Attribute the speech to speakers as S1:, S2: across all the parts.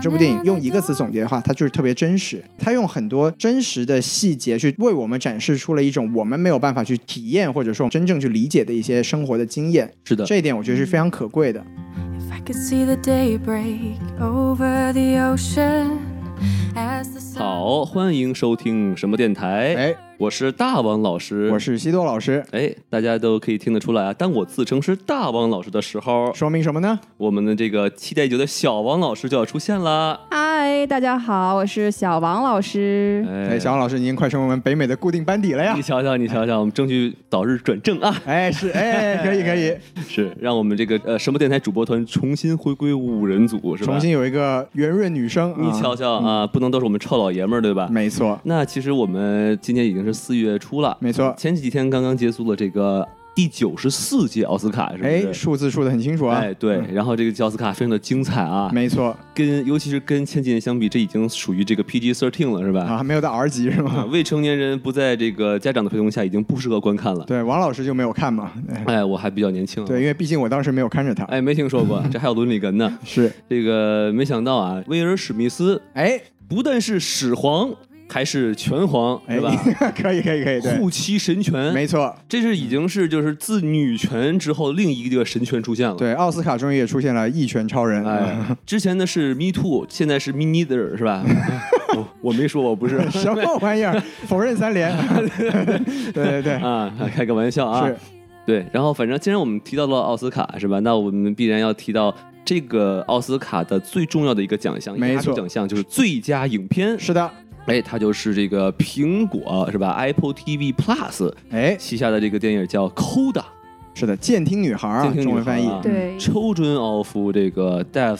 S1: 这部电影用一个词总结的话，它就是特别真实。它用很多真实的细节去为我们展示出了一种我们没有办法去体验或者说真正去理解的一些生活的经验。
S2: 是的，
S1: 这一点我觉得是非常可贵的。
S3: If I could see the day break over the ocean as the sun
S2: 好，欢迎收听什么电台？
S1: 哎，
S2: 我是大王老师，
S1: 我是西多老师，
S2: 哎，大家都可以听得出来啊。当我自称是大王老师的时候，
S1: 说明什么呢？
S2: 我们的这个期待已久的小王老师就要出现啦。
S4: 嗨，大家好，我是小王老师。
S2: 哎
S1: 哎，小王老师，您快成为我们北美的固定班底了呀
S2: 你！瞧瞧，你瞧瞧，我们争取早日转正啊！
S1: 哎，是，哎，可以可以，
S2: 是，让我们这个呃什么电台主播团重新回归五人组， 是吧？
S1: 重新，有一个圆润女生，
S2: 你
S1: 啊嗯
S2: 瞧瞧啊，不能都是我们臭老爷们儿，对吧？
S1: 没错，
S2: 那其实我们今天已经是四月初了，
S1: 没错
S2: 前几天刚刚结束了这个第九十四届奥斯卡，是不
S1: 哎，
S2: 是？
S1: 数字数的很清楚啊，
S2: 哎，对，然后这个届奥斯卡非常的精彩啊，
S1: 没错
S2: 跟尤其是跟前几年相比，这已经属于这个 PG thirteen 了，是吧？
S1: 啊，还没有到 R 级是
S2: 啊
S1: 吗？
S2: 未成年人不在这个家长的陪同下，已经不适合观看了。
S1: 对，王老师就没有看嘛，对
S2: 哎，我还比较年轻、啊，
S1: 对，因，为毕竟我当时没有看着他，
S2: 哎，没听说过，这还有伦理哏 呢。
S1: 是，
S2: 这个没想到啊，威尔史密斯
S1: 哎，
S2: 不但是始皇，还是拳皇，
S1: 哎
S2: 是吧？，
S1: 可以可以可以，对，
S2: 护妻神拳，
S1: 没错，
S2: 这是已经是就是自女权之后另一个神权出现了。，
S1: 对，奥斯卡终于也出现了一拳超人， 嗯
S2: 哎，之前的是 Me Too，现在是 Me Neither，是 吧？我我没说，我不是
S1: 什么玩意儿，否认三连， 对对对，
S2: 啊，开个玩笑啊。
S1: 是，
S2: 对，然后反正既然我们提到了奥斯卡，是吧？那我们必然要提到这个奥斯卡的最重要的一个奖项，
S1: 没
S2: 压轴
S1: 错
S2: 奖项就是最佳影片。
S1: 是的，
S2: 哎，它就是这个苹果是吧？Apple TV Plus
S1: 哎，
S2: 旗下的这个电影叫《Coda
S1: 是的，监听女孩儿啊，
S2: 监听女
S1: 中文翻译
S2: 孩儿啊
S4: 对，
S2: Children of 这个 Deaf》，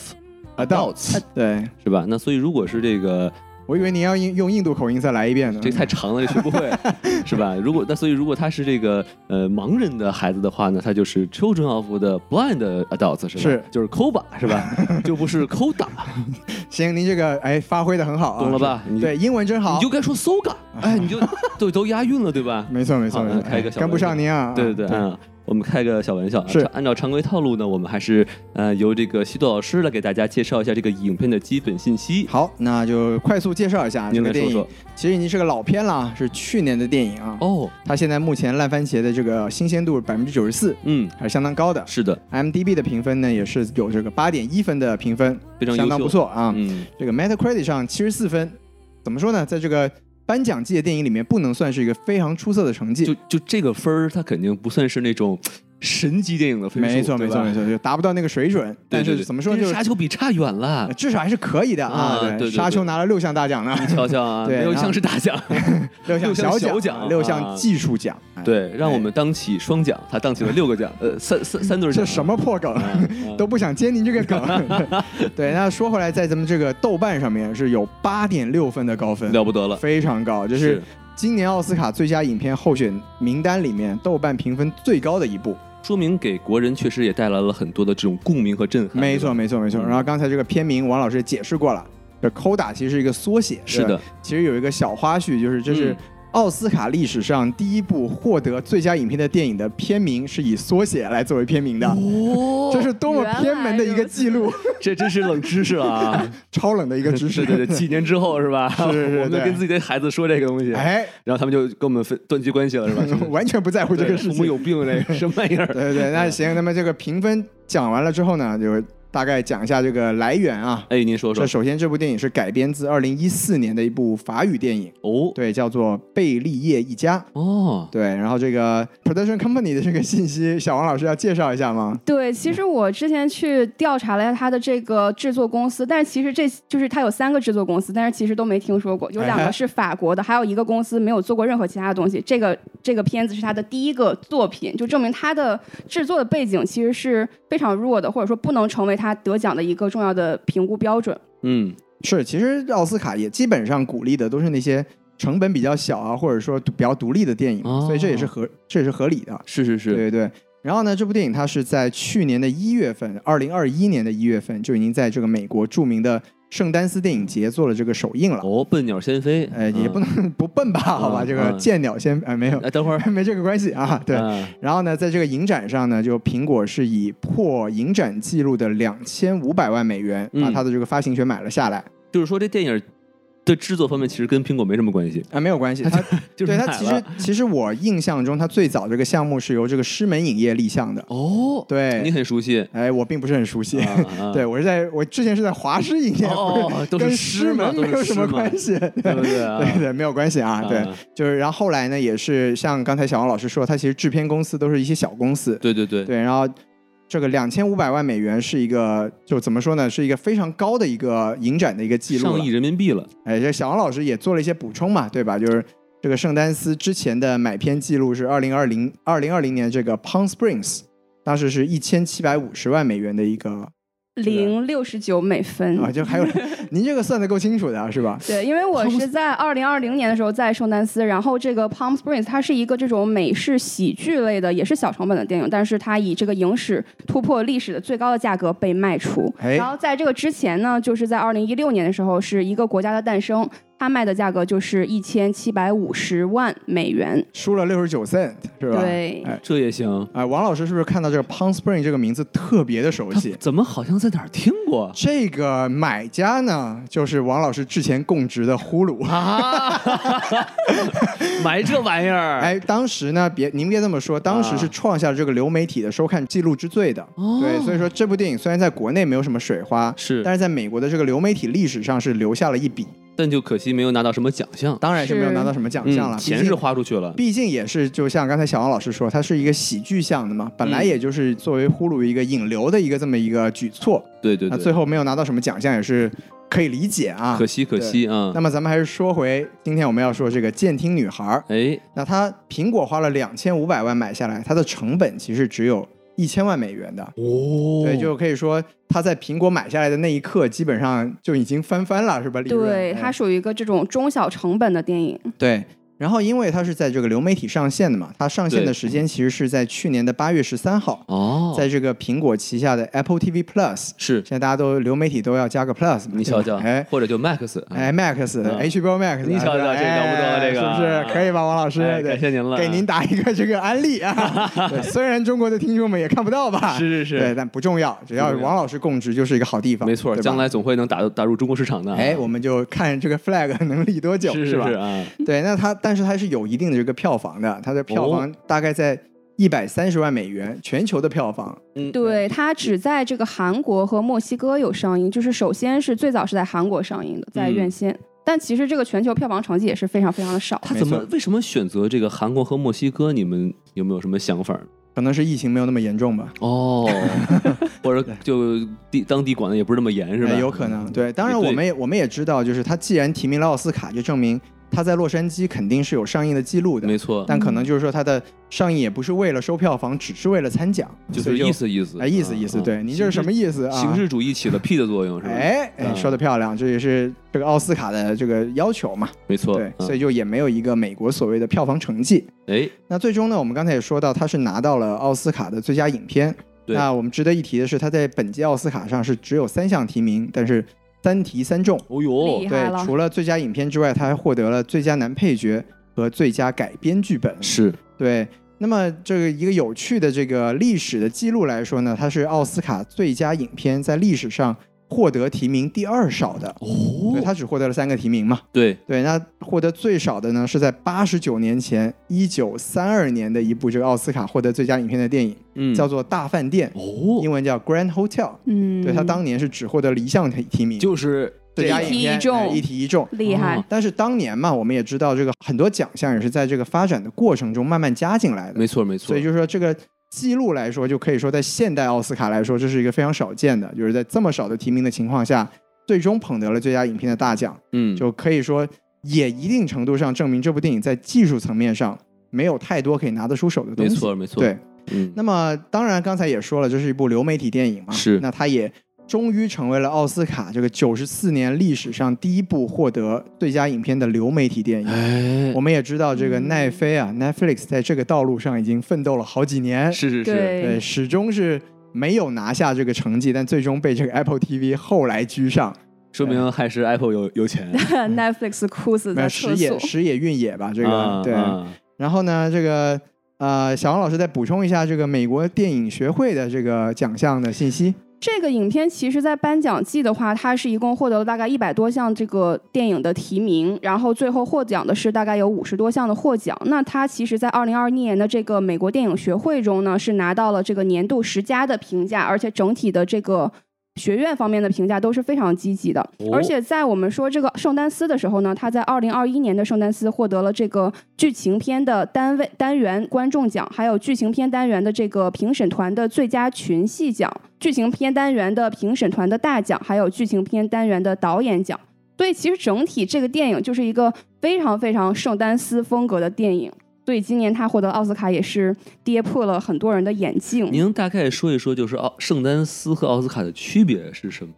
S1: ，adults，对。
S2: 是吧？那所以如果是这个，
S1: 我以为您要印用印度口音再来一遍呢。
S2: 这太长了，这学不 会，是吧？如果那所以如果他是这个呃盲人的孩子的话呢，他就是 Children of 的 Blind Adults 是吧？
S1: 是
S2: 就是 Coba 是吧？就不是 Coda，
S1: 行，您这个哎发挥的很好啊，
S2: 懂了吧
S1: 是
S2: 你
S1: 对，英文真好
S2: 你就。该 说 Soga，哎，你就都都押韵了，对吧？
S1: 没错没错
S2: 好
S1: 没错，
S2: 开一个
S1: 哎
S2: 小
S1: 跟不上您啊。
S2: 对对
S1: 啊
S2: 对，嗯。我们开个小玩笑啊，
S1: 是
S2: 按照常规套路呢，我们还是呃由这个西多老师来给大家介绍一下这个影片的基本信息。
S1: 好，那就快速介绍一下这
S2: 您
S1: 个
S2: 来
S1: 电
S2: 说
S1: 影。
S2: 说
S1: 其实已经是个老片了啊，是去年的电影啊。
S2: 哦，
S1: 它现在目前烂番茄的这个新鲜度百分之九十四，
S2: 嗯，
S1: 还是相当高的。
S2: 是的，
S1: IMDB 的评分呢，也是有这个八点一分的评分，
S2: 非常优
S1: 相
S2: 秀
S1: 当不错啊。
S2: 嗯，
S1: 这个 Metacritic 上七十四分，怎么说呢？在这个颁奖季的电影里面，不能算是一个非常出色的成绩。
S2: 就就这个分儿，它肯定不算是那种神级电影的分数，
S1: 没错，
S2: 对
S1: 没
S2: 吧
S1: 错，没。错，就达不到那个水准。但
S2: 对对
S1: 是
S2: 对
S1: 怎么说，
S2: 这
S1: 就
S2: 沙
S1: 是
S2: 丘比差远了
S1: 呃。至少还是可以的
S2: 啊
S1: 啊。
S2: 对对对
S1: 沙丘拿了六项大奖呢，
S2: 你瞧瞧啊，
S1: 对
S2: 没有一
S1: 然后
S2: 项是大奖。
S1: 六项
S2: 六项小奖
S1: 奖，六项
S2: 啊
S1: 技术奖。哎，
S2: 对，让我们当起双奖，他当起了六个奖，呃，三三三对儿奖。
S1: 这什么破梗？
S2: 啊？啊
S1: 都不想接您这个 梗。对，那说回来，在咱们这个豆瓣上面是有八点六分的高分，
S2: 嗯了不得了，
S1: 非常高，这是今年奥斯卡最佳影片候选名单里面豆瓣评分最高的一部。
S2: 说明给国人确实也带来了很多的这种共鸣和震撼。
S1: 没
S2: 对吧
S1: 错，，没错，没错。
S2: 嗯
S1: 然后刚才这个片名，王老师也解释过了，这 CODA 其实是一个缩写，
S2: 是
S1: 对
S2: 的
S1: 吧。，其实有一个小花絮，就是这是
S2: 嗯
S1: 奥斯卡历史上第一部获得最佳影片的电影的片名是以缩写来作为片名的，
S2: 哦
S1: 这是多么偏门的一个记录，
S2: 这真是冷知识了啊！
S1: 超 冷的一个知识。
S2: 对对对，几年之后是吧？
S1: 是是是
S2: 我们就
S1: 对
S2: 跟自己的孩子说这个东西，
S1: 哎，
S2: 然后他们就跟我们分断绝关系 了，是吧？
S1: 完全不在乎这个
S2: 对
S1: 事
S2: 父
S1: 情。
S2: 母有病，这个什么玩意儿？
S1: 对对对，那行，那么这个评分讲完了之后呢，就大概讲一下这个来源啊。
S2: 哎，您说说
S1: 这首先，这部电影是改编自二零一四年的一部法语电影，
S2: 哦
S1: 对，叫做《贝利叶一家》。
S2: 哦，
S1: 对，然后这个 production company 的这个信息，小王老师要介绍一下吗？
S4: 对，其实我之前去调查了一下它的这个制作公司，但是其实这就是它有三个制作公司，但是其实都没听说过，有两
S1: 哎
S4: 个是法国的，还有一个公司没有做过任何其他的东西。这个这个片子是他的第一个作品，就证明他的制作的背景其实是非常弱的，或者说不能成为他得奖的一个重要的评估标准。
S2: 嗯，
S1: 是，其实奥斯卡也基本上鼓励的都是那些成本比较小啊，或者说比较独立的电影，
S2: 哦
S1: 所以这也是合这也是合理的。
S2: 是是是，
S1: 对对对。然后呢，这部电影它是在去年的一月份，二零二一年的一月份就已经在这个美国著名的圣丹斯电影节做了这个首映了。
S2: 哦，笨鸟先飞，
S1: 呃，也
S2: 嗯
S1: 不能 不笨吧？好吧，
S2: 嗯
S1: 这个
S2: 嗯
S1: 剑鸟先呃没有，
S2: 哎，等会儿
S1: 没这个关系啊。对，
S2: 嗯
S1: 然后呢，在这个影展上呢，就苹果是以破影展记录的两千五百万美元
S2: 嗯
S1: 把它的这个发行权买了下来啊、
S2: 就是说这电影的制作方面其实跟苹果没什么关系，
S1: 啊没有关 系。它
S2: 就是
S1: 对它
S2: 买
S1: 其
S2: 了
S1: 实其实我印象中，它最早这个项目是由这个狮门影业立项的。
S2: 哦，你
S1: 对，
S2: 很熟悉，
S1: 哎，我并不是很熟悉。
S2: 啊啊
S1: 对，我是在我之前是在华师影业，
S2: 哦
S1: 不是
S2: 都是
S1: 跟
S2: 狮
S1: 狮
S2: 嘛
S1: 门
S2: 都
S1: 没
S2: 是
S1: 有什么
S2: 狮嘛
S1: 关系。
S2: 对不对 啊？
S1: 对对，没有关系啊。
S2: 啊
S1: 对，就是然后后来呢，也是像刚才小王老师说，它其实制片公司都是一些小公司，
S2: 对对对，
S1: 对，然后这个两千五百万美元是一个，就怎么说呢，是一个非常高的一个影展的一个记录
S2: 上
S1: 了
S2: 亿。人民币了，
S1: 哎，这小王老师也做了一些补充嘛，对吧？就是这个圣丹斯之前的买片记录是二零二零二零二零年这个 Palm Springs，当时是一千七百五十万美元的一个
S4: 零六十九美分
S1: 啊，就还 有您这个算的够清楚的啊是吧？
S4: 对，因为我是在二零二零年的时候在圣丹斯，然后这个 Palm Springs 它是一个这种美式喜剧类的，也是小成本的电影，但是它以这个影史突破历史的最高的价格被卖出。
S1: 哎
S4: 然后在这个之前呢，就是在二零一六年的时候，是一个国家的诞生，它卖的价格就是一千七百五十万美元。
S1: 输了六十九 cent 是吧？
S4: 对
S1: 哎
S2: 这也行。
S1: 哎，王老师是不是看到这个 Palm Spring 这个名字特别的熟
S2: 他
S1: 悉？
S2: 怎么好像在哪儿听 过
S1: 这个买家呢，就是王老师之前供职的呼噜。
S2: 啊？ 买这玩意儿？，
S1: 哎，当时呢，别您别这么说，当时是创下了这个流媒体的收看记录之最的。
S2: 啊哦
S1: 对，所以说这部电影虽然在国内没有什么水花，
S2: 是
S1: 但是在美国的这个流媒体历史上是留下了一笔，
S2: 但就可惜没有拿到什么奖项。
S1: 当然是没有
S4: 是
S1: 拿到什么奖
S2: 嗯
S1: 项了。毕
S2: 钱
S1: 竟
S2: 是花出去了。
S1: 毕竟也是，就像刚才小王老师说，它是一个喜剧项的嘛，本来
S2: 嗯
S1: 也就是作为呼噜一个引流的一个这么一个举措，
S2: 对对
S1: 那
S2: 对，
S1: 最后没有拿到什么奖项也是可以理解啊。
S2: 可惜可惜啊
S1: 那。么咱们还是说回今天我们要说这个监听女孩儿。
S2: 哎，
S1: 那它苹果花了两千五百万买下来，它的成本其实只有一千万美元的。
S2: 哦
S1: 对，就可以说它在苹果买下来的那一刻，基本上就已经翻番了，是吧？利润
S4: 对，
S1: 哎
S4: 它属于一个这种中小成本的电影。
S1: 对。然后，因为它是在这个流媒体上线的嘛，它上线的
S2: 对
S1: 时间其实是在去年的八月十三号，
S2: 哦，
S1: 在这个苹果旗下的 Apple TV Plus，
S2: 是
S1: 现在大家都流媒体都要加个 Plus，嘛
S2: 你瞧
S1: 对
S2: 瞧
S1: 吧哎，
S2: 或者就 Max，
S1: 哎，Max、
S2: 嗯
S1: HBO Max，
S2: 你瞧瞧
S1: 啊
S2: 这搞不懂啊
S1: 哎
S2: 这个
S1: 是不是可以吧，王老师？
S2: 哎
S1: 对
S2: 感谢您了，
S1: 给您打一个这个安利 啊。对，虽然中国的听众们也看不到吧，
S2: 是是
S1: 对，
S2: 是，
S1: 但不重要，只要
S2: 不重要
S1: 王老师供职就是一个好地方，
S2: 没错，
S1: 对吧
S2: 将来总会能打入打入中国市场的。啊
S1: 哎，我们就看这个 flag 能立多久，
S2: 是
S1: 吧
S2: 是？啊，
S1: 对，那它但是它是有一定的这个票房的，它的票
S2: 哦
S1: 房大概在一百三十万美元，全球的票房。
S4: 对，
S1: 嗯
S4: 它只在这个韩国和墨西哥有上映，就是首先是最早是在韩国上映的，在
S2: 嗯
S4: 院线。但其实这个全球票房成绩也是非常非常的少。
S2: 他
S1: 没
S2: 怎么
S1: 错
S2: 为什么选择这个韩国和墨西哥？你们有没有什么想法？
S1: 可能是疫情没有那么严重吧，
S2: 哦， 或者就地当地管的也不是那么严，是吧？嗯
S1: 哎有可能。对，当然
S2: 也对
S1: 我们也我们也知道，就是它既然提名了奥斯卡，就证明它在洛杉矶肯定是有上映的记录的。
S2: 没错，
S1: 但可能就是说它的上映也不是为了收票房，只是为了参奖，
S2: 就
S1: 所
S2: 是
S1: 以
S2: 意思意思，
S1: 哎意思意思，
S2: 啊
S1: 对，您这是什么？意思
S2: 啊
S1: 啊？
S2: 形式主义起了屁的作用，是吧？
S1: 哎哎，
S2: 嗯
S1: 说的漂亮，这也是这个奥斯卡的这个要求嘛，
S2: 没错，
S1: 对，
S2: 嗯
S1: 所以就也没有一个美国所谓的票房成绩。
S2: 哎，
S1: 那最终呢，我们刚才也说到，它是拿到了奥斯卡的最佳影片。
S2: 对
S1: 那我们值得一提的是，它在本届奥斯卡上是只有三项提名，但是三提三中。
S2: 哦呦
S4: 厉，害
S1: 对
S4: 了，
S1: 除了最佳影片之外，它还获得了最佳男配角和最佳改编剧本。
S2: 是
S1: 对，那么这个一个有趣的这个历史的记录来说呢，它是奥斯卡最佳影片在历史上获得提名第二少的，
S2: 哦
S1: 对，它只获得了三个提名嘛。
S2: 对，
S1: 对，那获得最少的呢是在八十九年前，一九三二年的一部这个奥斯卡获得最佳影片的电影，
S2: 嗯，
S1: 叫做《大饭店》，
S2: 哦，
S1: 英文叫《Grand Hotel》。
S4: 嗯，
S1: 对，它当年是只获得了一项提提名，
S2: 就是
S1: 最佳
S4: 一
S1: 影
S4: 提一
S1: 片
S4: 中
S1: 哎一提一中。
S4: 嗯厉害。
S2: 哦
S1: 但是当年嘛，我们也知道这个很多奖项也是在这个发展的过程中慢慢加进来的。
S2: 没错没错，
S1: 所以就是说这个记录来说，就可以说在现代奥斯卡来说，这是一个非常少见的，就是在这么少的提名的情况下，最终捧得了最佳影片的大奖，
S2: 嗯，
S1: 就可以说也一定程度上证明这部电影在技术层面上没有太多可以拿得出手的东
S2: 没
S1: 西。
S2: 错没错，
S1: 对，，
S2: 嗯，
S1: 那么当然刚才也说了，这是一部流媒体电影嘛，
S2: 是
S1: 那它也。终于成为了奥斯卡这个九十四年历史上第一部获得最佳影片的流媒体电影。
S2: 哎
S1: 我，们也知道，这个
S4: 嗯
S1: 奈飞啊、n e t f l i x 在这个道路上已经奋斗了好几年，
S2: 是是是，
S4: 对
S1: 对，始终是没有拿下这个成绩，但最终被这个 Apple TV 后来居上。
S2: 说明还是 Apple 有有钱
S4: Netflix 哭死
S1: 没
S4: 在
S1: 有
S4: 厕
S1: 时
S4: 所
S1: 也。时也运也 吧，这个
S2: 啊
S1: 对。
S2: 啊
S1: 然后呢，这个呃，小王老师再补充一下这个美国电影学会的这个奖项的信息。
S4: 这个影片其实，在颁奖季的话，它是一共获得了大概一百多项这个电影的提名，然后最后获奖的是大概有五十多项的获奖。那它其实，在二零二一年的这个美国电影学会中呢，是拿到了这个年度十佳的评价，而且整体的这个。学院方面的评价都是非常积极的，
S2: 哦
S4: 而且在我们说这个圣丹斯的时候呢，他在二零二一年的圣丹斯获得了这个剧情片的单位单元观众奖，还有剧情片单元的这个评审团的最佳群戏奖、剧情片单元的评审团的大奖，还有剧情片单元的导演奖。所以其实整体这个电影就是一个非常非常圣丹斯风格的电影。所以今年他获得奥斯卡也是跌破了很多人的眼镜。
S2: 您大概说一说，就是奥圣丹斯和奥斯卡的区别是什么？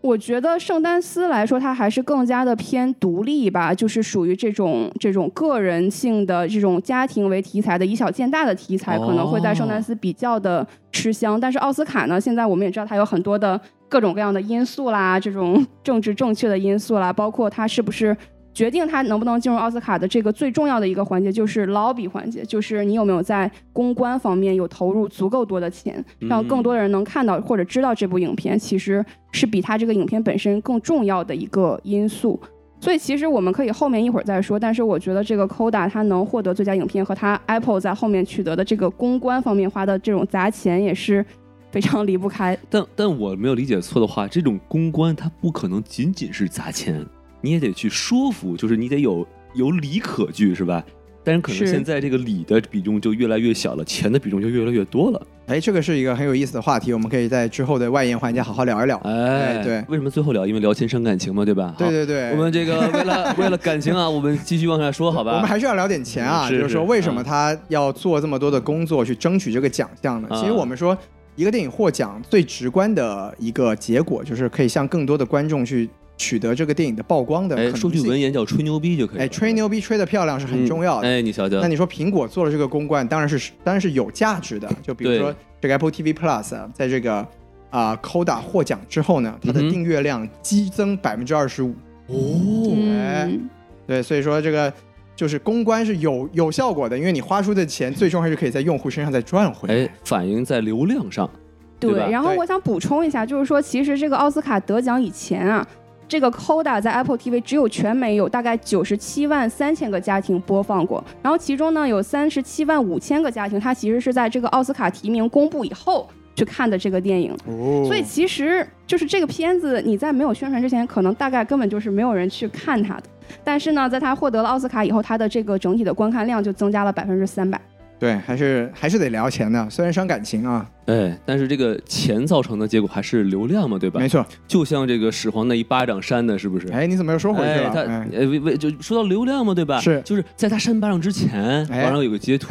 S4: 我觉得圣丹斯来说，它还是更加的偏独立吧，就是属于这种这种个人性的这种家庭为题材的以小见大的题材，
S2: 哦
S4: 可能会在圣丹斯比较的吃香。但是奥斯卡呢，现在我们也知道它有很多的各种各样的因素啦，这种政治正确的因素啦，包括它是不是。决定它能不能进入奥斯卡的这个最重要的一个环节就是 lobby 环节，就是你有没有在公关方面有投入足够多的钱，让更多的人能看到或者知道这部影片，其实是比它这个影片本身更重要的一个因素。所以其实我们可以后面一会儿再说，但是我觉得这个 Coda 它能获得最佳影片和它 Apple 在后面取得的这个公关方面花的这种砸钱也是非常离不开。
S2: 但但我没有理解错的话，这种公关它不可能仅仅是砸钱，你也得去说服，就是你得有有理可据，是吧？但是可能
S4: 是
S2: 现在这个理的比重就越来越小了，钱的比重就越来越多了。
S1: 哎，这个是一个很有意思的话题，我们可以在之后的外延环节好好聊一聊。
S2: 哎，
S1: 哎对
S2: 为什么最后聊？因为聊钱伤感情嘛，对吧？
S1: 对
S2: 好，
S1: 对对，
S2: 我们这个为 了为了感情啊，我们继续往下说，好吧？
S1: 我们还是要聊点钱啊，
S2: 是
S1: 就是说
S2: 是嗯
S1: 为什么他要做这么多的工作去争取这个奖项呢？
S2: 啊
S1: 其实我们说，一个电影获奖最直观的一个结果，就是可以向更多的观众去取得这个电影的曝光的可
S2: 哎，
S1: 能性。
S2: 说句文言叫吹牛逼就可以了。
S1: 哎，吹牛逼吹得漂亮是很重要的。
S2: 嗯哎，你瞧瞧
S1: 那，你说苹果做了这个公关，当然是当然是有价值的。就比如
S2: 对
S1: 说这个 Apple TV Plus，啊在这个啊、Coda 获奖之后呢，它的
S2: 嗯哼
S1: 订阅量激增百分之二十五。
S2: 哦，
S1: 哎
S4: 嗯，
S1: 对，所以说这个就是公关是有有效果的，因为你花出的钱最终还是可以在用户身上再赚回来。
S2: 哎，反映在流量上。对吧
S4: 对，然后
S1: 对
S4: 我想补充一下，就是说，其实这个奥斯卡得奖以前啊，这个 Coda 在 Apple TV 只有全美有大概九十七万三千个家庭播放过，然后其中呢有三十七万五千个家庭，它其实是在这个奥斯卡提名公布以后去看的这个电影。
S1: 哦
S4: 所以其实就是这个片子，你在没有宣传之前，可能大概根本就是没有人去看它的。但是呢，在它获得了奥斯卡以后，它的这个整体的观看量就增加了百分之三百。
S1: 对，还是还是得聊钱的，虽然伤感情啊，
S2: 哎，但是这个钱造成的结果还是流量嘛，对吧
S1: 没？错。
S2: 就像这个始皇那一巴掌扇的，是不是？
S1: 哎，你怎么又说回去
S2: 哎，
S1: 了？
S2: 他
S1: 哎
S2: 呃，为为就说到流量嘛，对吧？
S1: 是
S2: 就是在他扇巴掌之前，
S1: 哎
S2: 网上有 个截图，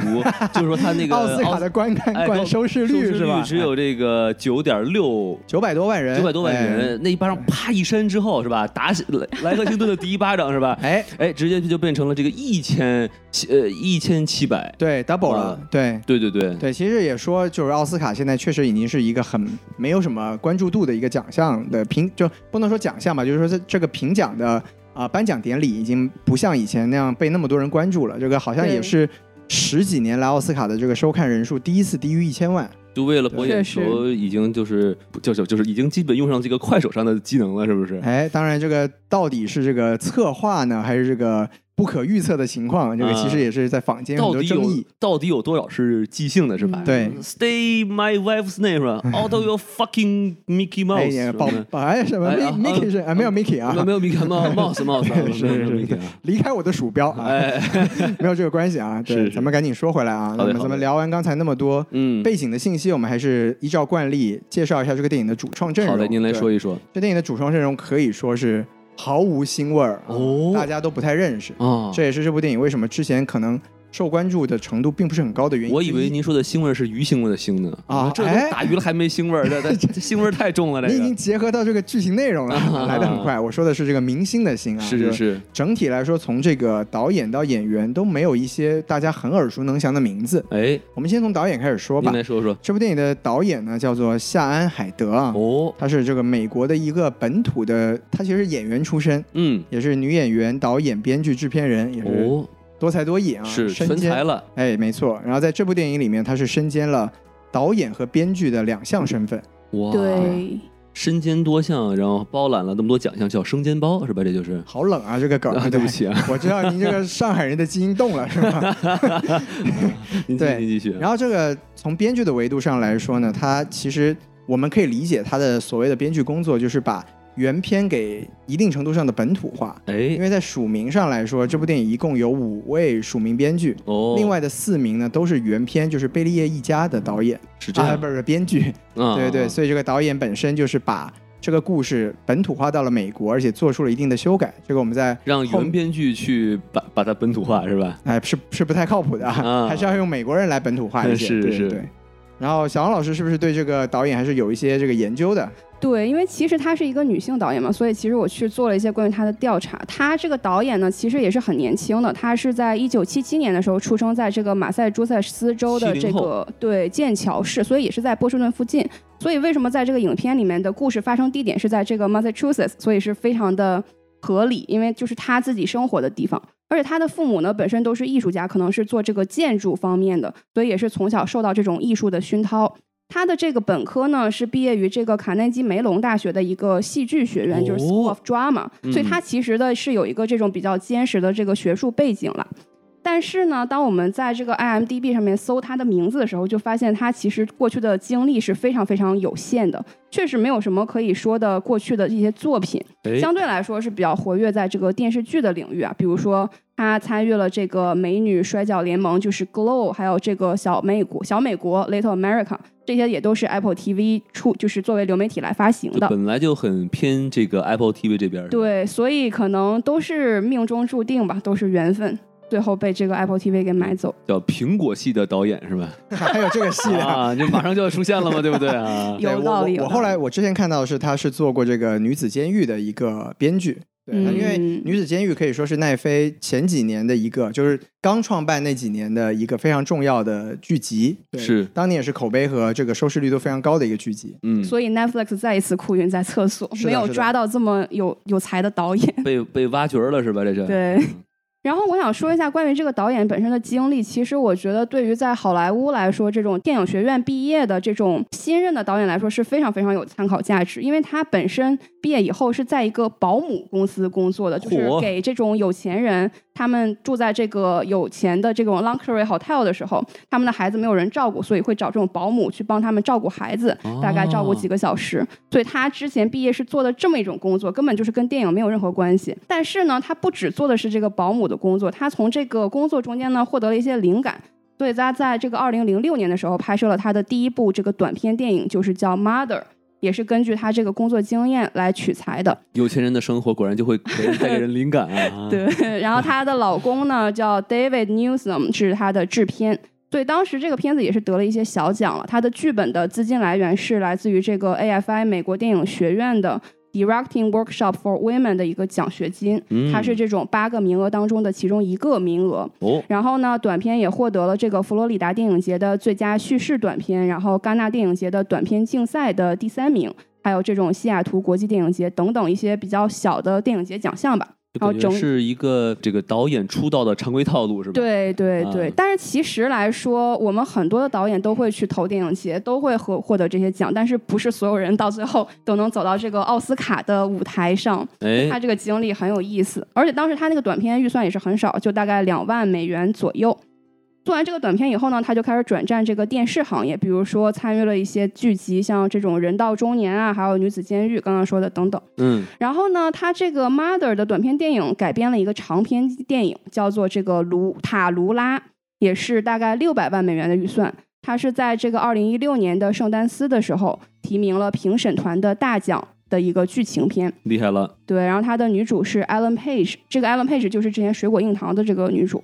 S2: 就是说他那个
S1: 奥斯卡的观看
S2: 哎
S1: 观
S2: 高
S1: 收视率是吧？哎
S2: 只有这个九点六。
S1: 九百多万人，
S2: 九百多万人，那一巴掌啪一扇之后是吧？打起莱莱克星顿的第一巴掌是吧？
S1: 哎。哎，
S2: 哎，直接就变成了这个一千七呃一千七百，
S1: 对，double 了
S2: 哇，
S1: 对。
S2: 对对对，
S1: 对，其实也说，就是奥斯卡现在确实已经是一个很没有什么关注度的一个奖项的评，就不能说奖项吧，就是说这这个评奖的啊、呃颁奖典礼已经不像以前那样被那么多人关注了。这个好像也
S4: 对
S1: 是十几年来奥斯卡的这个收看人数第一次低于一千万。
S2: 就为了博眼
S4: 确
S2: 球，已经就是不就是就是已经基本用上这个快手上的技能了，是不是？
S1: 哎，当然这个到底是这个策划呢，还是这个不可预测的情况？这个其实也是在坊间有
S2: 啊到
S1: 很多
S2: 底
S1: 争
S2: 有
S1: 议。
S2: 到底有多少是即兴的，是吧？
S4: 嗯
S1: 对，
S2: Stay my wife's name 是吧？Out of your fucking Mickey
S1: 哎
S2: Mouse
S1: 呀，
S2: 是
S1: 保
S2: 吧。
S1: 保哎什么
S2: 哎
S1: Mi-
S2: 啊
S1: Mickey 是啊没有 Mickey 啊
S2: 没有，没有 Mickey Mouse Mouse Mouse，
S1: 是
S2: 没有没有
S1: 是
S2: Mickey
S1: 是
S2: 啊。
S1: 离开我的鼠标啊。
S2: 哎，
S1: 没有这个关系啊。对，
S2: 是是
S1: 咱们赶紧说回来啊。
S2: 好
S1: 那么
S2: 的好的
S1: 咱们聊完刚才那么多
S2: 嗯，
S1: 背景的信息，我们还是依照惯例介绍一下这个电影的主创阵容。
S2: 好的，您来
S1: 对
S2: 说，一说。
S1: 这电影的主创阵容可以说是毫无新味儿啊
S2: 哦
S1: 大家都不太认识。
S2: 哦，
S1: 这也是这部电影为什么之前可能受关注的程度并不是很高的原因。
S2: 我以为。您说的腥味儿是鱼腥味儿的腥呢，
S1: 啊
S2: 这都
S1: 哎
S2: 打鱼了还没腥味 儿，这这这腥味儿太重了，
S1: 你
S2: 这
S1: 已
S2: 个
S1: 经结合到这个剧情内容 了，来的很快。我说的是这个明星的心啊，
S2: 是
S1: 就是
S2: 是，
S1: 整体来说，从这个导演到演员都没有一些大家很耳熟能详的名字。
S2: 哎，
S1: 我们先从导演开始说吧
S2: 您。来说说，
S1: 这部电影的导演呢叫做夏安·海德啊，
S2: 哦，
S1: 他是这个美国的一个本土的，他其实是演员出身，
S2: 嗯，
S1: 也是女演员、导演、编剧、制片人，也是
S2: 哦，
S1: 多才多艺啊，
S2: 是
S1: 身
S2: 全才
S1: 兼
S2: 了，
S1: 哎，没错。然后在这部电影里面，他是身兼了导演和编剧的两项身 份。
S2: 哇，，
S4: 对，
S2: 身兼多项，然后包揽了那么多奖项，叫生煎包是吧？这就是
S1: 好冷啊，这个梗
S2: 啊，对不， 起啊，
S1: 我知道您这个上海人的基因动了，是吧？
S2: 您继续
S1: 对
S2: 您继续，啊
S1: 然后这个从编剧的维度上来说呢，他其实我们可以理解他的所谓的编剧工作，就是把原片给一定程度上的本土化。因
S2: 哎，
S1: 为在署名上来说，这部电影一共有五位署名编剧，
S2: 哦，
S1: 另外的四名呢都是原片，就是贝利叶一家的导演
S2: 是这
S1: 啊，
S2: 样
S1: 不，是不是编剧，
S2: 啊
S1: 对对，所以这个导演本身就是把这个故事本土化到了美国，而且做出了一定的修改。这个我们在
S2: 让
S1: 后
S2: 原编剧去把把它本土化是吧？
S1: 哎，是是不太靠谱的，
S2: 啊
S1: 啊、 还是要用美国人来本土化一些。
S2: 是
S1: 对
S2: 是
S1: 对。然后小王老师是不是对这个导演还是有一些这个研究的？
S4: 对，因为其实她是一个女性导演嘛，所以其实我去做了一些关于她的调查。她这个导演呢，其实也是很年轻的，她是在一九七七年的时候出生在这个马赛诸塞斯州的
S2: 70
S4: 这个对剑桥市，所以也是在波士顿附近。所以为什么在这个影片里面的故事发生地点是在这个 Massachusetts，所以是非常的合理，因为就是她自己生活的地方。而且她的父母呢，本身都是艺术家，可能是做这个建筑方面的，所以也是从小受到这种艺术的熏陶。他的这个本科呢是毕业于这个卡耐基梅隆大学的一个戏剧学院，就是 School of Drama，、
S2: 嗯
S4: 所以他其实的是有一个这种比较坚实的这个学术背景了。但是呢，当我们在这个 IMDB 上面搜他的名字的时候，就发现他其实过去的经历是非常非常有限的，确实没有什么可以说的过去的一些作品。
S2: 哎，
S4: 相对来说是比较活跃在这个电视剧的领域啊，比如说他参与了这个美女摔角联盟，就是 Glow，还有这个小美国、小美国 Little America，这些也都是 Apple TV 出，就是作为流媒体来发行
S2: 就
S4: 的。
S2: 本来就很偏这个 Apple TV 这边，，
S4: 对，所以可能都是命中注定吧，都是缘分，最后被这个 Apple TV 给
S1: 嗯
S4: 买走。
S2: 叫苹果系的导演 是吧？
S1: 还有这个戏的。
S2: 啊，这马上就要出现了嘛，对不对 啊？
S1: 对
S4: 有
S1: 我
S4: 道理
S1: 我
S4: 有
S1: 我
S4: 道
S1: 后来我之前看到的是他是做过这个《女子监狱》的一个编剧，对，
S4: 嗯
S1: 因为《女子监狱》可以说是奈飞前几年的一个，就是刚创办那几年的一个非常重要的剧集，对
S2: 是
S1: 当年也是口碑和这个收视率都非常高的一个剧集。
S2: 嗯，
S4: 所以 Netflix 再一次哭晕在厕所
S1: 是，的
S4: 没有
S1: 是的
S4: 抓到这么有有才的导演。
S2: 被被挖掘了是吧？这是
S4: 对
S2: 嗯
S4: 然后我想说一下关于这个导演本身的经历。其实我觉得，对于在好莱坞来说，这种电影学院毕业的这种新任的导演来说是非常非常有参考价值，因为他本身毕业以后是在一个保姆公司工作的，就是
S2: 嚯
S4: 给这种有钱人他们住在这个有钱的这种 luxury hotel 的时候，他们的孩子没有人照顾，所以会找这种保姆去帮他们照顾孩子，大概照顾几个小时。所以他之前毕业是做的这么一种工作，根本就是跟电影没有任何关系。但是呢，他不只做的是这个保姆的工作，他从这个工作中间呢获得了一些灵感。所以他在这个二零零六年的时候拍摄了他的第一部这个短片电影，就是叫《Mother》，也是根据他这个工作经验来取材的。。
S2: 有钱人的生活果然就会给人带给人灵感啊
S4: 对， 然后她的老公呢叫 David Newsom，是她的制片。所以当时这个片子也是得了一些小奖了。它的剧本的资金来源是来自于这个 AFI 美国电影学院的 Directing Workshop for Women 的一个奖学金，
S2: 嗯，
S4: 它是这种八个名额当中的其中一个名额。
S2: 哦，
S4: 然后呢，短片也获得了这个佛罗里达电影节的最佳叙事短片，然后戛纳电影节的短片竞赛的第三名，还有这种西雅图国际电影节等等一些比较小的电影节奖项吧。
S2: 就
S4: 然后
S2: 感觉
S4: 整
S2: 是一个这个导演出道的常规套路是吧？，
S4: 对对对，
S2: 啊
S4: 但是其实来说，我们很多的导演都会去投电影节，都会获获得这些奖，但是不是所有人到最后都能走到这个奥斯卡的舞台上。他
S2: 哎，
S4: 这个经历很有意思，而且当时他那个短片预算也是很少，就大概两万美元左右。做完这个短片以后呢，他就开始转战这个电视行业，比如说参与了一些剧集，像这种《人到中年》啊，还有《女子监狱》刚刚说的等等。
S2: 嗯，
S4: 然后呢，他这个《Mother》的短片电影改编了一个长篇电影，叫做这个《卢塔卢拉》，也是大概六百万美元的预算。他是在这个二零一六年的圣丹斯的时候提名了评审团的大奖的一个剧情片。
S2: 厉害了，
S4: 对，然后她的女主是 Ellen Page，这个 Ellen Page 就是之前《水果硬糖》的这个女主。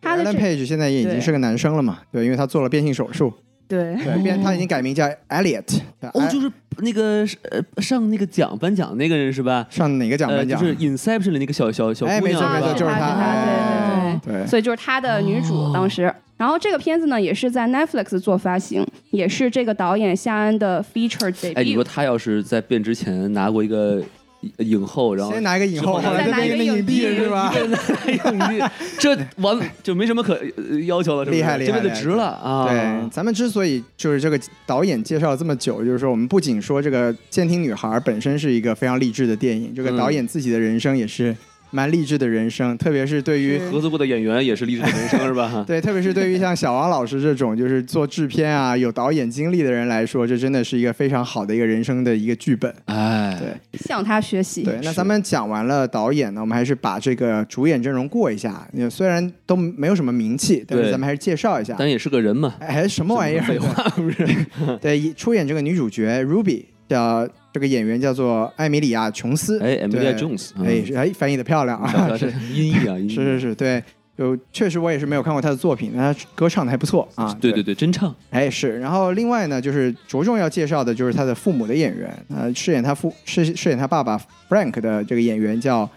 S4: 他的
S1: Alan
S4: 这
S1: Page 现在也已经
S4: 对
S1: 是个男生了嘛？对，因为他做了变性手术，
S4: 对
S1: 对，变他已经改名叫 Elliot。对
S2: 哦，
S1: 哎
S2: 就是那个呃上那个奖颁奖那个人是吧？
S1: 上哪个奖
S2: 呃，
S1: 颁
S2: 就
S1: 奖？
S2: 是 Inception 的那个小小小
S1: 哎，
S2: 姑
S1: 没
S2: 娘
S1: 错没
S4: 啊
S2: 是
S1: 错，
S2: 吧？
S1: 就是
S4: 他
S1: 他
S4: 啊
S1: 哎
S4: 对。
S1: 对
S4: 所以就是她的女主当时。然后这个片子呢，也是在 Netflix 做发行，也是这个导演夏安的 feature
S2: 哎，你说
S4: debut。
S2: 他要是在变之前拿过一个影后，然后
S1: 先拿一个影后，
S2: 之
S1: 后
S2: 后
S1: 来再
S4: 再拿一
S1: 变成
S4: 个
S1: 个
S4: 影
S1: 影帝
S4: 帝
S1: 是 吧？
S2: 这完就没什么可呃要求了，是不是
S1: 厉害厉害
S2: 这辈子值了啊！
S1: 对，咱们之所以就是这个导演介绍这么久，就是说我们不仅说这个《监听女孩》本身是一个非常励志的电影，这个
S2: 嗯
S1: 导演自己的人生也是蛮励志的人生，特别是对于
S4: 是
S2: 合作过的演员也是励志的人生，是 吧？
S1: 对，特别是对于像小王老师这种就是做制片啊、有导演经历的人来说，这真的是一个非常好的一个人生的一个剧本。
S2: 哎，
S1: 对
S4: 向她学习。
S1: 对，那
S2: 是
S1: 咱们讲完了导演呢，我们还是把这个主演阵容过一下。因为虽然都没有什么名气，但是
S2: 对
S1: 咱们还是介绍一下。
S2: 但也是个人嘛，
S1: 哎， 什么玩意
S2: 废
S1: 儿？
S2: 话不是？
S1: 对，出演这个女主角 Ruby 的这个演员叫做艾米里亚·琼斯。
S2: 哎，Emilia
S1: 对
S2: Jones，嗯
S1: 哎，是哎，翻译的漂亮
S2: 瞧
S1: 啊！
S2: 瞧这
S1: 是
S2: 音译 啊，音译
S1: 是是是，对，就确实我也是没有看过她的作品，但她歌唱的还不错啊。
S2: 对对对，真唱，
S1: 哎，是。然后另外呢，就是着重要介绍的就是他的父母的演员，呃，饰演他父饰饰演他爸爸 Frank 的这个演员叫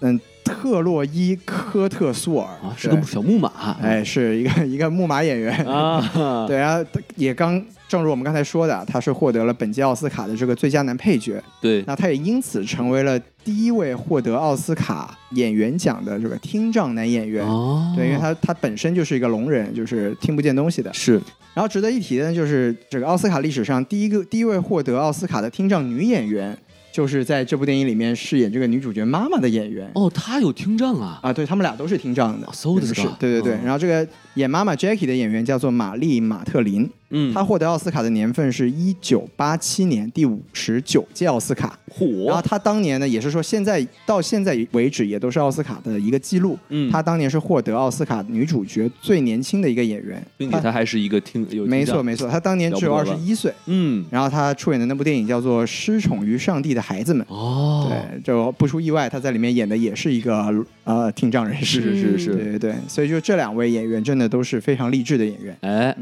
S1: 嗯特洛伊科特苏尔
S2: 啊，是个
S1: 对
S2: 小木马，
S1: 哎，是一个一个木马演员。
S2: 啊，
S1: 对啊，他也刚正如我们刚才说的，啊他是获得了本届奥斯卡的这个最佳男配角，
S2: 对
S1: 那他也因此成为了第一位获得奥斯卡演员奖的这个听障男演员。
S2: 哦，
S1: 对，因为他他本身就是一个聋人，就是听不见东西的。
S2: 是
S1: 然后值得一提的就是，这个奥斯卡历史上第一个第一位获得奥斯卡的听障女演员，就是在这部电影里面饰演这个女主角妈妈的演员。
S2: 哦，他有听障啊，
S1: 啊，对他们俩都是听障的
S2: 哦，so
S1: 是
S2: this guy
S1: 对对对。
S2: 嗯
S1: 然后这个演妈妈 Jackie 的演员叫做玛丽·马特林，
S2: 嗯，
S1: 她获得奥斯卡的年份是一九八七年第五十九届奥斯卡。然后
S2: 火，
S1: 她当年呢，也是说现在到现在为止也都是奥斯卡的一个记录。
S2: 嗯，
S1: 她当年是获得奥斯卡女主角最年轻的一个演员，
S2: 并且
S1: 她
S2: 他还是一个听有听
S1: 没错
S2: 障，
S1: 没错，她当年只有
S2: 了
S1: 二
S2: 不
S1: 十
S2: 得了
S1: 一岁。
S2: 嗯，
S1: 然后他出演的那部电影叫做《失宠于上帝的孩子们》。
S2: 哦，
S1: 对，就不出意外，他在里面演的也是一个呃听障人士。
S2: 是是是
S1: 对
S2: 是，
S1: 对对，所以就这两位演员真的都是非常励志的演员。
S2: 哎，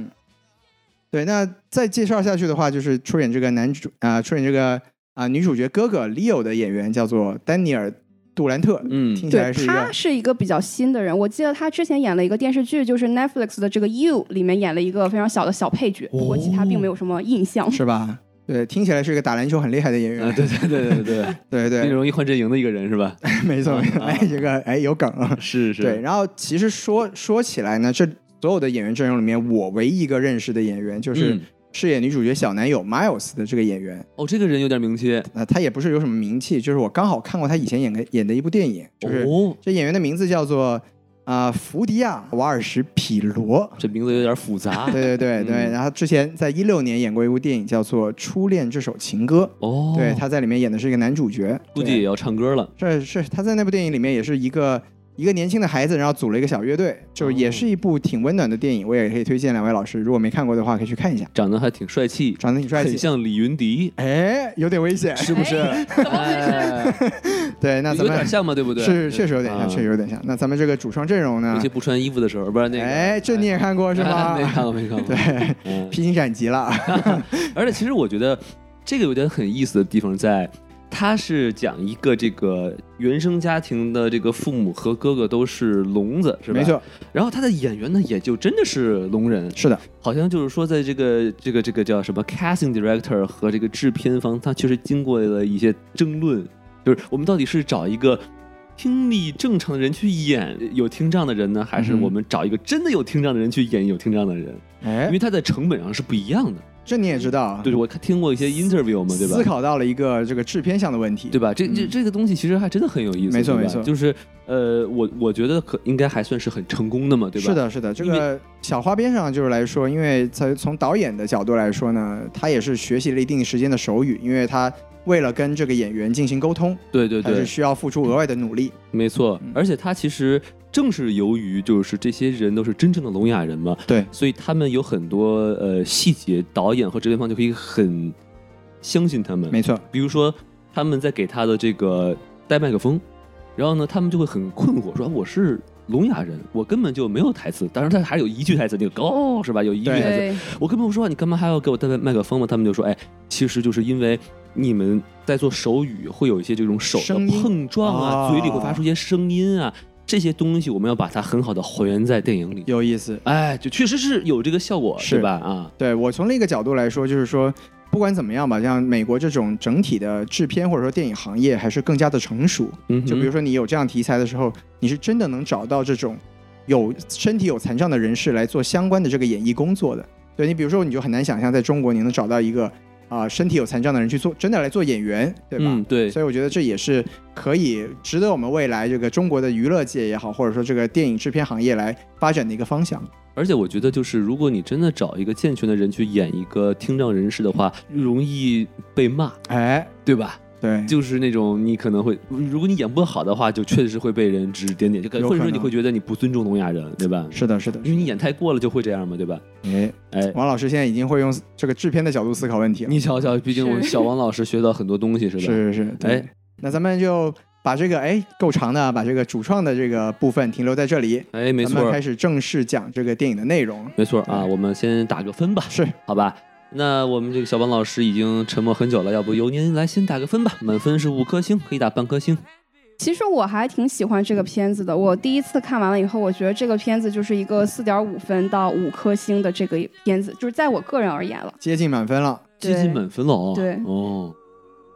S1: 对，那再介绍下去的话，就是出演这个男主啊、呃出演这个啊、呃女主角哥哥 Leo 的演员叫做丹尼尔·杜兰特，
S2: 嗯
S1: 听起来
S4: 对，
S1: 是一
S4: 她
S1: 个
S4: 是一个比较新的人。我记得她之前演了一个电视剧，就是 Netflix 的这个《You》里面演了一个非常小的小配角，不过其他并
S1: 哦
S4: 没有什么 印象。
S1: 是吧？对，听起来是一个打篮球很厉害的演员。
S2: 啊，对对对对对，
S1: 对
S2: 那
S1: 对，
S2: 容易换阵营的一个人是吧？
S1: 没错没错，
S2: 啊
S1: 哎，这个哎有梗啊。
S2: 是 是，
S1: 对，然后其实说说起来呢，这所有的演员阵容里面，我唯一一个认识的演员就是
S2: 嗯
S1: 饰演女主角小男友 Miles 的这个演员。
S2: 哦，这个人有点名气，
S1: 那、他也不是有什么名气，就是我刚好看过他以前演的演的一部电影，就是、
S2: 哦，
S1: 这演员的名字叫做啊、福迪亚·瓦尔什匹罗。
S2: 这名字有点复杂，
S1: 对对对对，
S2: 嗯
S1: 然后之前在一六年演过一部电影叫做《初恋这首情歌》，
S2: 哦，
S1: 对，他在里面演的是一个男主角，
S2: 估
S1: 对
S2: 计也要唱歌了，
S1: 是是，他在那部电影里面也是一个一个年轻的孩子，然后组了一个小乐队，就是也
S2: 哦
S1: 是一部挺温暖的电影，我也可以推荐两位老师，如果没看过的话，可以去看一下，
S2: 长得还挺帅气，
S1: 长得挺帅
S2: 很
S1: 气。
S2: 像李 云迪，
S1: 哎，有点危险，
S2: 是不是？
S4: 怎么回事
S2: 哎
S1: 对，那
S2: 有
S1: 咱
S2: 点
S1: 们
S2: 像吗？对不对？
S1: 是确实有点像，
S2: 啊
S1: 确实有点像。那咱们这个主创阵容
S2: 尤
S1: 呢
S2: 其？不穿衣服的时候，不然那个，啊
S1: 哎，这你也看过是吗
S2: 没？看过，没看过。
S1: 对，
S2: 嗯，
S1: 披荆斩棘了。
S2: 而且其实我觉得这个有点很意思的地方在，它是讲一个这个原生家庭的这个父母和哥哥都是聋子，是吧？
S1: 没。错，
S2: 然后他的演员呢，也就真的是聋人，
S1: 是的，
S2: 好像就是说，在这个这个这个叫什么 casting director 和这个制片方，他确实经过了一些争论，就是我们到底是找一个。听力正常的人去演有听障的人呢，还是
S1: 嗯哼
S2: 我们找一个真的有听障的人去演有听障的人？因
S1: 哎
S2: 为，他在成本上是不一样的。
S1: 这你也知道啊
S2: 对，，我看听过一些 interview 嘛，对吧？
S1: 思考到了一个这个制片上的问题
S2: 对。吧？这这这个东西其实还真的很有意思，
S1: 没错
S2: 对
S1: 没
S2: 吧
S1: 错
S2: 就是呃，我我觉得可应该还算是很成功的嘛，对吧？
S1: 是，的，是的，这
S2: 因为
S1: 个小花边上就是来说，因为在从导演的角度来说呢，他也是学习了一定时间的手语，因为他为了跟这个演员进行沟通，
S2: 对对
S1: 他是
S2: 对，
S1: 需要付出额外的努力。
S2: 没错
S1: 嗯。
S2: 而且他其实正是由于就是这些人都是真正的聋哑人嘛，
S1: 对，
S2: 所以他们有很多呃细节，导演和制片方就可以很相信他们。
S1: 没错，
S2: 比如说他们在给他的这个带麦克风，然后呢，他们就会很困惑，说我是聋哑人，我根本就没有台词，当然他还有一句台词，那个高是吧？有一句
S1: 对
S2: 台词，
S4: 对，
S2: 我根本不说，你干嘛还要给我带麦克风吗？他们就说，哎，其实就是因为你们在做手语，会有一些这种手
S1: 声
S2: 的
S1: 音
S2: 碰撞
S1: 哦
S2: 啊，嘴里会发出一些声音啊，这些东西我们要把它很好的还原在电影里。
S1: 有意思。
S2: 哎，就确实是有这个效果，
S1: 是
S2: 对吧？啊，
S1: 对我从另一个角度来说，就是说，不管怎么样吧，像美国这种整体的制片或者说电影行业还是更加的成熟。
S2: 嗯哼，
S1: 就比如说你有这样题材的时候，你是真的能找到这种有身体有残障的人士来做相关的这个演艺工作的。对你，比如说你就很难想象在中国你能找到一个啊、身体有残障的人去做真的来做演员，对吧？
S2: 嗯，对，
S1: 所以我觉得这也是可以值得我们未来这个中国的娱乐界也好，或者说这个电影制片行业来发展的一个方向。
S2: 而且我觉得，就是如果你真的找一个健全的人去演一个听障人士的话，容易被骂，
S1: 哎，
S2: 对吧？
S1: 对，
S2: 就是那种你可能会，如果你演不好的话，就确实会被人指指点点，就可
S1: 有可能
S2: 或者说你会觉得你不尊重聋哑人，对吧？
S1: 是的，是的，
S2: 因为你演太过了就会这样嘛，对吧？
S1: 哎，
S2: 哎，
S1: 王老师现在已经会用这个制片的角度思考问题了。
S2: 你瞧瞧，毕竟我们小王老师学到很多东西，是吧？
S1: 是是是，对
S2: 哎。
S1: 那咱们就把这个哎够长的啊，把这个主创的这个部分停留在这里，
S2: 哎，没
S1: 咱们
S2: 错
S1: 开，始哎正式讲这个电影的内容。
S2: 没错啊，我们先打个分吧，
S1: 是
S2: 好吧？那我们这个小王老师已经沉默很久了，要不由您来先打个分吧？满分是五颗星，可以打半颗星。
S4: 其实我还挺喜欢这个片子的。我第一次看完了以后，我觉得这个片子就是一个四点五分到五颗星的这个片子，就是在我个人而言了。
S1: 接近满分了，
S2: 接近
S4: 对
S2: 满分了哦。
S4: 对
S2: 哦，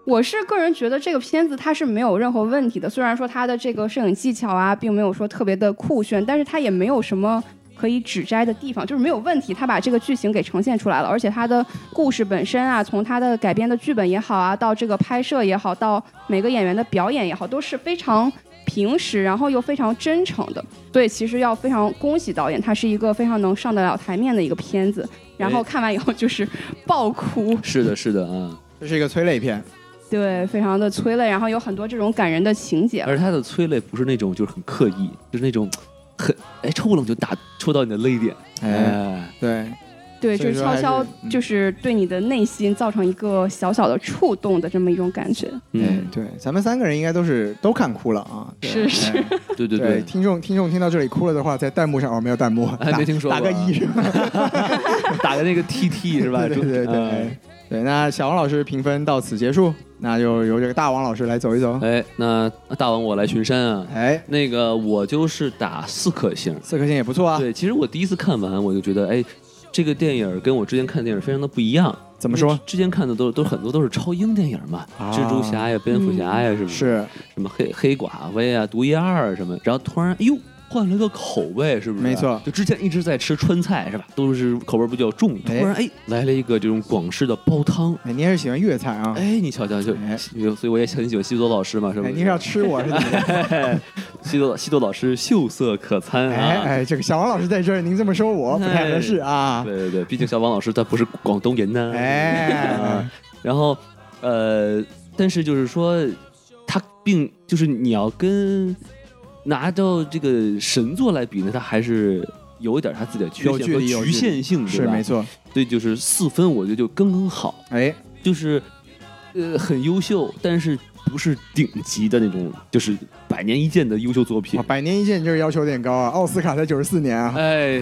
S4: 我是个人觉得这个片子它是没有任何问题的，虽然说它的这个摄影技巧啊，并没有说特别的酷炫，但是它也没有什么可以指摘的地方，就是没有问题。它把这个剧情给呈现出来了，而且它的故事本身啊，从它的改编的剧本也好啊，到这个拍摄也好，到每个演员的表演也好，都是非常平实，然后又非常真诚的。所以其实要非常恭喜导演，他是一个非常能上得了台面的一个片子。然后
S2: 哎
S4: 看完以后就是爆哭，
S2: 是的，是的啊，
S4: 嗯
S1: 这是一个催泪片，
S4: 对，非常的催泪，然后有很多这种感人的情节。
S2: 而他的催泪不是那种就是很刻意，就是那种很哎抽冷就打戳到你的泪点，
S1: 哎，
S2: 哎，
S1: 对，
S4: 对，
S1: 所
S4: 就
S1: 以
S4: 是
S1: 说还
S4: 悄
S1: 是
S4: 悄
S1: 嗯
S4: 就是对你的内心造成一个小小的触动的这么一种感觉。
S1: 哎
S2: 嗯，
S1: 对，咱们三个人应该都是都看哭了啊，对
S4: 是是
S1: 哎
S2: 对
S1: 对，
S2: 对对，
S1: 听众听众听到这里哭了的话，在弹幕上哦没有弹 幕，
S2: 哎
S1: 打
S2: 没听说
S1: 打
S2: 过
S1: 个一是吧？
S2: 打个那个 TT 是吧？ 嗯
S1: 对对对
S2: 就
S1: 对、哎对。那小王老师评分到此结束，那就由这个大王老师来走一走。
S2: 哎，那大王我来巡山啊，
S1: 哎，
S2: 那个我就是打四颗星。
S1: 四颗星也不错啊。
S2: 对，其实我第一次看完我就觉得，哎，这个电影跟我之前看的电影非常的不一样。
S1: 怎么说？？
S2: 之前看的都都很多都是超英电影嘛，
S1: 啊
S2: 蜘蛛侠呀、蝙蝠侠
S4: 嗯
S2: 呀，是不是？
S1: 是
S2: 什么黑黑寡妇呀、毒液二啊什么，然后突然哎呦换了个口味，是不是？
S1: 没错
S2: 就之前一直在吃川菜是吧？都是口味比较重，突
S1: 哎
S2: 然哎来了一个这种广式的煲汤。
S1: 哎，你也是喜欢粤菜啊？
S2: 哎，你瞧瞧就
S1: 哎，
S2: 所以我也很喜欢西多老师嘛，是不
S1: 哎，
S2: 是？
S1: 你是要吃我是 怎么着？
S2: 西多西多老师秀色可餐
S1: 哎
S2: 啊！
S1: 哎，这个小王老师在这儿，您这么说我不太合适啊。
S2: 对对对，毕竟小王老师他不是广东人呢。
S1: 哎
S2: 啊，然后呃，但是就是说，他并就是你要跟拿到这个神作来比呢，他还是有一点他自己的缺
S1: 有
S2: 陷
S1: 距
S2: 和
S1: 离有距
S2: 局
S1: 离
S2: 限性，对
S1: 是
S2: 吧？
S1: 没。错。
S2: 所以就是四分，我觉得就刚刚好，
S1: 哎，
S2: 就是呃很优秀，但是不是顶级的那种，就是百年一见的优秀作品
S1: 哇，。百年一见这个要求有点高啊，奥斯卡才九十四年 啊，
S2: 哎，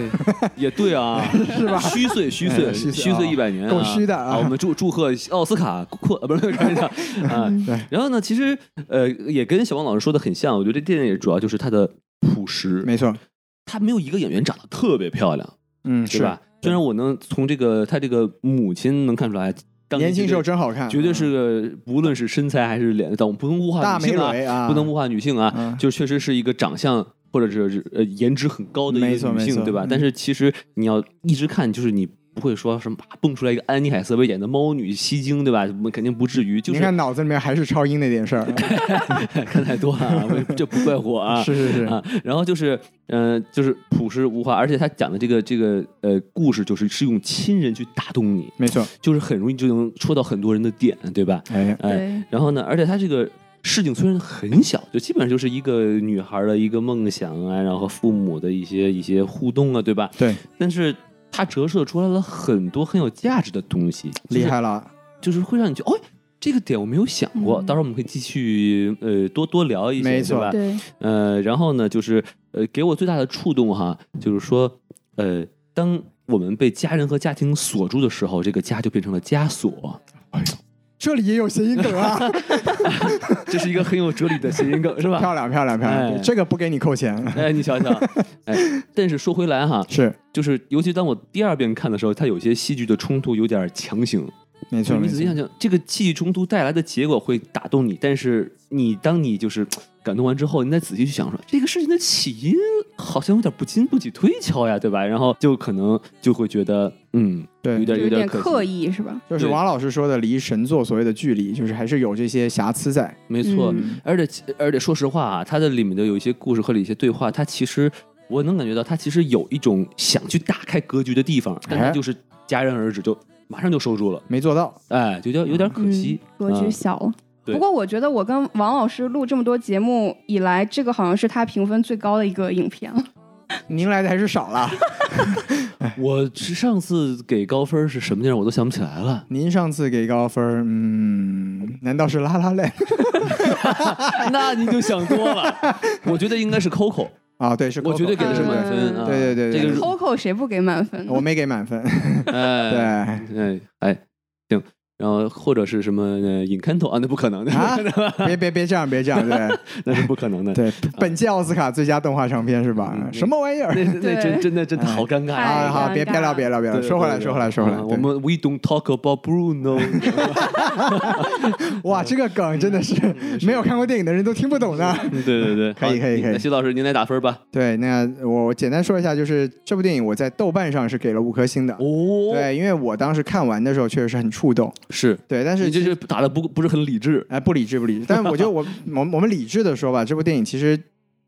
S2: 也对啊，是吧？虚岁，虚岁，
S1: 哎虚岁
S2: 虚岁
S1: 啊
S2: 一百年啊，
S1: 够虚的啊
S2: 我们 祝祝贺奥斯卡扩，呃不是开玩笑啊。
S1: 对
S2: 然后呢，其实呃，也跟小王老师说的很像，我觉得这电影主要就是它的朴实，
S1: 没错，
S2: 它没有一个演员长得特别漂亮，
S1: 嗯，
S2: 对
S1: 是
S2: 吧？虽然我能从这个她这个母亲能看出来，当
S1: 年
S2: 年
S1: 轻时候
S2: 绝对
S1: 真好看，啊
S2: 绝对是个，不论是身材还是脸，但我们不能物
S1: 嗯
S2: 化
S1: 大
S2: 女
S1: 美
S2: 性啊，
S1: 女啊，
S2: 不能物化女性啊，
S1: 嗯
S2: 就确实是一个长相或者是呃颜值很高的一
S1: 没错
S2: 个女
S1: 没错
S2: 性，对吧
S1: 嗯？
S2: 但是其实你要一直看，就是你不会说什么啊蹦出来一个安妮海瑟薇演的猫女吸睛，对吧？我们肯定不至于，就
S1: 您
S2: 是
S1: 看脑子里面还是超英那点 事儿，哎
S2: 看太多了 啊，我这不怪我啊。
S1: 是是是，
S2: 啊，然后就是，嗯、就是朴实无华，而且他讲的这个这个呃故事，就是是用亲人去打动你，
S1: 没错，
S2: 就是很容易就能戳到很多人的点，对吧？
S1: 哎，
S2: 哎，然后呢，而且他这个事情虽然很小，就基本上就是一个女孩的一个梦想啊，然后父母的一些一些互动啊，对吧？
S1: 对，
S2: 但是它折射出来了很多很有价值的东西，就是
S1: 厉，害了，
S2: 就是会让你觉得，哦，这个点我没有想过，
S4: 嗯
S2: 到时候我们可以继续呃多多聊一些，
S1: 没错
S2: 对吧？
S4: 对，
S2: 呃，然后呢，就是呃，给我最大的触动哈，就是说，呃，当我们被家人和家庭锁住的时候，这个家就变成了枷锁，
S1: 这里也有谐音梗 啊，
S2: 这是一个很有哲理的谐音梗， 是吧？
S1: 漂亮漂亮漂亮，
S2: 哎
S1: 对这个不给你扣钱，
S2: 哎，你瞧瞧，哎，但是说回来哈，
S1: 是
S2: 就是尤其当我第二遍看的时候，它有些戏剧的冲突有点强行，
S1: 没错
S2: 就是
S1: 没
S2: 你仔细
S1: 错
S2: 想，想，这个戏剧冲突带来的结果会打动你，但是你当你就是感动完之后，你再仔细去想说这个事情的起因，好像有点不经不起推敲呀，对吧？然后就可能就会觉得，嗯，有
S1: 对。
S4: 就
S2: 点有
S4: 点
S2: 可惜
S4: 刻，意是吧？
S1: 就是王老师说的，离神作所谓的距离，就是还是有这些瑕疵在。
S2: 没错。
S4: 嗯
S2: 而且而且说实话啊，它的里面的有一些故事和一些对话，它其实我能感觉到，它其实有一种想去打开格局的地方，但它
S1: 哎
S2: 就是戛然而止，就马上就收住了，
S1: 没做到，
S2: 哎，就叫有点可惜。
S4: 嗯、格局
S2: 嗯
S4: 小了。
S2: 对
S4: 不过我觉得我跟王老师录这么多节目以来，这个好像是他评分最高的一个影片了。
S1: 您来的还是少 了。
S2: 我是上次给高分是什么样，我都想不起来了。
S1: 您上次给高分儿，嗯，难道是拉拉泪哎
S2: 那你就想多了。 我觉得应该是 Coco，
S1: 啊？对，是 Coco
S2: 我绝对给的是满分
S1: 嗯
S2: 啊。
S1: 对对对
S2: 这
S1: 对
S2: 个是
S4: Coco 谁不给满分呢？
S1: 我没给满分。
S2: 哎
S1: 对，
S2: 对哎行，然后或者是什么呃 Encanto 啊，那不可能的，
S1: 啊别别别这样，别这样，对
S2: 那是不可能的。
S1: 对，本届奥斯卡最佳动画长片是吧
S2: 嗯？
S1: 什么玩意儿？
S2: 那那真
S4: 对
S2: 真的真的好尴尬
S4: 哎
S1: 啊，
S2: 呀。
S1: 好，
S4: 尴
S1: 别别聊，
S4: 尬
S1: 别聊，别
S2: 对
S1: 聊，说回来，
S2: 对
S1: 说回来，说回来。
S2: 啊
S1: 对
S2: 我们 We don't talk about Bruno，嗯
S1: 哇，这个梗真的是
S2: 是
S1: 没有看过电影的人都听不懂的。
S2: 对对对，
S1: 可以
S2: 好
S1: 可以可以
S2: 那徐老师您来打分吧。
S1: 对，那我我简单说一下，就是这部电影我在豆瓣上是给了五颗星的。
S2: 哦，
S1: 对，因为我当时看完的时候确实是很触动。
S2: 是，
S1: 对，但是
S2: 你这
S1: 其实
S2: 是打的不不是很理智。
S1: 哎，不理智，不理智。但我觉得我我们我们理智的说吧，这部电影其实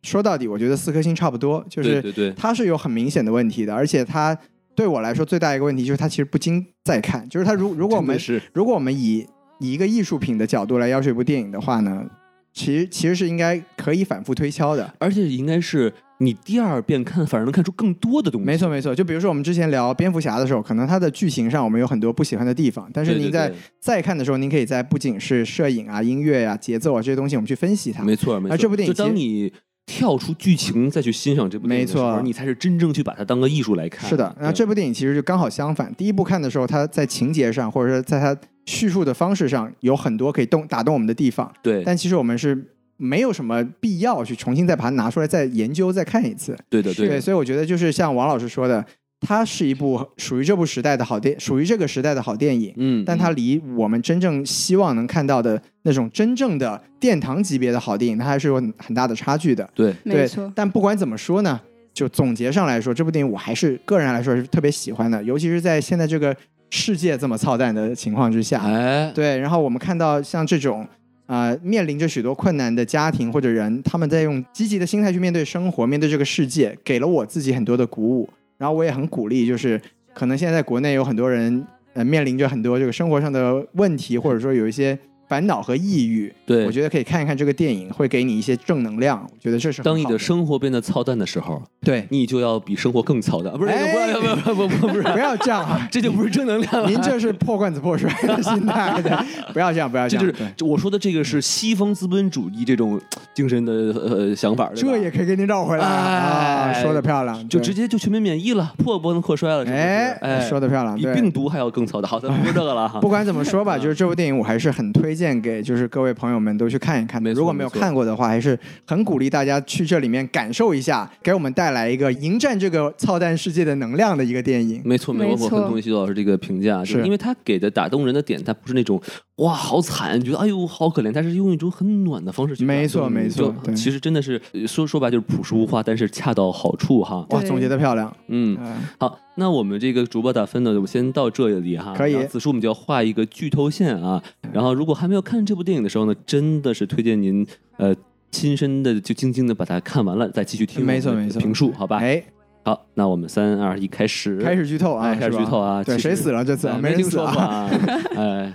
S1: 说到底，我觉得四颗星差不多，就
S2: 对
S1: 是
S2: 对对，
S1: 它是有很明显的问题的，而且它对我来说最大一个问题就是它其实不经再看，就是它如如果我
S2: 真
S1: 们
S2: 的是
S1: 如果我们以以一个艺术品的角度来要求一部电影的话呢，其实其实是应该可以反复推敲的。
S2: 而且应该是你第二遍看，反而能看出更多的东西。
S1: 没错没错，就比如说我们之前聊蝙蝠侠的时候，可能它的剧情上我们有很多不喜欢的地方，但
S2: 对，
S1: 是
S2: 对
S1: 您在
S2: 对
S1: 再看的时候，您可以在不仅是摄影啊、音乐呀、节奏啊这些东西，我们去分析它。
S2: 没错没错，
S1: 而这部电影
S2: 就当你跳出剧情再去欣赏这部电影的时候，
S1: 没错
S2: 你才是真正去把它当个艺术来看。
S1: 是的，然后
S2: 对
S1: 这部电影其实就刚好相反。第一部看的时候，它在情节上，或者说在它叙述的方式上，有很多可以动打动我们的地方，
S2: 对
S1: 但其实我们是没有什么必要去重新再把它拿出来再研究再看一次。
S2: 对的对
S1: 对，
S2: 的，
S1: 所以我觉得就是像王老师说的，它是一部属于这部时代的好电，属于这个时代的好电影。
S2: 嗯，
S1: 但它离我们真正希望能看到的那种真正的殿堂级别的好电影，它还是有很很大的差距的。
S2: 对
S4: 没
S1: 对
S4: 错，，
S1: 但不管怎么说呢，就总结上来说，这部电影我还是个人来说是特别喜欢的，尤其是在现在这个世界这么操蛋的情况之下。啊
S2: 哎
S1: 对，然后我们看到像这种。呃，面临着许多困难的家庭或者人，他们在用积极的心态去面对生活，面对这个世界，给了我自己很多的鼓舞。然后我也很鼓励，就是可能现在在国内有很多人，呃，面临着很多这个生活上的问题，或者说有一些烦恼和抑郁。
S2: 对，
S1: 我觉得可以看一看这个电影，会给你一些正能量。我觉得这是很
S2: 当你
S1: 好
S2: 的生活变得操蛋的时候，
S1: 对，
S2: 你就要比生活更操蛋，不是
S1: 哎
S2: 不是不是不 是不是不
S1: 不
S2: 是，
S1: 要这样啊！
S2: 这就不是正能量了。
S1: 您这是破罐子破摔的心态的，不要这样，不要这
S2: 这
S1: 样。
S2: 就
S1: 对
S2: 是我说的这个是西方资本主义这种精神的呃想法，对吧
S1: 这也可以给您绕回来啊！
S2: 哎
S1: 说的漂亮，
S2: 就
S1: 对
S2: 直接就全民免疫了，破罐子破摔了，是不是
S1: 哎，
S2: 哎，
S1: 说的漂亮，
S2: 比
S1: 对。
S2: 病毒还要更操蛋。好， 咱们不说这个了哈。
S1: 不管怎么说吧，
S2: 嗯
S1: 就是这部电影我还是很推荐给就是各位朋友们都去看一看的。
S2: 没错
S1: 如果没有看过的话，还是很鼓励大家去这里面感受一下，给我们带来一个迎战这个操蛋世界的能量的一个电影。
S2: 没错，没
S4: 没
S2: 错，我
S4: 错
S2: 很同意徐老师这个评价，就是因为他给的打动人的点，他不是那种哇好惨，觉得哎呦好可怜，他是用一种很暖的方式去打动你。
S1: 没错没错
S2: 就
S1: 对
S2: 其实真的是呃说说白就是朴实无华，但是恰到好处哈。
S1: 哇，
S4: 对
S1: 总结的漂亮，
S2: 嗯，
S1: 嗯，
S2: 好，那我们这个主播打分呢，我先到这里哈。
S1: 可以嗯
S2: 然后此时我们就要画一个剧透线啊。然后，如果还没有看这部电影的时候呢，真的是推荐您呃亲身的就静静的把它看完了，再继续听我们
S1: 没错
S2: 的
S1: 没错
S2: 评述，好吧？
S1: 哎，
S2: 好，那我们三二一开始，
S1: 开始剧透啊，
S2: 哎开始
S1: 是吧
S2: 剧透啊
S1: 对，
S2: 其实
S1: 谁死了这次
S2: 哎
S1: 啊？
S2: 没
S1: 人
S2: 听
S1: 死
S2: 说过
S1: 啊。
S2: 啊，哎，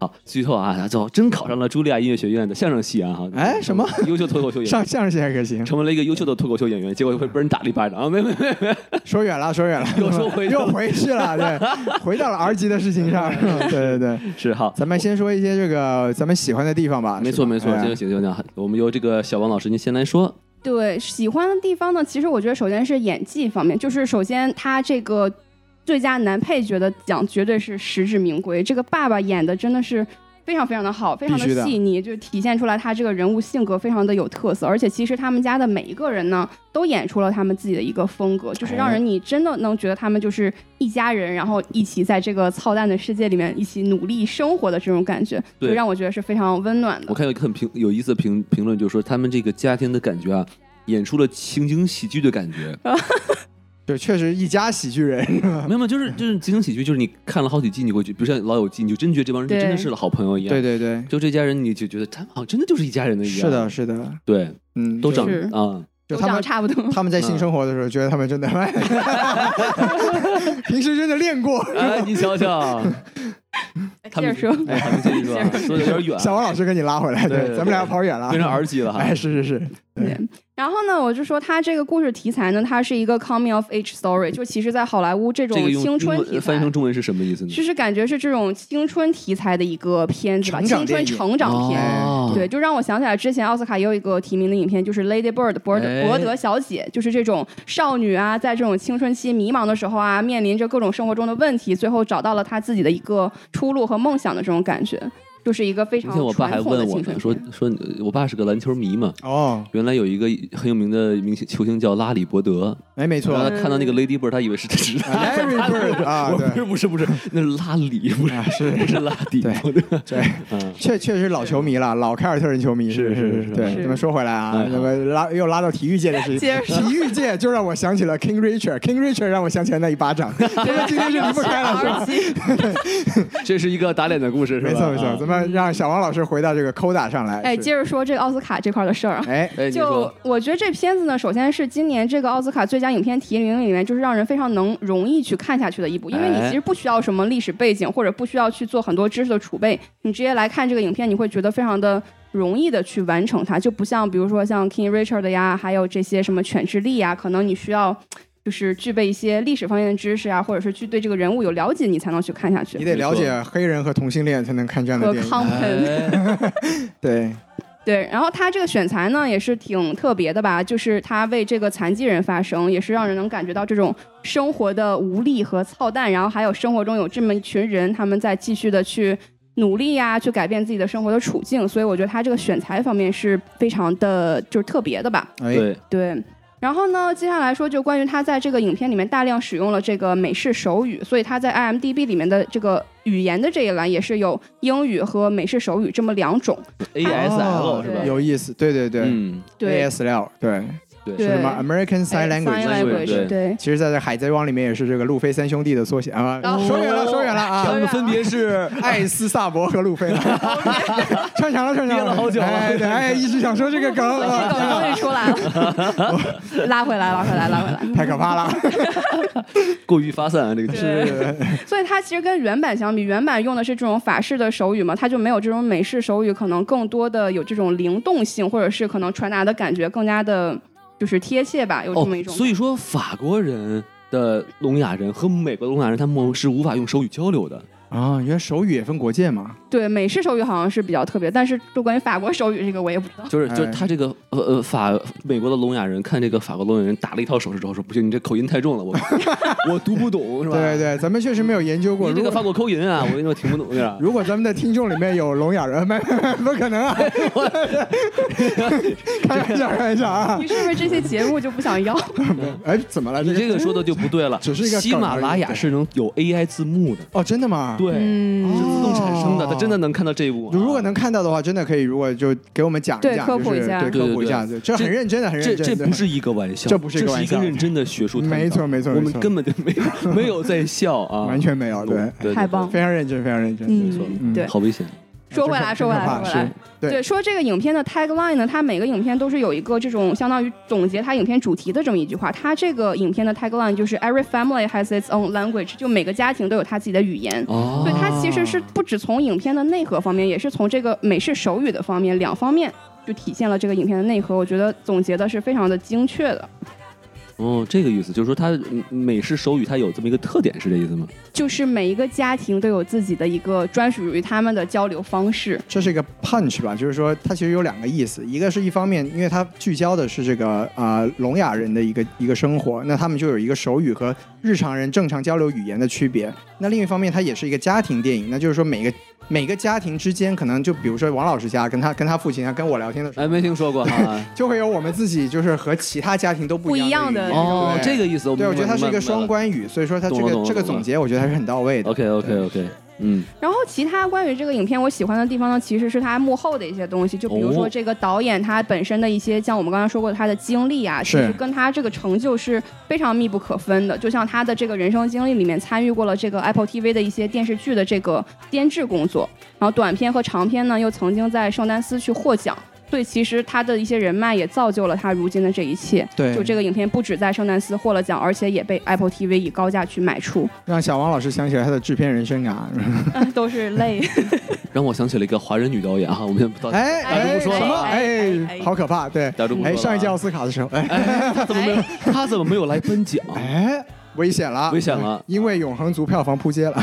S2: 好，剧透啊，他最后真考上了茱莉亚音乐学院的相声系啊！哈，
S1: 哎什么
S2: 优秀脱口秀演员，
S1: 上相声线可行。
S2: 成为了一个优秀的脱口秀演员，结果会被人打了一巴掌啊！没没没，
S1: 说远了，说远了，
S2: 又说回去了
S1: 又回去了， 对，回到了 R 级的事情上。对对对，
S2: 是好，
S1: 咱们先说一些这个咱们喜欢的地方吧。
S2: 没错
S1: 是吧
S2: 没错，
S1: 哎
S2: 这个行行行，我们由这个小王老师您先来说，
S4: 对，喜欢的地方呢，其实我觉得首先是演技方面，就是首先他这个最佳男配角的奖绝对是实至名归，这个爸爸演的真的是。非常非常的好，非常
S1: 必须
S4: 的
S1: 的
S4: 细腻，就体现出来他这个人物性格非常的有特色，而且其实他们家的每一个人呢，都演出了他们自己的一个风格，就是让
S1: 哎
S4: 人你真的能觉得他们就是一家人，然后一起在这个操蛋的世界里面一起努力生活的这种感觉，
S2: 对
S4: 就让我觉得是非常温暖的
S2: 我。看有一个很评有意思的评评论，就是说他们这个家庭的感觉啊，演出了情景喜剧的感觉。
S1: 对，确实一家喜剧 人，
S2: 没有，没有，就是就是情景喜剧，就是你看了好几季，你会觉得，比如像《老友记》，你就真觉得这帮人就
S4: 对
S2: 真的是好朋友一样。
S1: 对，对对，
S2: 就这家人，你就觉得他们好像真的就是一家人的一样。
S1: 是的，，是的，
S2: 对，
S1: 嗯，
S2: 都
S1: 就
S2: 长
S4: 是
S2: 啊，
S1: 就
S4: 都
S1: 他
S4: 长
S1: 们
S4: 得差不多，
S1: 他们在性
S2: 嗯
S1: 生活的时候，觉得他们真 的，哎平时真的练过。
S2: 哎，你瞧瞧，他
S4: 接着
S2: 们
S4: 说。
S2: 哎，他们这一说啊，说的有点远啊，
S1: 小王老师跟你拉回来，
S2: 对对对
S1: 咱们俩跑远了
S2: 变。成儿媳了哈
S1: 哎，。是是是，
S4: 对，然后呢，我就说它这个故事题材呢，它是一个 coming of age story，就其实，在好莱坞这种
S2: 这个用
S4: 青春
S2: 英
S4: 题
S2: 文呃
S4: 材
S2: 翻译，成中文是什么意思呢？
S4: 就是感觉是这种青春题材的一个片子吧，
S1: 成长
S4: 青春
S1: 电影
S4: 成长片。
S2: 哦
S4: 对，就让我想起来之前奥斯卡也有一个提名的影片，就是《Lady Bird》博德、
S2: 哎
S4: 博德小姐，就是这种少女啊，在这种青春期迷茫的时候啊，面临着各种生活中的问题，最后找到了她自己的一个出路和梦想的这种感觉，就是一个非常
S2: 那天我爸还
S4: 传统的
S2: 问
S4: 青
S2: 我
S4: 春
S2: 呢，
S4: 片
S2: 说说你我爸是个篮球迷嘛，
S1: 哦，
S2: 原来有一个很有名的明星球星叫拉里伯德，
S1: 哎，没
S2: 然后
S1: 错
S2: 他看到那个
S4: 嗯
S2: Lady Bird，他以为是直
S1: 啊
S2: 男。
S1: ，Larry Bird 啊，
S2: 呃 我不
S1: 对
S2: 是不是不是，那是拉里，不是
S1: 啊，是
S2: 不是 拉里伯德。
S1: 对，
S2: 嗯，
S1: 确确实是老球迷了，老凯尔特人球迷，是
S2: 是是是
S1: 对，
S4: 是
S1: 咱们说回来啊
S2: 哎，
S1: 那么拉又拉到体育界的事情
S4: 接，着说
S1: 体育界就让我想起了 King Richard，King Richard 让我想起来那一巴 掌，因 为今天是离不开了，是吧？
S4: R 级
S2: 这是一个打脸的故事，是吧？
S1: 没错没错
S2: 啊，
S1: 咱们让小王老师回到这个扣打上来。
S4: 哎，
S1: 是
S4: 接着说这个奥斯卡这块的事儿啊。
S1: 哎，
S2: 哎，你
S4: 就
S2: 说
S4: 我觉得这片子呢，首先是今年这个奥斯卡最佳影片提名里面，就是让人非常能容易去看下去的一部，因为你
S2: 哎
S4: 其实不需要什么历史背景，或者不需要去做很多知识的储备，你直接来看这个影片，你会觉得非常的容易的去完成它，就不像比如说像 King Richard 呀，还有这些什么《犬之力》呀，可能你需要就是具备一些历史方面的知识啊，或者是去对这个人物有了解，你才能去看下去
S1: 你。得了解黑人和同性恋才能看这样的
S4: 和
S1: 电影。啊
S4: 康喷。
S2: 哎
S1: 对，
S4: 对，然后他这个选材呢也是挺特别的吧，就是他为这个残疾人发声，也是让人能感觉到这种生活的无力和操蛋，然后还有生活中有这么一群人，他们在继续的去努力呀、去改变自己的生活的处境，所以我觉得他这个选材方面是非常的就是特别的吧，
S1: 哎，
S2: 对，
S4: 对。然后呢，接下来说就关于他在这个影片里面大量使用了这个美式手语，所以他在 IMDB 里面的这个语言的这一栏也是有英语和美式手语这么两种。
S1: 哦
S2: ASL 是吧？
S1: 有意思，对对对
S2: 嗯，
S4: 对，
S1: ，AS 料，对，
S2: 对
S1: 是
S4: 对哎
S1: 什么 American Sign
S4: Sign
S1: Language？
S2: Language，
S4: language，
S2: 对
S4: 对。
S1: 其实，在这《海贼王》里面也是这个路飞三兄弟的缩写啊。
S4: 哦
S1: 说远了，说远了
S2: 他
S1: 啊
S4: 说。
S2: 们分别是
S1: 艾斯萨博和路飞 了，串场了，串场
S2: 憋了好久了啊
S1: 哎，对，哎，一直想说这个 梗，
S4: 这个
S1: 啊
S4: 哦 终于出来了， 拉回来，拉回来，拉回来。
S1: 太可怕了。
S2: 过于发散啊，这个
S4: 对所以它其实跟原版相比，原版用的是这种法式的手语嘛，它就没有这种美式手语，可能更多的有这种灵动性，或者是可能传达的感觉更加的，就是贴切吧，有这么一种。
S2: 哦所以说法国人的聋哑人和美国聋哑人，他们是无法用手语交流的。
S1: 啊，原来手语也分国界嘛？
S4: 对美式手语好像是比较特别，但是就关于法国手语这个我也不 知道。
S2: 就是就
S1: 哎
S2: 是他这个呃呃法美国的聋哑人看这个法国聋哑人打了一套手势之后说不行，你这口音太重了，我我读不懂是吧？
S1: 对对，咱们确实没有研究过。
S2: 你这
S1: 如
S2: 个
S1: 果
S2: 法国口音啊，我跟你说听不懂是吧？
S1: 如果咱们的听众里面有聋哑人，没 没不可能 啊！ 开玩笑，开玩笑啊！
S4: 你是不是这些节目就不想要？
S1: 哎，怎么了？
S2: 你这个说的就不对了，
S1: 只是一个梗而已
S2: 喜马拉雅是能有 AI 字幕的，
S1: 哦，真的吗？
S2: 对，
S4: 嗯
S2: 是自动产生的，
S1: 哦
S2: 它真的能看到这一步啊。
S1: 如果能看到的话，真的可以，如果就给我们讲
S4: 对
S1: 讲，
S4: 科
S1: 就
S4: 普一
S1: 是
S4: 下
S1: 对
S2: 对
S1: 科
S2: 对
S1: 普一
S2: 对
S1: 下，对这很认真的，很
S2: 这
S1: 认
S2: 这
S1: 真。
S2: 不
S1: 对
S2: 是一个玩笑，
S1: 这不是一个
S2: 一
S1: 玩笑
S2: 认真的学术探讨，
S1: 没错没错
S2: 我
S1: 没
S2: 们
S1: 错
S2: 根本就没 有没有在笑啊，
S1: 完全没有，对，
S2: 对
S4: 太棒了
S1: 非常认真，非常认真。啊
S2: 没错
S4: 嗯，对。
S2: 好危险。
S4: 说回来，
S1: 这
S4: 说
S1: 个
S4: 回
S1: 很
S4: 来，
S1: 可怕
S4: 说回来
S1: 是。对
S4: 说这个影片的 tagline 呢，它每个影片都是有一个这种相当于总结它影片主题的这么一句话。它这个影片的 tagline 就是 Every family has its own language，就每个家庭都有它自己的语言。
S2: 哦，
S4: 所以它其实是不只从影片的内核方面，也是从这个美式手语的方面两方面就体现了这个影片的内核。我觉得总结的是非常的精确的。
S2: 哦，这个意思就是说它嗯美式手语它有这么一个特点，是这意思吗？
S4: 就是每一个家庭都有自己的一个专属于他们的交流方式，
S1: 这是一个 punch 吧，就是说它其实有两个意思，一个是一方面，因为它聚焦的是这个啊、呃聋哑人的一个一个生活，那他们就有一个手语和日常人正常交流语言的区别。那另一方面，它也是一个家庭电影，那就是说每个每个家庭之间，可能就比如说王老师家跟他跟他父亲啊跟我聊天的时候，
S2: 哎，没听说 过哈。
S1: 就会有我们自己就是和其他家庭都不一样的语
S4: 不一样的
S1: 言
S2: 哦，
S1: 对
S2: 这个意思，
S1: 对，我觉得它是一个双
S2: 关。
S1: 关语，所以说它这
S2: 懂了懂
S1: 个
S2: 了
S1: 这个
S2: 懂了哦
S1: 总结，我觉得还是很到位的。
S2: OK OK OK，嗯，
S4: 然后其他关于这个影片我喜欢的地方呢，其实是它幕后的一些东西，就比如
S2: 哦
S4: 说这个导演他本身的一些，像我们刚刚说过的他的经历啊，其
S1: 是
S4: 实跟他这个成就是非常密不可分的。就像他的这个人生经历里面参与过了这个 Apple TV 的一些电视剧的这个监制工作，然后短片和长片呢又曾经在圣丹斯去获奖。所以其实他的一些人脉也造就了他如今的这一切。
S1: 对
S4: 就这个影片不止在圣丹斯获了奖，而且也被 Apple TV 以高价去买出，
S1: 让小王老师想起来他的制片人生涯。
S4: 都是泪。
S2: 让我想起了一个华人女导演哈，我哦们先不到
S1: 哎，
S2: 打住不说
S1: 什么？
S2: 了
S1: 哎
S4: 哎，哎
S1: 好可怕！对，
S2: 打住不说
S1: 哎，
S2: 了啊
S1: 上一届奥斯卡的时候，哎
S2: 她怎么没有？ 她怎么没有来颁奖？
S1: 哎，危险了，
S2: 危险了
S1: 因为永恒族票房扑街了，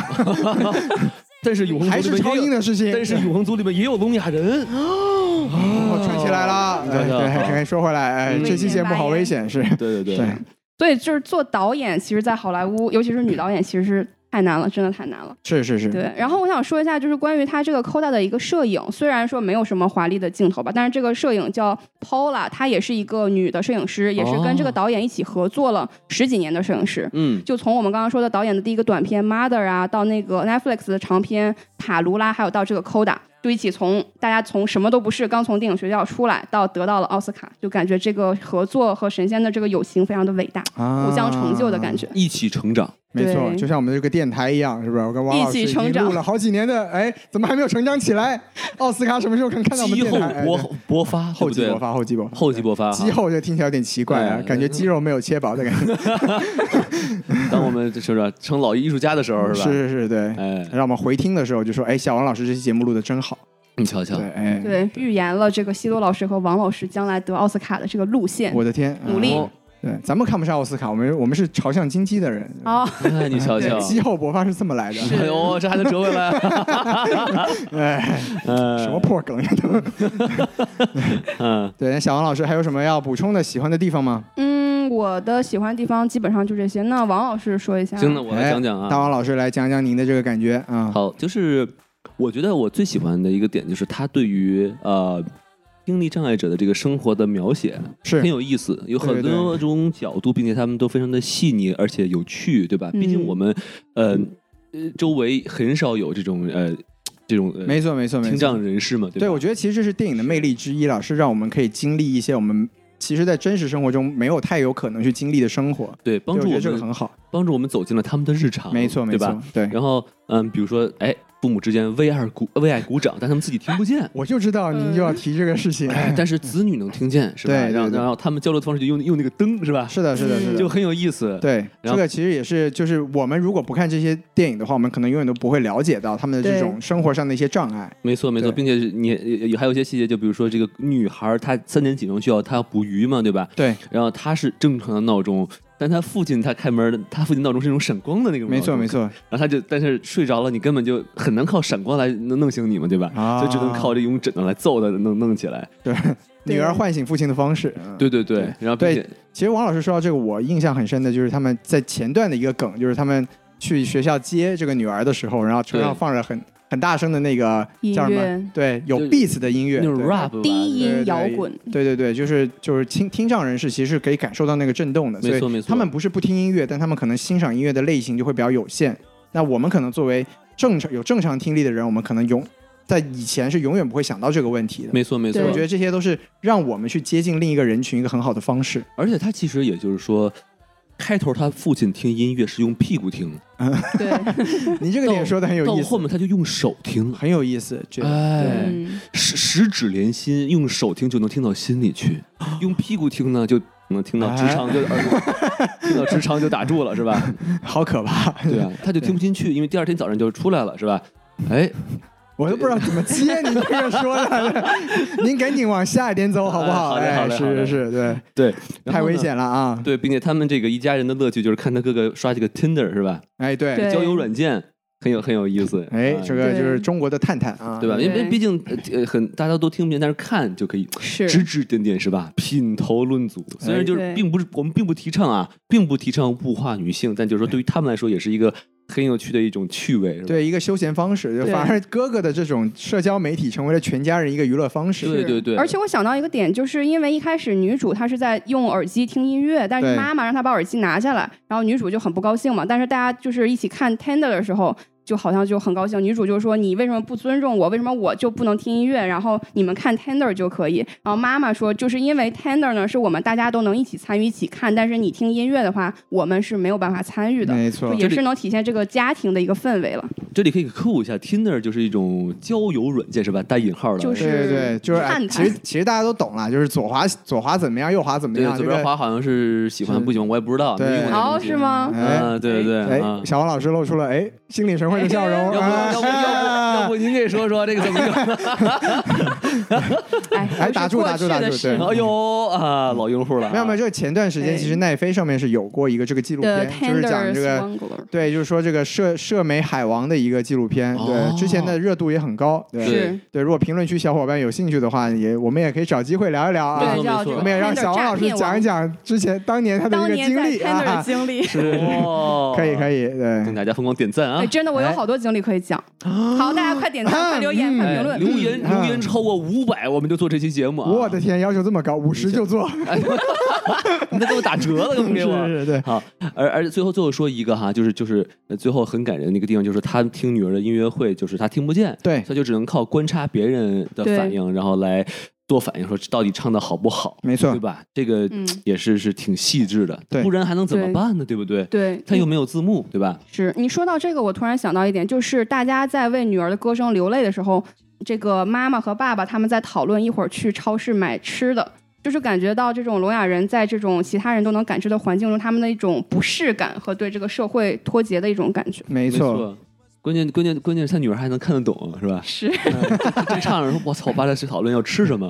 S2: 但是永恒
S1: 还
S2: 族
S1: 是
S2: 里面
S1: 超
S2: 也
S1: 英
S2: 有，
S1: 的事情。
S2: 但是永恒族里面也有聋哑人。
S1: 我哦串起来了。
S2: 串
S1: 哎
S2: 起来了
S1: 对，说回来，哎，
S4: 嗯
S1: 这期节目好危险，是
S2: 对对
S1: 对
S2: 对，
S4: 所以就是做导演，其实，在好莱坞，尤其是女导演，其实是太难了，真的太难了。
S1: 是是是，
S4: 对，然后我想说一下，就是关于她这个 Coda 的一个摄影，虽然说没有什么华丽的镜头吧，但是这个摄影叫 Paula，她也是一个女的摄影师，也是跟这个导演一起合作了十几年的摄影师。
S2: 嗯，
S4: 就从我们刚刚说的导演的第一个短片《Mother》啊，到那个 Netflix 的长片《塔卢拉》，还有到这个 Coda，就一起从大家从什么都不是，刚从电影学校出来，到得到了奥斯卡，就感觉这个合作和神仙的这个友情非常的伟大，
S1: 啊
S4: 互相成就的感。觉。
S2: 一起成长。
S1: 没错，
S4: 对
S1: 就像我们这个电台一样，是不是？我跟王老师
S4: 一起成长
S1: 已经录了好几年的，哎，怎么还没有成长起来？奥斯卡什么时候能看到我们
S2: 肌
S1: 电
S2: 厚
S1: 台？哎对
S2: 勃勃发，
S1: 厚积
S2: 对
S1: 薄
S2: 不对
S1: 发，厚积薄发，
S2: 厚积薄发。
S1: 肌
S2: 哈
S1: 厚就听起来有点奇怪啊
S2: 哎，
S1: 感觉肌肉没有切薄的感 觉。
S2: 当我们是不是成老艺术家的时候，是吧？
S1: 是是是，对。
S2: 哎，
S1: 让我们回听的时候就说，哎，小王老师这期节目录的真好。
S2: 你瞧瞧哦
S1: 对，，哎，
S4: 对，预言了这个西多老师和王老师将来得奥斯卡的这个路线。
S1: 我的天，
S4: 努力
S1: 啊对，咱们看不上奥斯卡，我们我们是朝向金鸡的人。
S4: 哦，
S2: 哎，你瞧瞧
S4: 对，
S1: 肌厚勃发是这么来的。
S2: 哎呦，这还能折 回来？
S1: 哎，
S2: 嗯，
S1: 什么破梗呀都。
S2: 嗯，
S1: 对，那小王老师还有什么要补充的、喜欢的地方吗？
S4: 嗯，我的喜欢地方基本上就这些。那王老师说一下，
S2: 行，那我来
S1: 哎
S2: 讲讲啊。
S1: 大王老师来讲讲您的这个感觉啊。
S2: 好，就是我觉得我最喜欢的一个点就是他对于呃听力障碍者的这个生活的描写
S1: 是
S2: 很有意思，有很
S1: 对对
S2: 多种角度，并且他们都非常的细腻而且有趣，对吧？
S4: 嗯
S2: 毕竟我们呃呃周围很少有这种呃这种呃
S1: 没错，没错，没
S2: 听
S1: 错。
S2: 障人士嘛，对
S1: 对，
S2: 吧？
S1: 我觉得其实这是电影的魅力之一了，是让我们可以经历一些我们其实，在真实生活中没有太有可能去经历的生活。
S2: 对，帮助
S1: 对
S2: 我
S1: 我觉得这个
S2: 们
S1: 很好。
S2: 帮助我们走进了他们的日常，
S1: 没错，没
S2: 对吧？
S1: 错，对。
S2: 然后嗯，比如说哎，父母之间为爱鼓为爱鼓掌，但他们自己听不见。
S1: 我就知道您就要提这个事情。
S2: 哎，但是子女能听见是吧？
S1: 对对
S2: 然后
S1: 对
S2: 然后他们交流的方式就用用那个灯是吧？
S1: 是的，是的，是的，
S2: 就很有意思。
S1: 对，
S2: 然
S1: 这
S2: 后
S1: 个其实也是，就是我们如果不看这些电影的话，我们可能永远都不会了解到他们的这
S4: 对
S1: 种生活上的一些障碍。
S2: 没错没
S1: 对
S2: 错，并且是你也也还有一些细节，就比如说这个女孩儿她三点几钟需要她要捕鱼嘛，对吧？
S1: 对，
S2: 然后她是正常的闹钟，但她父亲他开门，她父亲闹钟是那种闪光的那种，
S1: 没错没。错
S2: 然后她就但是睡着了，你根本就很难靠闪光来弄弄醒你嘛，对吧？
S1: 啊
S2: 所以只能靠这种枕头来揍她，弄弄起来。
S1: 对，
S4: 对
S1: 女儿唤醒父亲的方式。嗯
S2: 对对对，
S1: 对
S2: 然后并且
S1: 对其实王老师说到这个，我印象很深的就是他们在前段的一个梗，就是他们去学校接这个女儿的时候，然后车上
S2: 对
S1: 放着很很大声的那个
S4: 音
S1: 叫什
S4: 乐
S1: 么？对，有
S2: 就
S1: beats 的音乐，
S2: 那种
S1: 对
S2: rap 吧
S4: 低
S1: 对
S4: 音
S1: 对
S4: 摇滚，
S1: 对对对，就是就是听听障人士其实是可以感受到那个震动的，
S2: 没
S1: 所以
S2: 错没错
S1: 他们不是不听音乐，但他们可能欣赏音乐的类型就会比较有限。那我们可能作为正常有正常听力的人，我们可能永在以前是永远不会想到这个问题的。
S2: 没错没错，
S4: 对
S1: 我觉得这些都是让我们去接近另一个人群一个很好的方式。
S2: 而且它其实也就是说，开头他父亲听音乐是用屁股听，
S4: 对，
S1: 你这个点说的很有
S2: 到
S1: 意
S2: 哦后
S1: 思，
S2: 面他就用手听了，
S1: 很有意思，这个
S2: 哎
S1: 对，
S4: 嗯，
S2: 十十指连心，用手听就能听到心 里去，用屁股听呢就能听到直肠
S1: 哎
S2: 就、 听到直肠就打住了是吧？
S1: 好可怕，
S2: 对啊，他就听不进去，因为第二天早上就出来了是吧？哎，
S1: 我都不知道怎么接你这个说 的，您赶紧往下一点走好不好？
S2: 哎好
S1: 哎，
S2: 嘞好嘞
S1: 是是是，对，
S2: 对，然后呢
S1: 太危。险了啊！
S2: 对，并且他们这个一家人的乐趣就是看他哥哥刷这个 Tinder 是吧？
S1: 哎，对，
S4: 对
S2: 交友软件很有很有意思。
S1: 哎，
S2: 啊
S1: 这个就是
S4: 对
S1: 中国的探探啊，
S2: 对吧？因为
S4: 对
S2: 毕竟呃很大家都听不见，但是看就可以
S4: 是
S2: 指指点点是吧？品头论足，虽然就是
S4: 对
S2: 并不是我们并不提倡啊，并不提倡物化女性，但就是说对于他们来说也是一个很有趣的一种趣味，是吧？
S1: 对一个休闲方式，就
S4: 对
S1: 反而哥哥的这种社交媒体成为了全家人一个娱乐方式。
S2: 对对对
S4: 而且我想到一个点，就是因为一开始女主她是在用耳机听音乐，但
S1: 对
S4: 是妈妈让她把耳机拿下来，然后女主就很不高兴嘛。但是大家就是一起看 Tender 的时候，就好像就很高兴。女主就说：“你为什么不尊重我？为什么我就不能听音乐？然后你们看 Tender 就可以。”然后妈妈说：“就是因为 Tender 呢，是我们大家都能一起参与、一起看，但是你听音乐的话，我们是没有办法参与的。”
S1: 没
S4: 就
S1: 错，
S4: 也是能体现这个家庭的一个氛围了，
S2: 这里可以科普一下，Tinder 就是一种交友软件是吧？带引号的，
S4: 就
S1: 对对对，就是哎
S4: 探
S1: 其
S4: 探
S1: 实其实大家都懂了，就是左滑左滑怎么样，右滑怎么
S2: 对
S1: 样，
S2: 左
S1: 这
S2: 边
S1: 个
S2: 滑好像是喜欢
S1: 是
S2: 不喜欢，我也不知道，没
S1: 对
S2: 用过那个
S4: 哦，
S2: 东西
S4: 是？吗？
S1: 哎
S2: 啊，对对对，啊
S1: 哎，。小王老师露出了哎心领神会的笑容。
S2: 要不
S1: 哎
S2: 要不要不您给说说这个怎么用？
S4: 哎，
S1: 哎
S4: 都是
S1: 打住
S4: 过
S1: 打住
S4: 去
S1: 打
S4: 的
S1: 住
S4: 事
S1: 对
S2: 哎呦啊，老用户了啊，
S1: 没有没有，就是前段时间
S4: 哎
S1: 其实奈飞上面是有过一个这个纪录
S4: 的
S1: 片，就是讲
S4: Tender
S1: 这个
S4: Swangler，
S1: 对，就是说这个社社媒海王的一个纪录片，
S2: 哦
S1: 对，之前的热度也很高，对
S2: 是
S4: 是
S1: 对。如果评论区小伙伴有兴趣的话，也我们也可以找机会聊一聊啊
S2: 没错，
S4: 对，
S2: 没错
S4: 叫这个
S1: 我们也让
S4: Tender
S1: 小王老师
S4: 诈骗
S1: 讲一
S4: 网
S1: 讲之前当年他的
S4: 当
S1: 一个
S4: 年
S1: 经
S4: 在
S1: 历
S4: Tender 的
S1: 啊，
S4: 经历。
S2: 是哦，
S1: 可以可
S2: 以，
S1: 以，对
S2: 请。大家疯狂点赞 啊
S4: 哎，！真的，我有好多经历可以讲。
S1: 啊
S4: 好，大家快点赞、快留言、快评
S2: 哎
S4: 论。
S2: 留言
S1: 嗯
S2: 留言超过五百，我们就做这期节目啊！
S1: 我的天，要求这么高，五十就做，
S2: 哎，你那给我打折了，给不给 我？啊
S1: 是是，对，
S2: 好，而而且最后最后说一个哈，就是就是呃最后很感人的一个地方，就是他听女儿的音乐会，就是他听不见，
S1: 对
S2: 他就只能靠观察别人的
S4: 对
S2: 反应，然后来做反应，说到底唱的好不好，
S1: 没错
S2: 对吧？这个
S4: 嗯
S2: 也是是挺细致的，
S1: 对嗯
S2: 不然还能怎么
S4: 对
S2: 办呢？对不对？
S4: 对，
S2: 他又没有字幕，对吧？
S4: 是你说到这个，我突然想到一点，就是大家在为女儿的歌声流泪的时候，这个妈妈和爸爸他们在讨论一会儿去超市买吃的，就是感觉到这种聋哑人在这种其他人都能感知的环境中，他们的一种不适感和对这个社会脱节的一种感觉。？
S1: 没
S2: 没
S1: 错，。
S2: 关键关键关键是他女儿还能看得懂，是吧
S4: 是，
S2: 这唱着说：“我操，我爸在讨论要吃 什么。”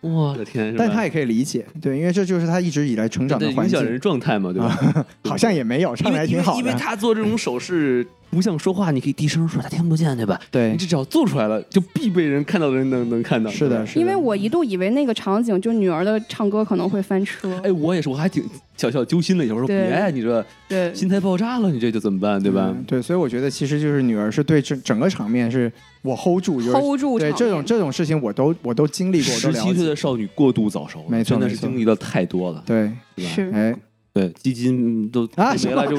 S2: 我的天！是吧
S1: 但他也可以理解，对，因为这就是他一直以来成长
S2: 对
S1: 的环
S2: 影响
S1: 境，
S2: 人状态嘛，对吧？
S1: 好像也没有， 唱的还挺好
S2: 因为因为因
S1: 的，
S2: 为他做这种手势不像说话，你可以低声说，他听不见，对吧？
S1: 对
S2: 你，这只要做出来了，就必被人看到的人能能看到。
S1: 是的，
S2: 吧。
S1: 是的，
S4: 因为我一度以为那个场景就女儿的唱歌可能会翻车。
S2: 哎，我也是，我还挺小小揪心了一下，我说
S4: 对
S2: 别，你这
S4: 对，
S2: 心态爆炸了，你这就怎么办，对吧？
S1: 嗯对，所以我觉得其实就是女儿是对整整个场面是我 hold 住，就是
S4: hold 住
S1: 对
S4: 场
S1: 这
S4: 面
S1: 种这种事情我都我都经历过，我都
S2: 十
S1: 了
S2: 七岁
S1: 解。
S2: 的少女过度早熟，
S1: 没错
S2: 真的
S1: 没
S2: 是
S1: 错
S2: 经历了太多了，
S1: 对，
S2: 对吧？
S4: 是
S1: 哎，
S2: 对，基金都
S1: 啊
S2: 没了就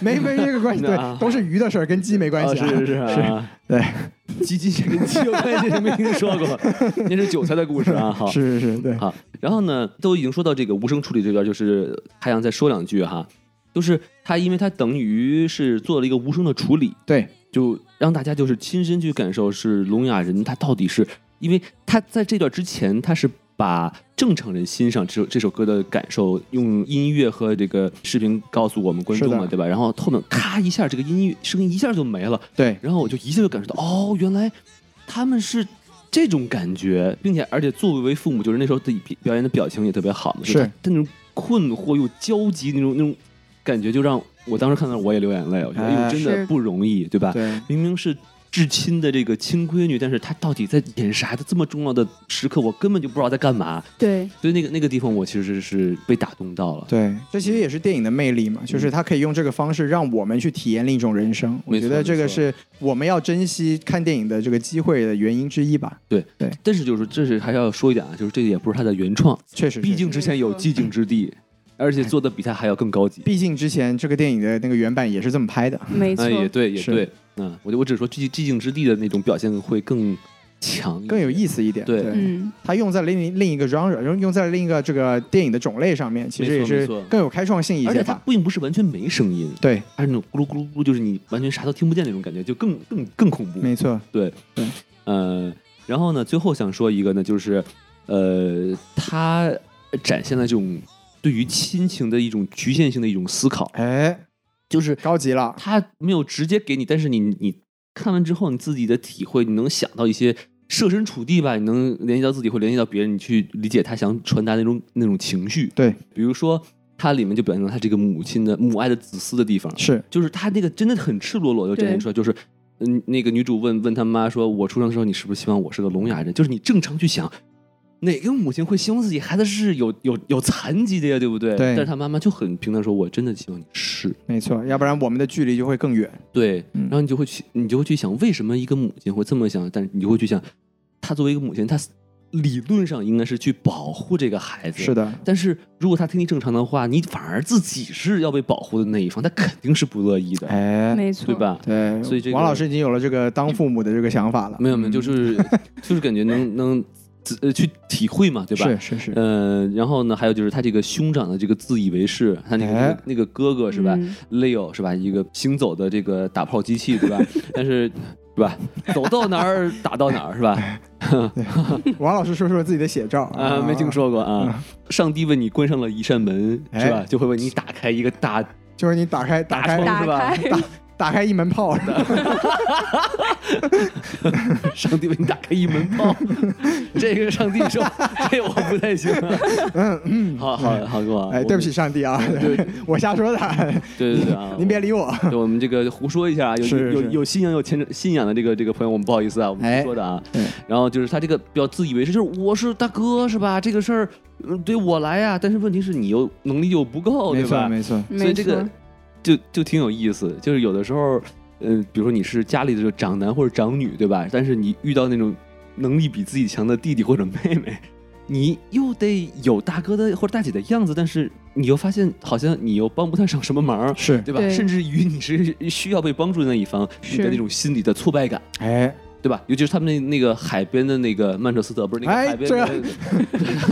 S1: 没没这个 关系，对
S2: 啊，
S1: 都是鱼的事儿，跟鸡没关系啊。
S2: 啊是是是啊，
S1: 对，
S2: 基金是跟鸡有关系，没听说过，那是韭菜的故事啊，好，
S1: 是是是，对，
S2: 啊，然后呢，都已经说到这个无声处理这边，就是还想再说两句哈，就是他，因为他等于是做了一个无声的处理，
S1: 对，
S2: 就让大家就是亲身去感受是聋哑人他到底是，因为他在这段之前他是把正常人欣赏这首这首歌的感受用音乐和这个视频告诉我们观众
S1: 是
S2: 嘛，
S1: 的
S2: 对吧？然后后面咔一下这个音乐声音一下就没了，
S1: 对，
S2: 然后我就一下就感受到，哦，原来他们是这种感觉，并且而且作为父母，就是那时候自己表表演的表情也特别好嘛，
S1: 是
S2: 就他那种困惑又焦急那种那种感觉，就让我当时看到我也流眼泪，我觉得哎
S1: 哎
S2: 呦，真的
S4: 是
S2: 不容易，对吧？
S1: 对，
S2: 明明是。至亲的这个亲闺女，但是她到底在演啥？在这么重要的时刻，我根本就不知道在干嘛。
S4: 对，
S2: 所以那个那个地方，我其实是被打动到了。
S1: 对，这其实也是电影的魅力嘛，
S2: 嗯
S1: 就是它可以用这个方式让我们去体验另一种人生。我
S2: 没
S1: 觉
S2: 错
S1: 得这
S2: 没
S1: 个
S2: 错
S1: 是我们要珍惜看电影的这个机会的原因之一吧。
S2: 但是就是这是还要说一点啊，就是这也不是她的原创，
S1: 确实是，
S2: 毕竟之前有
S4: 没错
S2: 寂静之地，而且做的比她还要更高级。
S1: 毕竟之前这个电影的那个原版也是这
S2: 嗯
S1: 么拍的。
S4: 没错
S2: 哎，，也对，也
S1: 是
S2: 对。嗯，我就我只是说寂寂静之地的那种表现会更强一点，
S1: 更有意思一点。
S2: 对
S4: 嗯，
S1: 它用在另另一个 genre，用用在另一个这个电影的种类上面，其实
S2: 没
S1: 也
S2: 错没
S1: 是
S2: 错
S1: 更有开创性一
S2: 而
S1: 些
S2: 且它
S1: 吧。
S2: 并不是完全没声音，
S1: 对，
S2: 它是那种咕噜咕噜咕噜，就是你完全啥都听不见那种感觉，就更更更恐怖。
S1: 没错，
S2: 呃，然后呢，最后想说一个呢，就是呃，它展现了这种对于亲情的一种局限性的一种思考，
S1: 哎，
S2: 就是
S1: 高级了，
S2: 它没有直接给你，但是你你看完之后，你自己的体会，你能想到一些。设身处地吧，你能联系到自己，或联系到别人，你去理解他想传达那种那种情绪。
S1: 对，
S2: 比如说，它里面就表现了他这个母亲的母爱的自私的地方，
S1: 是
S2: 就是他那个真的很赤裸裸的展现出来，就是。嗯，那个女主问问他妈说：“我出生的时候，你是不是希望我是个聋哑人？”就是你正常去想，哪个母亲会希望自己孩子是有有有残疾的呀，对不对？
S1: 对
S2: 但是她妈妈就很平淡说：“我真的希望你是。
S1: 没错，要不然我们的距离就会更远。”
S2: 对，
S1: 嗯
S2: 然后你就会去，你就会去想，为什么一个母亲会这么想？但是你就会去想，她作为一个母亲，她理论上应该是去保护这个孩子。
S1: 是的，
S2: 但是如果她听你正常的话，你反而自己是要被保护的那一方，她肯定是不乐意的，
S1: 哎，
S4: 没错，
S2: 对？吧？
S1: 对，
S2: 所以这个
S1: 王老师已经有了这个当父母的这个想法了。嗯
S2: 没有没有，就是就是感觉 能能呃去体会嘛，对吧？
S1: 是是是，
S2: 呃，然后呢，还有就是他这个兄长的这个自以为是，他那个、
S1: 哎
S2: 那个哥哥是吧、
S4: 嗯
S2: l e o 是吧？一个行走的这个打炮机器，对 吧？但是是吧，走到哪儿打到哪儿是吧？
S1: 王老师说说自己的写照
S2: 嗯啊，没听，说过啊。上帝为你关上了一扇门，是吧？
S1: 嗯哎
S2: 就会为你打开一个大
S1: 就是你打开打开
S2: 窗
S4: 打
S2: 是吧？ 啊
S4: 开，
S1: 打开一门炮，
S2: 上帝为你打开一门 炮，这个上帝说，这我不太行、啊。嗯嗯，好好好，哥，
S1: 哎，对不起，上帝啊，我瞎说的，
S2: 对对对啊，
S1: 您别理我。
S2: 对，我们这个胡说一下啊，有
S1: 是
S2: 有
S1: 是
S2: 有信仰有虔诚信仰的这个这个朋友，我们不好意思啊，我们
S1: 哎
S2: 胡说的啊。
S1: 对
S2: 然后就是他这个比较自以为是，就是我是大哥是吧？这个事儿嗯对我来呀、但是问题是你又能力又不够，哦对
S1: 没错
S2: 吧？
S1: 没错，
S2: 所以
S4: 没
S2: 这个
S4: 错，
S2: 就就挺有意思，就是有的时候，嗯、比如说你是家里的这个长男或者长女，对吧？但是你遇到那种能力比自己强的弟弟或者妹妹，你又得有大哥的或者大姐的样子，但是你又发现好像你又帮不太上什么忙，
S1: 是
S2: 对吧？
S4: 对
S2: 甚至于你是需要被帮助的那一方，你的
S4: 是
S2: 那种心理的挫败感，
S1: 哎，
S2: 对吧？尤其是他们那那个海边的那个曼彻斯特，不是那个
S1: 哎
S2: 海边
S1: 这
S2: 的那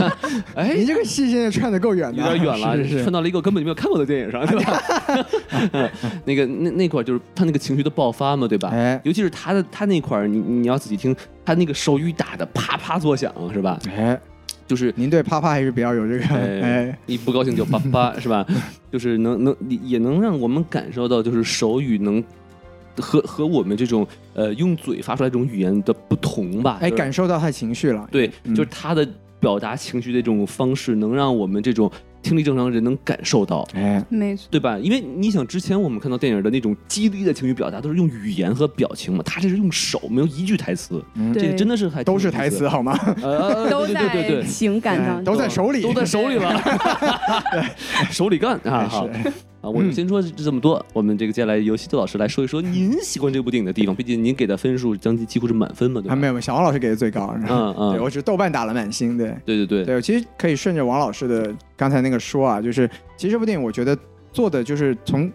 S2: 个，哎
S1: 您，这个戏现在串的够远的，
S2: 有点远 了，
S1: 是是哎
S2: 窜到了一个我根本就没有看过的电影上，对吧？ 那个那那块儿就是他那个情绪的爆发嘛，对吧？
S1: 哎
S2: 尤其是他的他那块儿，你你要仔细听，他那个手语打的啪啪作响，是吧？
S1: 哎，
S2: 就是
S1: 您对啪啪还是比较有这个哎
S2: 哎，一不高兴就叭 叭，是吧？就是能能也能让我们感受到，就是手语能和和我们这种呃用嘴发出来这种语言的不同吧？
S1: 哎，
S2: 就是
S1: 感受到他的情绪了，
S2: 对，
S1: 嗯
S2: 就是他的表达情绪的这种方式，能让我们这种听力正常人能感受到。
S1: 哎，
S4: 没错，
S2: 对吧？因为你想，之前我们看到电影的那种激励的情绪表达，都是用语言和表情嘛，他这是用手，没有一句台词，这个
S4: 对
S2: 真的是还挺
S1: 都
S2: 有
S1: 是
S2: 意思
S1: 台词，好吗？哎
S2: 呃，
S4: 都
S2: 对对对对
S4: 在
S2: 对。
S4: 情感当
S1: 都
S4: 中，
S1: 在手里，
S2: 都在手里了， 手里干啊！好
S1: 哎是
S2: 啊，我们
S1: 嗯
S2: 先说这么多。我们这个接下来由西多老师来说一说您喜欢这部电影的地方，毕竟您给的分数将近几乎是满分嘛，对
S1: 还
S2: 吧？
S1: 啊没有，没有小王老师给的最高，然后
S2: 嗯嗯
S1: 对我只是豆瓣打了满星，对
S2: 对对对，
S1: 对，其实可以顺着王老师的刚才那个说啊，就是其实这部电影我觉得做的就是从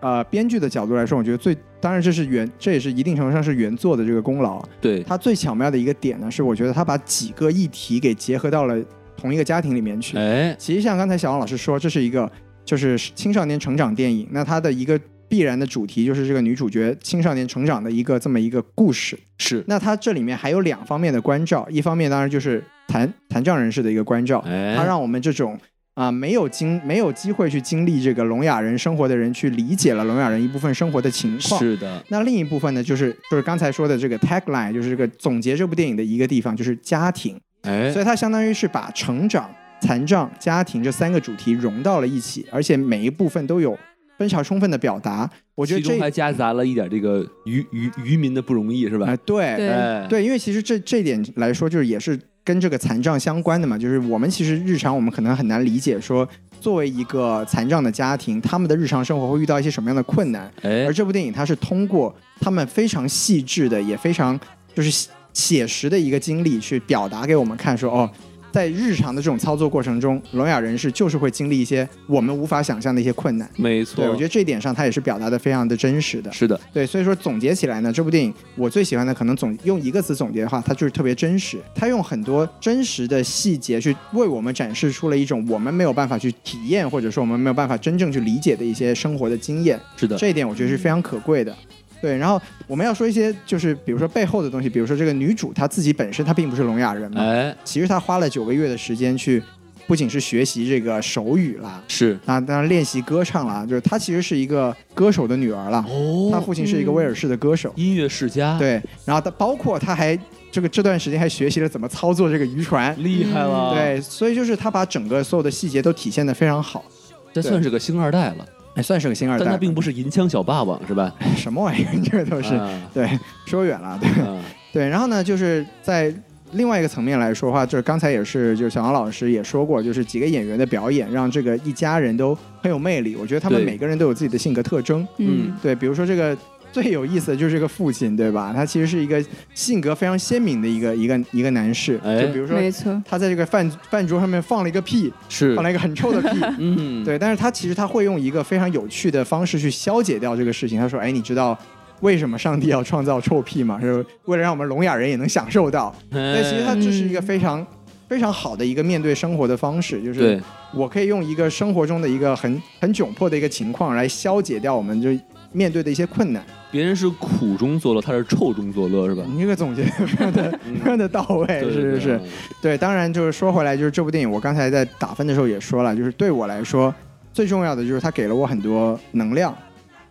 S1: 呃编剧的角度来说，我觉得最当然这是原这也是一定程度上是原作的这个功劳，
S2: 对
S1: 它最巧妙的一个点呢，是我觉得它把几个议题给结合到了同一个家庭里面去。
S2: 哎，
S1: 其实像刚才小王老师说，这是一个就是青少年成长电影，那它的一个必然的主题就是这个女主角青少年成长的一个这么一个故事。
S2: 是，
S1: 那它这里面还有两方面的关照，一方面当然就是残残障人士的一个关照，
S2: 哎，
S1: 它让我们这种。啊，没有经没有机会去经历这个聋哑人生活的人，去理解了聋哑人一部分生活的情况。
S2: 是的，
S1: 那另一部分呢，就是就是刚才说的这个 tagline，就是这个总结这部电影的一个地方，就是家庭。
S2: 哎
S1: 所，以它相当于是把成长、残障、家庭这三个主题融到了一起，而且每一部分都有非常充分的表达。我觉得
S2: 其中
S1: 这
S2: 还
S1: 啊、
S2: 夹杂了一点这个渔渔渔民的不容易，是吧？
S1: 呃对
S4: 对
S2: 哎，
S1: 对，因为其实这这点来说，就是也是跟这个残障相关的嘛。就是我们其实日常我们可能很难理解说，作为一个残障的家庭，他们的日常生活会遇到一些什么样的困难。
S2: 哎
S1: 而，这部电影它是通过他们非常细致的，也非常就是写写实的一个经历去表达给我们看说，哦，在日常的这种操作过程中，聋哑人士就是会经历一些我们无法想象的一些困难。
S2: 没错，
S1: 对，我觉得这一点上他也是表达的非常的真实的。
S2: 是的，
S1: 对，所以说总结起来呢，这部电影我最喜欢的可能总用一个词总结的话，它就是特别真实。它用很多真实的细节去为我们展示出了一种我们没有办法去体验，或者说我们没有办法真正去理解的一些生活的经验。
S2: 是的，
S1: 这一点我觉得是非常可贵的。对，然后我们要说一些就是比如说背后的东西，比如说这个女主她自己本身她并不是聋哑人嘛，
S2: 哎，
S1: 其实她花了九个月的时间去，不仅是学习这个手语啦。
S2: 是
S1: 那当然练习歌唱啦，就是她其实是一个歌手的女儿啦。
S2: 哦
S1: 他父亲是一个威尔士的歌手，
S2: 音乐世家，，
S1: 对，然后他包括他还这个这段时间还学习了怎么操作这个渔船，
S2: 厉害了，，
S1: 嗯对，所以就是他把整个所有的细节都体现的非常好，
S2: 这算是个星二代了，
S1: 还哎算是个星二代，
S2: 但他并不是银枪小霸王是吧？
S1: 什么玩意儿，这个都是、
S2: 啊
S1: 对，说远了，对
S2: 啊
S1: 对，然后呢，就是在。另外一个层面来说的话，就是刚才也是，就是小王老师也说过，就是几个演员的表演让这个一家人都很有魅力。我觉得他们
S2: 对
S1: 每个人都有自己的性格特征，
S2: 嗯
S4: 嗯，
S1: 对，比如说这个最有意思的就是这个父亲，对吧？他其实是一个性格非常鲜明的一个一个一个男士，
S2: 哎
S1: 就比如说
S4: 没错，
S1: 他在这个饭饭桌上面放了一个屁，
S2: 是
S1: 放，了一个很臭的屁。
S2: 嗯，
S1: 对，但是他其实他会用一个非常有趣的方式去消解掉这个事情。他说：“哎，你知道为什么上帝要创造臭屁吗？是为了让我们聋哑人也能享受到。”
S2: 哎，
S1: 但其实他就是一个
S4: 嗯
S1: 非常非常好的一个面对生活的方式，就是
S2: 对
S1: 我可以用一个生活中的一个很很窘迫的一个情况来消解掉我们就面对的一些困难。
S2: 别人是苦中作乐，他是臭中作乐是吧？
S1: 你这个总结得非常的
S2: 嗯
S1: 非常的到位，
S2: 对
S1: 哎是是
S2: 对
S1: 是，
S2: 对
S1: 对。当然就是说回来，就是这部电影，我刚才在打分的时候也说了，就是对我来说最重要的就是它给了我很多能量，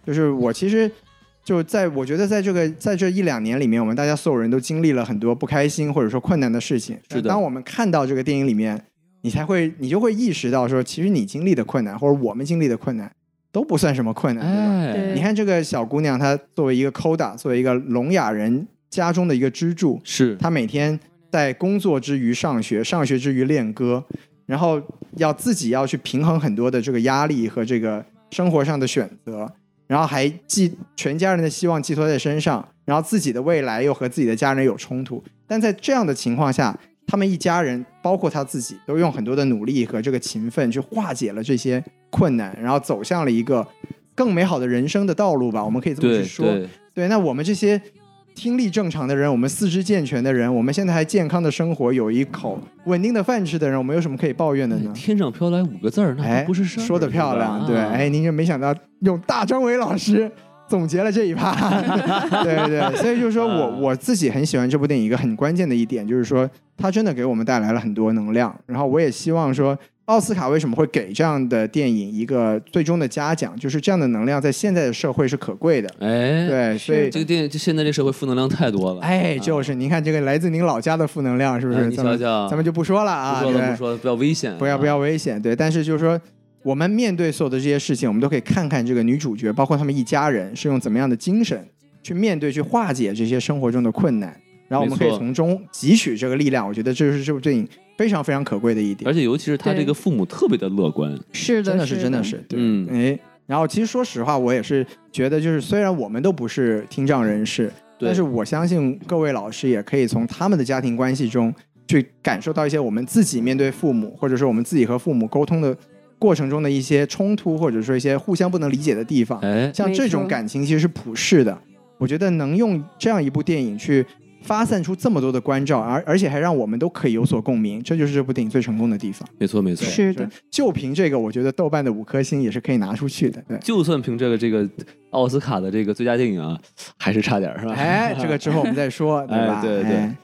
S1: 就是我其实。就在我觉得，在这个在这一两年里面，我们大家所有人都经历了很多不开心或者说困难的事情。
S2: 是的
S1: 当我们看到这个电影里面，你才会你就会意识到说，其实你经历的困难或者我们经历的困难都不算什么困难，对吧？
S2: 哎，
S4: 对
S1: 你看这个小姑娘，她作为一个 Koda，作为一个聋哑人家中的一个支柱，
S2: 是
S1: 她每天在工作之余上学，上学之余练歌，然后要自己要去平衡很多的这个压力和这个生活上的选择，然后还寄全家人的希望寄托在身上，然后自己的未来又和自己的家人有冲突。但在这样的情况下，他们一家人，包括他自己，都用很多的努力和这个勤奋去化解了这些困难，然后走向了一个更美好的人生的道路吧。我们可以这么
S2: 对
S1: 去说。
S2: 对，
S1: 对，那我们这些听力正常的人，我们四肢健全的人，我们现在还健康的生活，有一口稳定的饭吃的人，我们有什么可以抱怨的呢？
S2: 天上飘来五个字儿，
S1: 嗯
S2: 那
S1: 哎，
S2: 都不是事儿
S1: 说的漂亮，对，，
S2: 吧啊
S1: 哎，您这没想到用大张伟老师总结了这一趴， 对对对，所以就是说我
S2: 啊
S1: 我自己很喜欢这部电影一个很关键的一点，就是说它真的给我们带来了很多能量，然后我也希望说。奥斯卡为什么会给这样的电影一个最终的嘉奖？就是这样的能量在现在的社会是可贵的，
S2: 哎，，
S1: 对，所以
S2: 这个电影，就现在这社会负能量太多了，
S1: 哎，就是您看这个来自您老家的负能量，是不
S2: 啊哎
S1: 是？
S2: 你
S1: 咱们
S2: 瞧瞧
S1: 咱们就不说了
S2: 不
S1: 啊，
S2: 说了，
S1: 对
S2: 不，说了，比较危险，啊
S1: 不要不要，危险，对。但是就是说，我们面对所有的这些事情，我们都可以看看这个女主角，包括他们一家人是用怎么样的精神去面对、去化解这些生活中的困难，然后我们
S2: 没
S1: 可以
S2: 错
S1: 从中汲取这个力量。我觉得这是这部电影非常非常可贵的一点
S2: 而，且尤其是他这个父母特别的乐观，
S4: 是的，
S1: 真的是真的是，对，
S2: 嗯
S1: 哎。然后其实说实话，我也是觉得，就是虽然我们都不是听障人士，
S2: 对
S1: 但是我相信各位老师也可以从他们的家庭关系中去感受到一些我们自己面对父母，或者是我们自己和父母沟通的过程中的一些冲突，或者说一些互相不能理解的地方。
S2: 哎，
S1: 像这
S4: 没
S1: 种
S4: 错
S1: 感情其实是普世的，我觉得能用这样一部电影去发散出这么多的关照，而而且还让我们都可以有所共鸣，这就是这部电影最成功的地方。
S2: 没错没错，
S4: 是
S1: 就
S4: 的，
S1: 就凭这个，我觉得豆瓣的五颗星也是可以拿出去的。对，
S2: 就算凭这个这个奥斯卡的这个最佳电影啊，还是差点儿是吧？
S1: 哎，这个之后我们再说，对吧？
S2: 哎对对
S1: 哎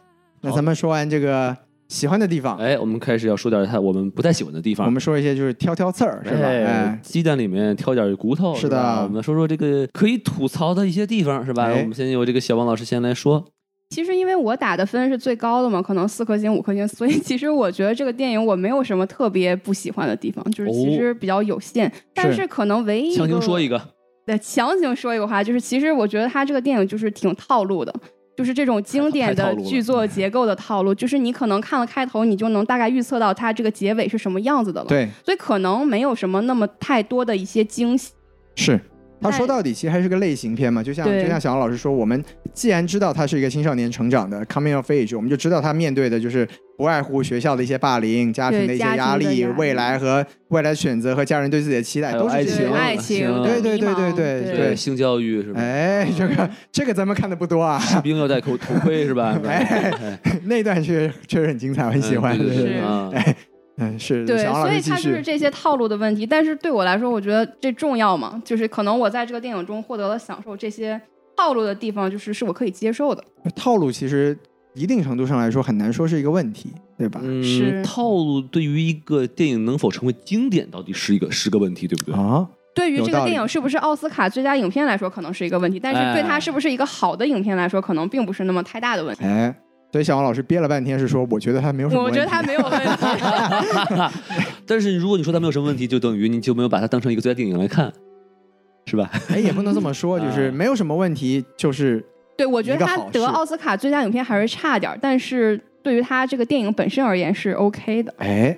S1: 那咱们说完这个喜欢的地方，
S2: 哎，我们开始要说点他我们不太喜欢的地方，
S1: 我们说一些就是挑挑刺儿，是吧？
S2: 哎
S1: 哎，，
S2: 鸡蛋里面挑点骨头，
S1: 是
S2: 吧
S1: 的
S2: 我们说说这个可以吐槽的一些地方，是吧？
S1: 哎
S2: 我们先由这个小王老师先来说。
S4: 其实因为我打的分是最高的嘛，可能四颗星、五颗星，所以其实我觉得这个电影我没有什么特别不喜欢的地方，就是其实比较有限。但是可能唯一
S2: 哦强行说
S4: 一
S2: 一个，
S4: 个对强行说一个话，就是其实我觉得他这个电影就是挺套路的。就是这种经典
S2: 太套
S4: 的
S2: 路了嗯
S4: 剧作结构的套路，就是你可能看了开头，你就能大概预测到它这个结尾是什么样子的了。
S1: 对，
S4: 所以可能没有什么那么太多的一些惊喜。
S1: 是。他
S4: 那
S1: 说到底其实还是个类型片嘛，就像
S4: 对
S1: 就像小王老师说，我们既然知道他是一个青少年成长的 coming of age，我们就知道他面对的就是不外乎学校的一些霸凌、家庭的一些
S4: 对
S1: 压
S4: 家庭的
S1: 力、
S4: 压力
S1: 未来和未来选择和家人对自己的期待，
S2: 还有
S1: 都是
S2: 爱
S1: 这些
S2: 情
S4: 爱情，
S1: 对对对
S4: 迷
S1: 对
S4: 茫
S1: 对
S4: 对
S1: 对
S2: 性教育是吧？
S1: 哎，这个这个咱们看的不多啊，
S2: 士兵要戴口头盔是吧？
S1: 哎那段确实确实很精彩，我很喜欢。
S2: 嗯 对对
S4: 是
S2: 对啊，
S1: 嗯，是。
S4: 对，
S1: 小王老
S4: 所以
S1: 师继
S4: 它就是
S1: 续。
S4: 这些套路的问题。但是对我来说，我觉得这重要嘛，就是可能我在这个电影中获得了享受，这些套路的地方就是是我可以接受的。
S1: 套路其实一定程度上来说很难说是一个问题，对吧？
S2: 嗯，
S4: 是
S2: 套路对于一个电影能否成为经典，到底是一个是个问题，对不对？
S1: 啊，
S4: 对于
S1: 有
S4: 这
S1: 道
S4: 个
S1: 理
S4: 电影是不是奥斯卡最佳影片来说，可能是一个问题；但是对它
S2: 哎
S4: 是不是一个好的影片来说，可能并不是那么太大的问题。
S1: 哎，所以小王老师憋了半天是说，我觉得他没有什么
S4: 我
S1: 问
S4: 觉
S1: 题。
S4: 得它没有问题。
S2: 但是如果你说它没有什么问题，就等于你就没有把它当成一个最佳电影来看，是吧？
S1: 哎，也不能这么 说，就是
S2: 啊
S1: 没有什么问题，就是
S4: 对，我觉
S1: 一
S4: 得
S1: 个
S4: 它
S1: 好
S4: 得
S1: 事
S4: 奥斯卡最佳影片还是差点儿，但是对于它这个电影本身而言是 OK 的。
S1: 哎，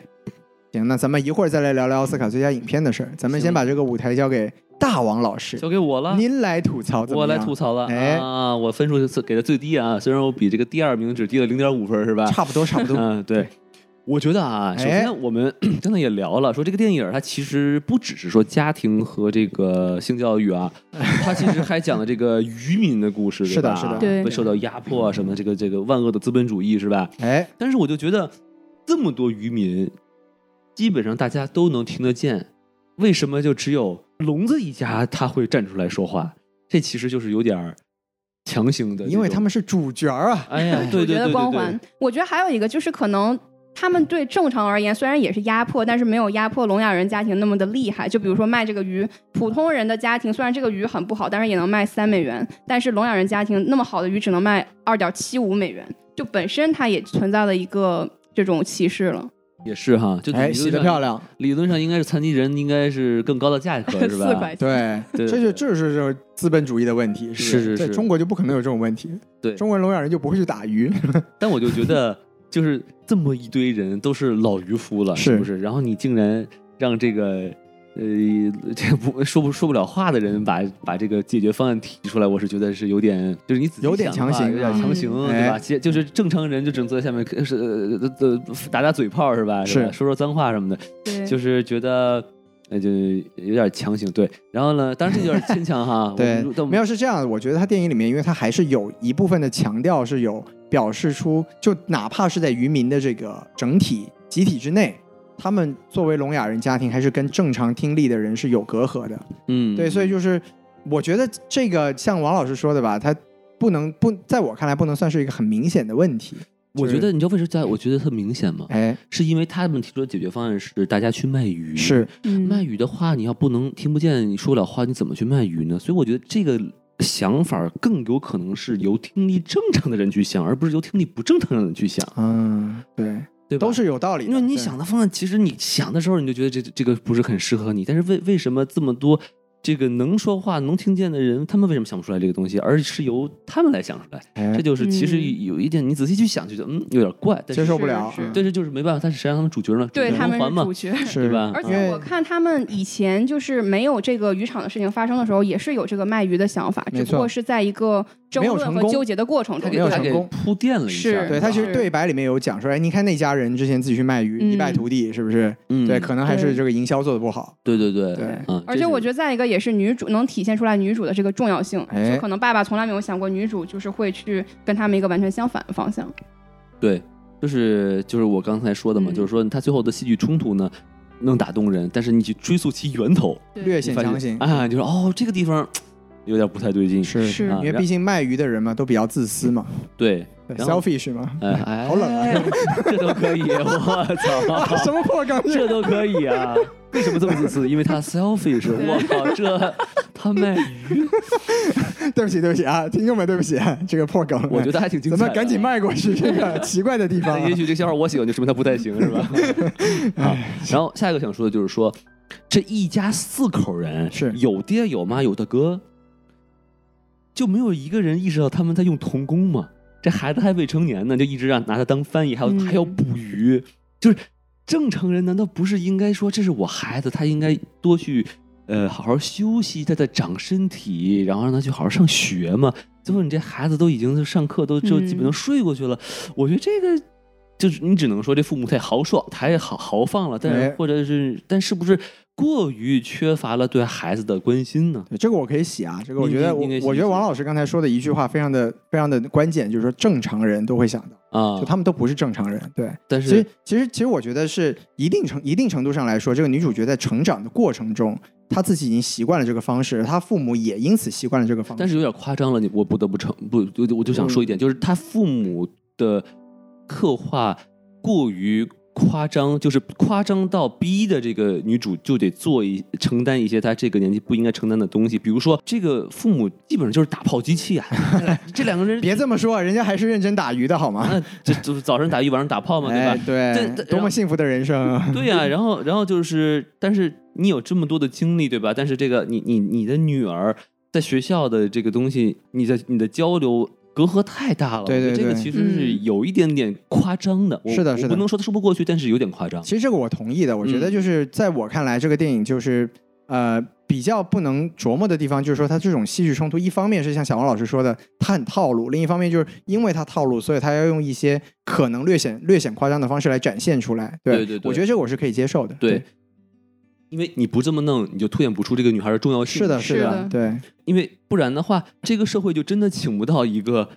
S1: 行，那咱们一会儿再来聊聊奥斯卡最佳影片的事儿。咱们
S2: 行
S1: 先把这个舞台交给大王老师，
S2: 交给我了。
S1: 您来吐槽怎么
S2: 我
S1: 样，
S2: 来吐槽了、
S1: 哎
S2: 啊！我分数是给的最低啊，虽然我比这个第二名只低了零点五分，是吧？
S1: 差不多，差不 多。
S2: 嗯，对。我觉得啊，首
S1: 哎
S2: 先我们 刚才也聊了，说这个电影儿它其实不只是说家庭和这个性教育啊，它其实还讲了这个渔民的故事，
S1: 是的
S2: 吧
S1: 是的
S4: 对
S2: 会受到压迫啊什么，这个这个万恶的资本主义是吧？
S1: 哎，
S2: 但是我就觉得这么多渔民，基本上大家都能听得见，为什么就只有聋子一家他会站出来说话？这其实就是有点儿强行的这种，
S1: 因为他们是主角儿啊，
S2: 哎 呀，对对对
S4: 主角
S2: 对
S4: 的
S2: 对
S4: 光环。我觉得还有一个就是，可能他们对正常而言虽然也是压迫，但是没有压迫聋哑人家庭那么的厉害。就比如说卖这个鱼，普通人的家庭虽然这个鱼很不好，但是也能卖三美元，但是聋哑人家庭那么好的鱼只能卖二点七五美元，就本身它也存在了一个这种歧视了。
S2: 也是哈，就
S1: 哎，
S2: 理
S1: 洗
S2: 论
S1: 得
S2: 上
S1: 漂亮。
S2: 理论上应该是残疾人应该是更高的价 格是吧？
S4: 四百
S1: 对，
S2: 对
S1: 这就这就是这种资本主义的问题，
S2: 是
S1: 是
S2: 是
S1: 在
S2: 是
S1: 中国就不可能有这种问题，
S2: 对
S1: 中国聋哑人就不会去打鱼，
S2: 但我就觉 得，就是这么一堆人都是老渔夫了，
S1: 是
S2: 是不是？然后你竟然让这个呃这不说不说不了话的人把把这个解决方案提出来，我是觉得是有点，就是你仔细
S1: 有点
S2: 想的话
S1: 强行
S2: 有点强行，
S1: 嗯
S2: 对吧？
S1: 哎
S2: 其实就是正常人就只能坐在下面呃是呃呃打打嘴炮是吧？
S1: 是。
S2: 吧说说脏话什么的，
S4: 对
S2: 就是觉得。呃，就有点强行对，然后呢，当然这有点牵强哈
S1: 对
S2: 我们，
S1: 没有是这样的。我觉得他电影里面，因为他还是有一部分的强调是有表示出，就哪怕是在渔民的这个整体集体之内，他们作为聋哑人家庭，还是跟正常听力的人是有隔阂的。
S2: 嗯，
S1: 对，所以
S2: 就
S1: 就是我觉得这个像王老师说的吧，他不能不在我看来不能算是一个很明显的问题。
S2: 我觉
S1: 就是
S2: 得你知道为什么在我觉得特明显吗？
S1: 哎，
S2: 是因为他们提出的解决方案是大家去卖鱼，
S1: 是
S2: 卖
S4: 嗯，
S2: 鱼的话，你要不能听不见，你说不了话，你怎么去卖鱼呢？所以我觉得这个想法更有可能是由听力正常的人去想，而不是由听力不正常的人去想，
S1: 嗯，对，
S2: 对吧？
S1: 都是有道理的。
S2: 因为你
S1: 对
S2: 想的方案，其实你想的时候，你就觉得这这个不是很适合你。但是为为什么这么多这个能说话、能听见的人，他们为什么想不出来这个东西，而是由他们来想出来？
S1: 哎
S2: 这就是其实
S4: 嗯
S2: 有一点，你仔细去想，就觉得嗯有点怪，但
S1: 接
S2: 是
S1: 受不了，嗯
S4: 是是
S2: 但是就是没办法，他是谁让他们主角呢？
S4: 对
S2: 主角
S4: 他们
S2: 光环
S4: 是
S2: 嘛
S4: 主，角。
S1: 是
S2: 对吧？
S4: 而
S2: 啊
S1: 因
S4: 且
S1: 为
S4: 我看他们以前就是没有这个渔场的事情发生的时候，也是有这个卖鱼的想法，
S1: 没错
S4: 只不过是在一个争
S1: 没有
S4: 论
S1: 成
S4: 和
S1: 功
S4: 纠结的过程
S2: 他
S4: 中
S1: 没
S2: 给。
S1: 有
S2: 他
S1: 成
S2: 给
S1: 功
S2: 铺垫了一下
S4: 是
S2: 儿，
S1: 对他其实
S4: 是
S1: 对白里面有讲说，哎，你看那家人之前自己去卖鱼，
S4: 嗯
S1: 一败涂地，是不是？
S2: 嗯
S1: 对，可能还是
S4: 对
S1: 这个营销做的不好。
S2: 对对对
S1: 对
S2: 嗯，
S4: 而且我觉
S2: 得
S4: 得再一个也是女主能体现出来女主的这个重要性，
S1: 哎
S4: 就可能爸爸从来没有想过女主就是会去跟他们一个完全相反的方向。
S2: 对，就是就是我刚才说的嘛，
S4: 嗯
S2: 就是说他最后的戏剧冲突呢，能打动人，但是你去追溯其源头，
S1: 略显
S2: 发现
S1: 强行，
S2: 啊，就是哦，这个地方有点不太对劲，
S1: 嗯是
S4: 是
S2: 啊
S1: 因为
S2: 然
S1: 毕竟卖鱼的人嘛，都比较自私嘛
S2: 对，
S1: 对
S2: 然后
S1: ，selfish 嘛。
S2: 哎哎，
S1: 好冷啊
S2: 哎，这都可以，我
S1: 啊，什
S2: 操，
S1: 么破梗？
S2: 这都可以啊。为什么这么自私？因为他 selfish，我靠，这他卖鱼，
S1: 对不起，对不起啊，听众们，对不起， 这个破梗，
S2: 我 觉得还挺精
S1: 咱
S2: 彩
S1: 们
S2: 的。
S1: 赶紧迈过去这个奇怪的地方
S2: 那
S1: 啊
S2: 也。许这个笑话我喜欢，就说明它不太 行，是吧？啊，
S1: 哎
S2: 然后下一个想说的就是说，这一家四口人
S1: 是
S2: 有爹有妈有大哥，就没有一个人意识到他们在用童工嘛？这孩子还未成年呢，就一直让拿他当翻译，还要、
S4: 嗯
S2: 还要捕鱼，就是正常人难道不是应该说这是我孩子，他应该多去呃好好休息，他在长身体，然后让他去好好上
S1: 嗯
S2: 学嘛？最后你这孩子都已经上课都就基本都睡过去了，我觉得这个就是你只能说这父母太豪爽，太豪豪放了，但是
S1: 哎
S2: 或者是，但是不是过于缺乏了对孩子的关心呢？
S1: 对这个我可以洗啊，这个我
S2: 你
S1: 觉得
S2: 你
S1: 我
S2: 你可以洗
S1: 我觉得
S2: 你可以
S1: 王
S2: 洗
S1: 老师刚才说的一句话非常的非常的关键，就是说正常人都会想到，
S2: 啊
S1: 就，他们都不是正常人。对，
S2: 但
S1: 其实
S2: 是
S1: 其实其实我觉得是一定程一定程度上来说，这个女主角在成长的过程中，她自己已经习惯了这个方式，她父母也因此习惯了这个方式。
S2: 但是有点夸张了，你我不得不承不，我我就想说一
S1: 嗯
S2: 点，就是他父母的刻画过于夸张，就是夸张到逼的这个女主就得做一承担一些她这个年纪不应该承担的东西，比如说这个父母基本上就是打炮机器啊， 这两个人
S1: 别这么说，人家还是认真打鱼的好吗？
S2: 啊，这就是早上打鱼，晚上打炮嗯嘛，对吧？
S1: 哎，对
S2: 这这
S1: 多
S2: 然后
S1: 么幸福的人生啊！
S2: 对呀、然后然后就是，但是你有这么多的经历，对吧？但是这个你你你的女儿在学校的这个东西，你的你的交流隔阂太大了，
S1: 对对
S2: 我觉得这个
S1: 对
S2: 其实是有一点点夸张的。我
S1: 是的
S2: 我
S1: 是的
S2: 不能说他说不过去，但是有点夸张。
S1: 其实这个我同意的，我觉得
S2: 啊嗯
S1: 就是在我看来，这个电影就是呃比较不能琢磨的地方，就是说它这种戏剧冲突，一方面是像小王老师说的，它很套路；另一方面就是因为它套路，所以它要用一些可能略显略显夸张的方式来展现出来。
S2: 对对对
S1: 我觉得这个我是可以接受的。
S2: 对，因为你不这么弄，你就凸显不出这个女孩的重要性。
S1: 是的，
S4: 是
S1: 的
S4: 的，
S1: 对，
S2: 因为不然的话，这个社会就真的请不到一个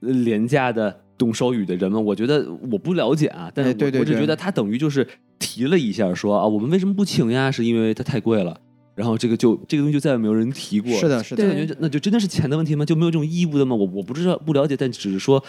S2: 呃廉价的懂手语的人们。我觉得我不了解啊，但是
S1: 哎
S2: 我,、
S1: 对对
S2: 我只
S1: 对
S2: 觉得他等于就是提了一下说啊，我们为什么不请呀？是因为它太贵了。然后这个就这个东西就再也没有人提过。
S1: 是，的，是的。
S4: 对
S2: 感觉就那就真的是钱的问题吗？就没有这种义务的吗？我我不知道不了解，但只是说。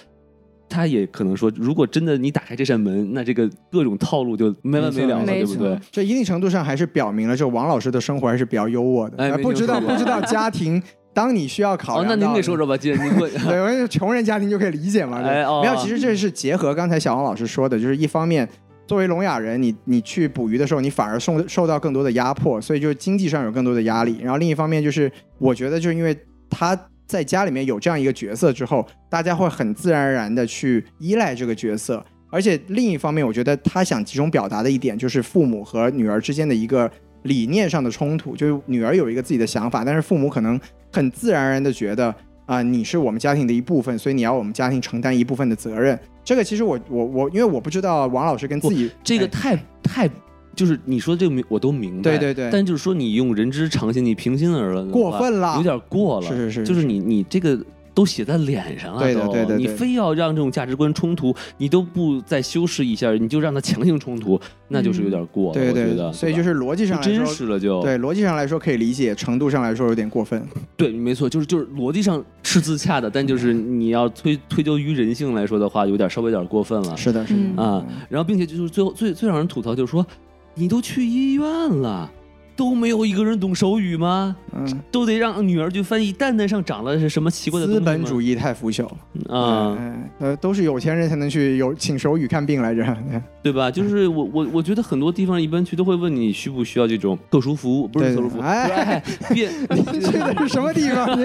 S2: 他也可能说，如果真的你打开这扇门，那这个各种套路就没完
S1: 没错
S2: 了了，
S4: 没
S2: 对不
S4: 错
S2: 对？
S1: 这一定程度上还是表明了，就王老师的生活还是比较优渥的。
S2: 哎
S1: 呃
S2: 没
S1: 不
S2: 听
S1: 知道
S2: 说
S1: 不
S2: 过
S1: 知道家庭，当你需要考
S2: 哦，
S1: 量
S2: 那您
S1: 到
S2: 给说说吧，既然您会，
S1: 对，我跟你说穷人家庭就可以理解嘛。对
S2: 哎哦
S1: 没有，其实这是结合刚才小王老师说的，就是一方面，作为聋哑人，你你去捕鱼的时候，你反而受受到更多的压迫，所以就经济上有更多的压力。然后另一方面就是，我觉得就是因为他在家里面有这样一个角色之后，大家会很自然而然的去依赖这个角色。而且另一方面，我觉得他想集中表达的一点就是父母和女儿之间的一个理念上的冲突，就是女儿有一个自己的想法，但是父母可能很自然而然的觉得啊、你是我们家庭的一部分，所以你要我们家庭承担一部分的责任。这个其实我我我，因为我不知道王老师跟自己
S2: 这个
S1: 哎
S2: 太太就是你说这个明我都明白，
S1: 对对对
S2: 但就是说你用人之常情，你平心而论的话，
S1: 过分了
S2: 有点过了，
S1: 是是是
S2: 就是你你这个。都写在脸上了，
S1: 对的
S2: 都
S1: 对的对
S2: 你非要让这种价值观冲突，你都不再修饰一下，你就让它强行冲突，那就是有点过了，
S1: 嗯对
S2: 我
S1: 对
S2: 觉得，
S1: 所以
S2: 对
S1: 就
S2: 吧
S1: 是逻辑上
S2: 不
S1: 来
S2: 真
S1: 说，
S2: 实了就，
S1: 对逻辑上来说可以理解，程度上来说有点过分。
S2: 对没错，就是就是逻辑上是自洽的，但就是你要推推究于人性来说的话，有点稍微有点过分了
S1: 是的，是
S4: 嗯
S1: 的
S2: 啊。然后并且就是最后最最让人吐槽就是说，你都去医院了，都没有一个人懂手语吗？
S1: 嗯，
S2: 都得让女儿去翻译。蛋蛋上长了是什么奇怪的东
S1: 资
S2: 西吗
S1: 本主义太腐朽了
S2: 啊、
S1: 哎呃，都是有钱人才能去有请手语看病来着。
S2: 对吧？就是我我我觉得很多地方一般去都会问你需不需要这种特殊服务，不是
S1: 对
S2: 特殊服务，
S1: 哎
S2: 哎，变
S1: 你去 的是什么地方？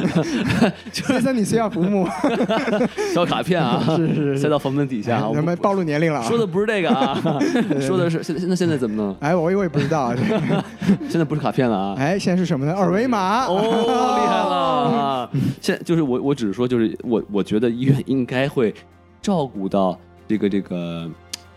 S1: 先生，你需要服务吗？
S2: 小卡片啊，
S1: 是是是 哎
S2: 塞到房门底下啊。我
S1: 咱们
S2: 不
S1: 暴露年龄了啊。
S2: 说的不是这 个啊，说的是现在那现在怎么弄？
S1: 哎，我我也不知 道啊。这个
S2: 现在不是卡片了啊。
S1: 哎，现在是什么呢？二维码。
S2: 哦，厉害了！啊！ 现在就是我，我只是说，就是我，我觉得医院应该会照顾到这个这个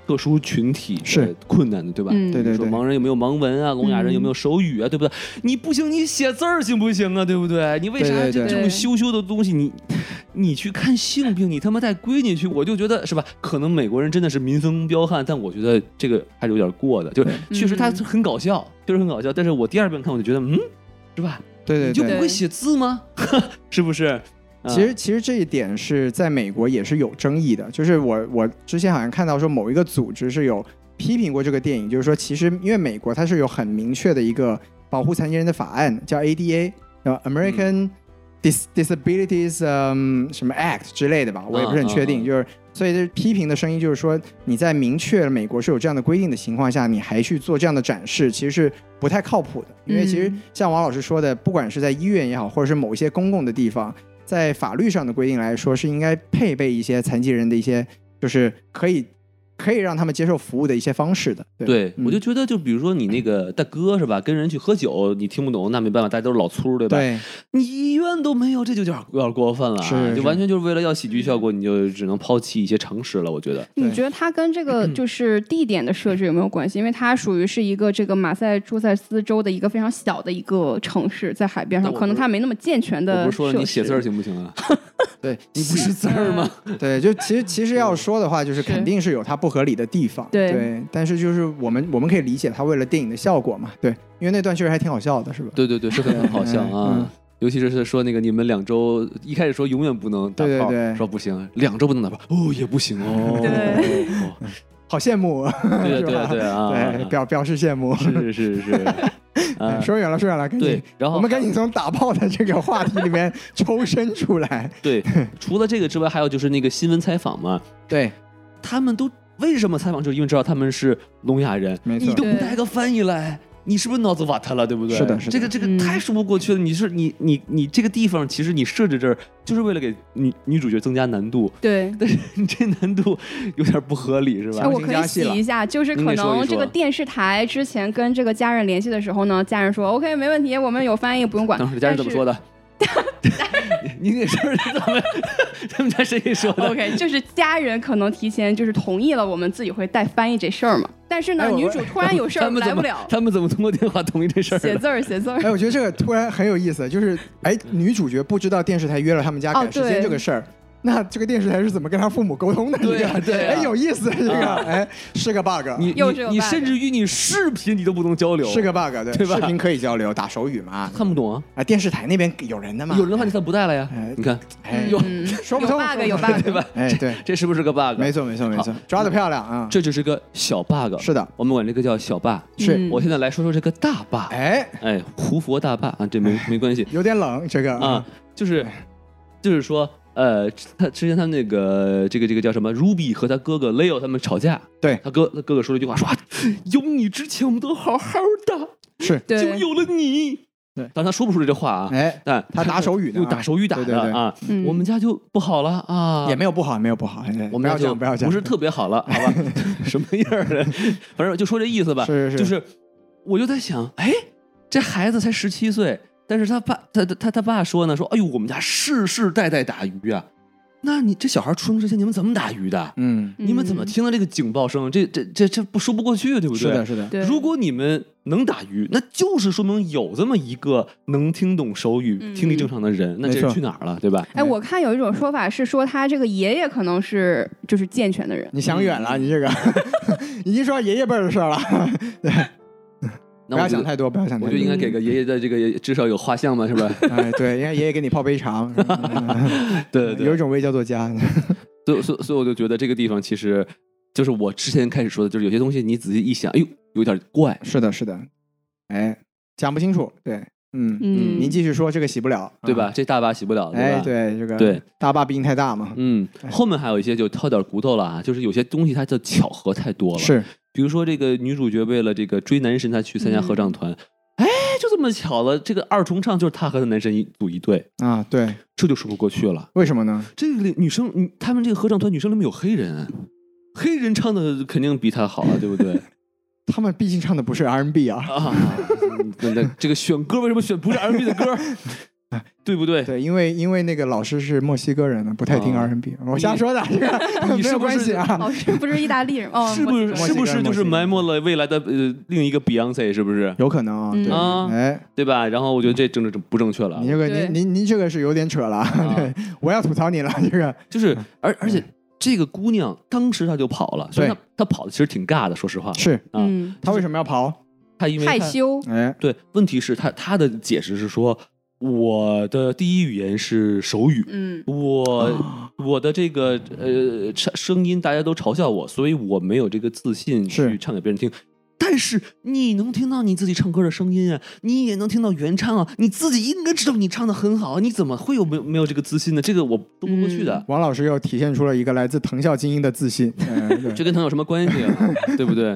S2: 特殊群体的
S1: 是
S2: 困难的，对吧？
S4: 嗯
S1: 对对
S2: 说盲人有没有盲文啊？聋哑人有没有手语啊？对不对？你不行，你写字儿行不行啊？对不对？你为啥
S1: 对对
S2: 这
S1: 对
S2: 这种羞羞的东西，你你去看性病，你他妈带闺女去，我就觉得是吧？可能美国人真的是民风彪悍，但我觉得这个还是有点过的，就是确实他
S4: 嗯
S2: 很搞笑，确实很搞笑。但是我第二遍看我就觉得，嗯，是吧？
S1: 对对
S2: 你就
S1: 对
S2: 不。会写字吗？ 是不是？啊
S1: 其实，其实这一点是在美国也是有争议的。就是我，我之前好像看到说某一个组织是有批评过这个电影，就是说其实因为美国它是有很明确的一个保护残疾人的法案，叫 ADA，叫
S2: 嗯
S1: American、Dis Disabilities 嗯、什么 Act 之类的吧，我也不是很确定。
S2: 嗯嗯嗯
S1: 就是所以这批评的声音就是说你在明确美国是有这样的规定的情况下，你还去做这样的展示，其实是不太靠谱的。因为其实
S4: 嗯
S1: 像王老师说的，不管是在医院也好，或者是某一些公共的地方，在法律上的规定来说，是应该配备一些残疾人的一些，就是可以可以让他们接受服务的一些方式的。对
S2: 对，
S1: 嗯
S2: 我就觉得，就比如说你那个大哥是吧，跟人去喝酒，你听不懂，那没办法，大家都是老粗，对
S1: 嗯
S2: 吧？
S1: 对
S2: 你医院都没有，这就有点有点过分了、啊，
S1: 是是
S2: 就完全就是为了要喜剧效果，你就只能抛弃一些常识了。我觉得，
S1: 对
S4: 你觉得它跟这个
S2: 嗯
S4: 就是地点的设置有没有关系？因为它属于是一个这个马赛诸塞斯州的一个非常小的一个城市，在海边上，
S2: 那我
S4: 可能
S2: 不是
S4: 它没那么健全
S2: 我
S4: 的
S2: 不
S4: 设
S2: 是说
S4: 施。
S2: 你写字儿行不行啊？
S1: 对
S2: 你不识字儿吗？ 嗯
S1: 对，就其实其实要说的话，就是
S4: 是
S1: 肯定是有它不合理的地方。
S4: 对
S1: 但是就是我们我们可以理解它为了电影的效果嘛。对，因为那段确实还挺好笑的，是吧？
S2: 对对对，是很好笑
S1: 嗯
S2: 啊。
S1: 嗯
S2: 尤其是说那个你们两周一开始说永远不能打炮，
S1: 对对对
S2: 说不行，两周不能打炮，哦也不行哦，
S4: 对
S2: 哦
S1: 好羡慕，
S2: 对对
S1: 是吧
S2: 对对啊，
S1: 对，表表示羡慕。 哎
S2: 是是是是，啊，
S1: 说远了，说远了，赶紧
S2: 对，然后
S1: 嗯我们赶紧从打炮的这个话题里面 抽身出来。
S2: 对， 除了这个之外，还有就是那个新闻采访嘛，
S1: 对，
S2: 他们都为什么采访，就是因为知道他们是聋哑人，
S1: 没错
S2: 你都不
S4: 对
S2: 带个翻译来。你是不是脑子瓦特了，对不对？
S1: 是的是的
S2: 这个这
S4: 嗯
S2: 个太说不过去了。你是你你你这个地方，其实你设置这儿就是为了给女女主角增加难度，
S4: 对，
S2: 但是你这难度有点不合理，是
S4: 哎，
S2: 吧？
S1: 强行
S4: 我可以
S1: 加戏
S4: 洗
S1: 了
S4: 一下，就是
S2: 您
S4: 可
S2: 给说一
S4: 能这
S2: 说
S4: 个电视台之前跟这个家人联系的时候呢，家人说 OK 没问题，我们有翻译，不用管。
S2: 当时家人怎么说
S4: 的
S2: 的？ 你你给说是怎么？他们家谁给说的？
S4: ？OK，就是家人可能提前就是同意了，我们自己会带翻译这事儿嘛。但是呢，
S1: 哎我
S4: 女主突然有事
S2: 他
S4: 儿
S2: 们
S4: 来
S2: 怎
S4: 不
S2: 么
S4: 了，
S2: 他们怎么通过电话同意这事儿
S4: 写
S2: 的？
S4: 字儿写字儿。
S1: 哎，我觉得这个突然很有意思，就是哎，女主角不知道电视台约了他们家
S4: 哦
S1: 赶时间
S4: 对
S1: 这个事儿。那这个电视台是怎么跟他父母沟通的？
S2: 对呀
S1: 这个
S2: 对呀
S1: 哎，有意思，这个
S2: 啊
S1: 哎是个 bug，
S2: 你
S4: 又是
S2: 你
S4: 个
S2: 你
S4: bug
S2: 甚至于你视频你都不能交流，
S1: 是个 bug，对，
S2: 对吧
S1: 视频可以交流，打手语嘛。
S2: 看不懂啊。
S1: 啊，电视台那边有人的嘛，
S2: 有人的话，你算不带了呀
S1: 哎？
S2: 你看，
S1: 哎
S2: 有
S4: 嗯，
S1: 说不
S4: 有
S1: 通
S4: bug 有 bug，
S2: 对吧？
S1: 哎对，
S2: 这是不是个 bug？
S1: 没错没错没错，抓的漂亮啊，
S2: 这只是个小 bug。
S1: 是的，
S2: 我们管这个叫小 bug。
S1: 是，
S4: 嗯
S2: 我现在来说说这个大 bug。
S1: 哎，
S2: 哎，胡佛大坝啊，这没没 关系
S1: 有点冷这个
S2: 啊，，就是就是说。呃，他之前他那个这个这个叫什么，Ruby 和他哥哥 Leo 他们吵架，
S1: 对
S2: 他哥他哥哥说了一句话，说啊有你之前我们都好好的，
S1: 嗯是，
S2: 就
S4: 对，
S2: 有了你。
S1: 对
S2: 但他说不出来这话啊，
S1: 哎，
S2: 但
S1: 他打手语的啊
S2: 又打手语打
S1: 对
S2: 的
S1: 对对
S2: 啊，
S4: 嗯
S2: 我们家就不好了啊，
S1: 也没有不好，也没有不好，哎
S2: 我
S1: 不
S2: 们
S1: 要
S2: 家
S1: 这
S2: 就
S1: 样，不要这样，
S2: 不是特别好了，好吧？ 什么样儿的？反正就说这意思吧。
S1: 是是是
S2: 就是我就在想，哎，这孩子才十七岁，但是他爸他他他他爸说呢，说哎呦，我们家世世代代打鱼啊，那你这小孩出生之前你们怎么打鱼的？
S1: 嗯，
S2: 你们怎么
S4: 嗯
S2: 听到这个警报声？这这这这不说不过去，对不对？
S1: 是的，是的，
S4: 对
S2: 如果你们能打鱼，那就是说明有这么一个能听懂手语、
S4: 嗯
S2: 听力正常的人，那
S1: 没
S2: 这人
S1: 错
S2: 去哪儿了，对吧？
S4: 哎，我看有一种说法是说他这个爷爷可能是就是健全的人，
S1: 你想远
S2: 嗯
S1: 了，你 这个已经说爷爷辈儿的事儿了，
S2: 那
S1: 不要
S2: 我觉
S1: 想
S2: 得，
S1: 太多，不要想太
S2: 我就应
S1: 多。
S2: 该给个爷爷的这个至少有画像嘛，是吧？
S1: 哎，对，应该爷爷给你泡杯茶，
S2: 对对
S1: 有一
S2: 对，
S1: 种味叫做家。
S2: 所以所以所以我就觉得这个地方其实就是我之前开始说的，就是有些东西你仔细一想，哎呦，有点怪。
S1: 是的，是的，哎，讲不清楚，对，嗯，
S4: 嗯，
S1: 您继续说，这个洗不了，
S2: 对吧？
S1: 啊？
S2: 这大坝洗不了，
S1: 哎，
S2: 吧？
S1: 对，这个
S2: 对，
S1: 大坝毕竟太大嘛，
S2: 嗯，后面还有一些就挑点骨头了啊，就是有些东西它的巧合太多了。，
S1: 是，
S2: 比如说这个女主角为了这个追男神，她去参加合唱团，哎，就这么巧了，这个二重唱就是她和她男神一组一队，
S1: 啊，对，
S2: 这就说不过去了。
S1: 为什么呢？
S2: 这个女生，嗯他们这个合唱团女生里面有黑人，黑人唱的肯定比她好啊，对不对？
S1: 他们毕竟唱的不是 R&B 啊，
S2: 啊，那那这个选歌为什么选不是 R&B 的歌？ 对不对？
S1: 对，因为因为那个老师是墨西哥人呢，不太听
S2: 啊
S1: R&B，我瞎说的，这个
S2: 你
S1: 没
S2: 是
S1: 有
S2: 不
S1: 关
S2: 是
S1: 系啊，
S4: 哦是不是意大利人？哦，
S2: 是不是
S4: 墨
S1: 西
S4: 西
S2: 是不是
S4: 哥
S1: 墨西哥
S2: 就是埋没了未来的呃另一个 Beyonce 是不是？
S1: 有可能啊，对，
S2: 啊
S1: 哎，
S2: 对吧？然后我觉得这政治不正确了啊
S1: 你，这个
S4: 对
S1: 您您您这个是有点扯了，对，我要吐槽你了，这个
S2: 就是而而且这个姑娘当时她就跑了，所以她
S1: 对
S2: 她跑的其实挺尬的，说实话，
S1: 是
S2: 啊
S4: 嗯，
S1: 他为什么要跑？
S2: 她因为
S4: 害
S2: 她
S4: 羞，
S1: 哎，
S2: 对，问题是她她的解释是说我的第一语言是手语，
S4: 嗯，
S2: 我我的这个呃唱声音，大家都嘲笑我，所以我没有这个自信
S1: 是
S2: 去唱给别人听。但是你能听到你自己唱歌的声音啊，你也能听到原唱啊，你自己应该知道你唱的很好啊，你怎么会有没有没有这个自信呢？这个我说不过去的，
S1: 王老师又体现出了一个来自藤校精英的自信，哎对
S2: 这跟他有什么关系啊？对不对？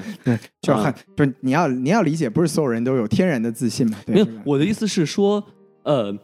S1: 就
S2: 啊
S1: 很就是你要你要理解，不是所有人都有天然的自信嘛，对
S2: 没有
S1: 这个，
S2: 我的意思是说，呃，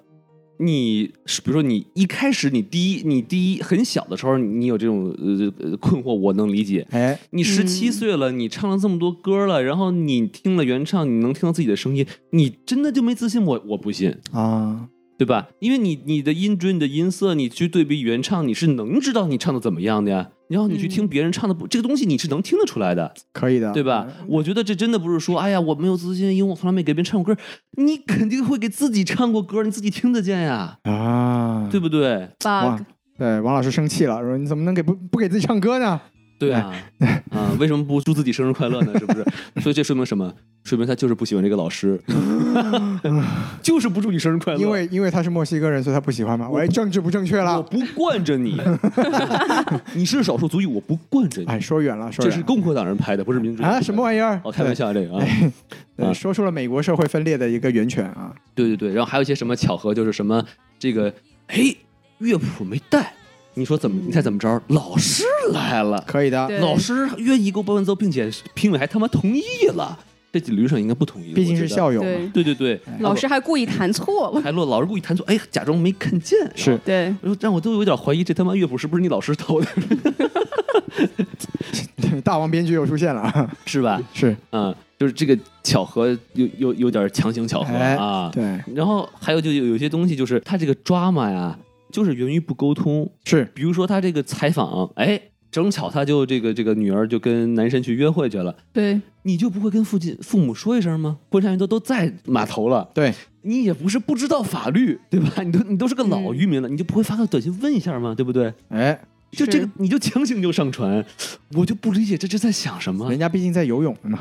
S2: 你是比如说你一开始你第一你第一很小的时候，你有这种呃呃困惑，我能理解。
S1: 哎，
S2: 你十七
S4: 嗯
S2: 岁了，你唱了这么多歌了，然后你听了原唱，你能听到自己的声音，你真的就没自信？我我不信，
S1: 啊，
S2: 对吧？因为你你的音准、你的音色，你去对比原唱，你是能知道你唱的怎么样的呀。然后你去听别人唱的不，这个东西你是能听得出来的，
S1: 可以的，
S2: 对吧？我觉得这真的不是说，哎呀，我没有自信，因为我从来没给别人唱过歌。你肯定会给自己唱过歌，你自己听得见呀，
S1: 啊，
S2: 对不对？
S1: 哇
S4: bug，
S1: 对，王老师生气了，说你怎么能给不不给自己唱歌呢？
S2: 对啊，啊，为什么不祝自己生日快乐呢？是不是？所以这说明什么？说明他就是不喜欢这个 老师，就是不祝你生日快乐。
S1: 因 为因为他是墨西哥人，所以他不喜欢嘛。喂，政治不正确
S2: 我
S1: 了。
S2: 不惯 着你，你是少数族裔，我不惯着你。
S1: 哎，说远了，说
S2: 这
S1: 远
S2: 是
S1: 了
S2: 共和党人拍的，不是民主。
S1: 啊，什么玩意儿？
S2: 哦，开玩笑啊这个啊，
S1: 对，对，
S2: 啊
S1: 说出了美国社会分裂的一个源泉啊。
S2: 对对对，然后还有一些什么巧合，就是什么这个，哎，乐谱没带，你说怎么？你猜怎么着？老师来了，
S1: 可以的，
S4: 对
S2: 老师愿意给我伴奏，并且评委还他妈同意了，这理论上应该不同意，
S1: 毕竟
S2: 我觉
S1: 是
S2: 得
S1: 校友哎嘛。
S4: 对，
S2: 对对对，
S4: 老师还故意弹 错了，
S2: 还落老师故意弹错，哎，假装没看见，
S1: 是
S2: 然后。
S4: 对，
S2: 然后让我都有点怀疑，这他妈乐谱是不是你老师偷的，
S1: 大王编剧又出现了啊，
S2: 是吧？
S1: 是
S2: 嗯，就是这个巧合有有有点强行巧合
S1: 哎
S2: 啊。
S1: 对，
S2: 然后还有就有有些东西，就是他这个 drama 呀，就是源于不沟通。
S1: 是
S2: 比如说他这个采访，哎，正巧他就这个这个女儿就跟男神去约会去了，
S4: 对，
S2: 你就不会跟父亲父母说一声吗？哎婚纱人都都在码头了，
S1: 对，
S2: 你也不是不知道法律，对吧？你都你都是个
S1: 嗯
S2: 老渔民了，你就不会发个短信问一下吗？对不对？
S1: 哎，
S2: 就这个
S4: 是
S2: 你就强行就上传，我就不理解这这在想什么
S1: 人，家毕竟在游泳嘛，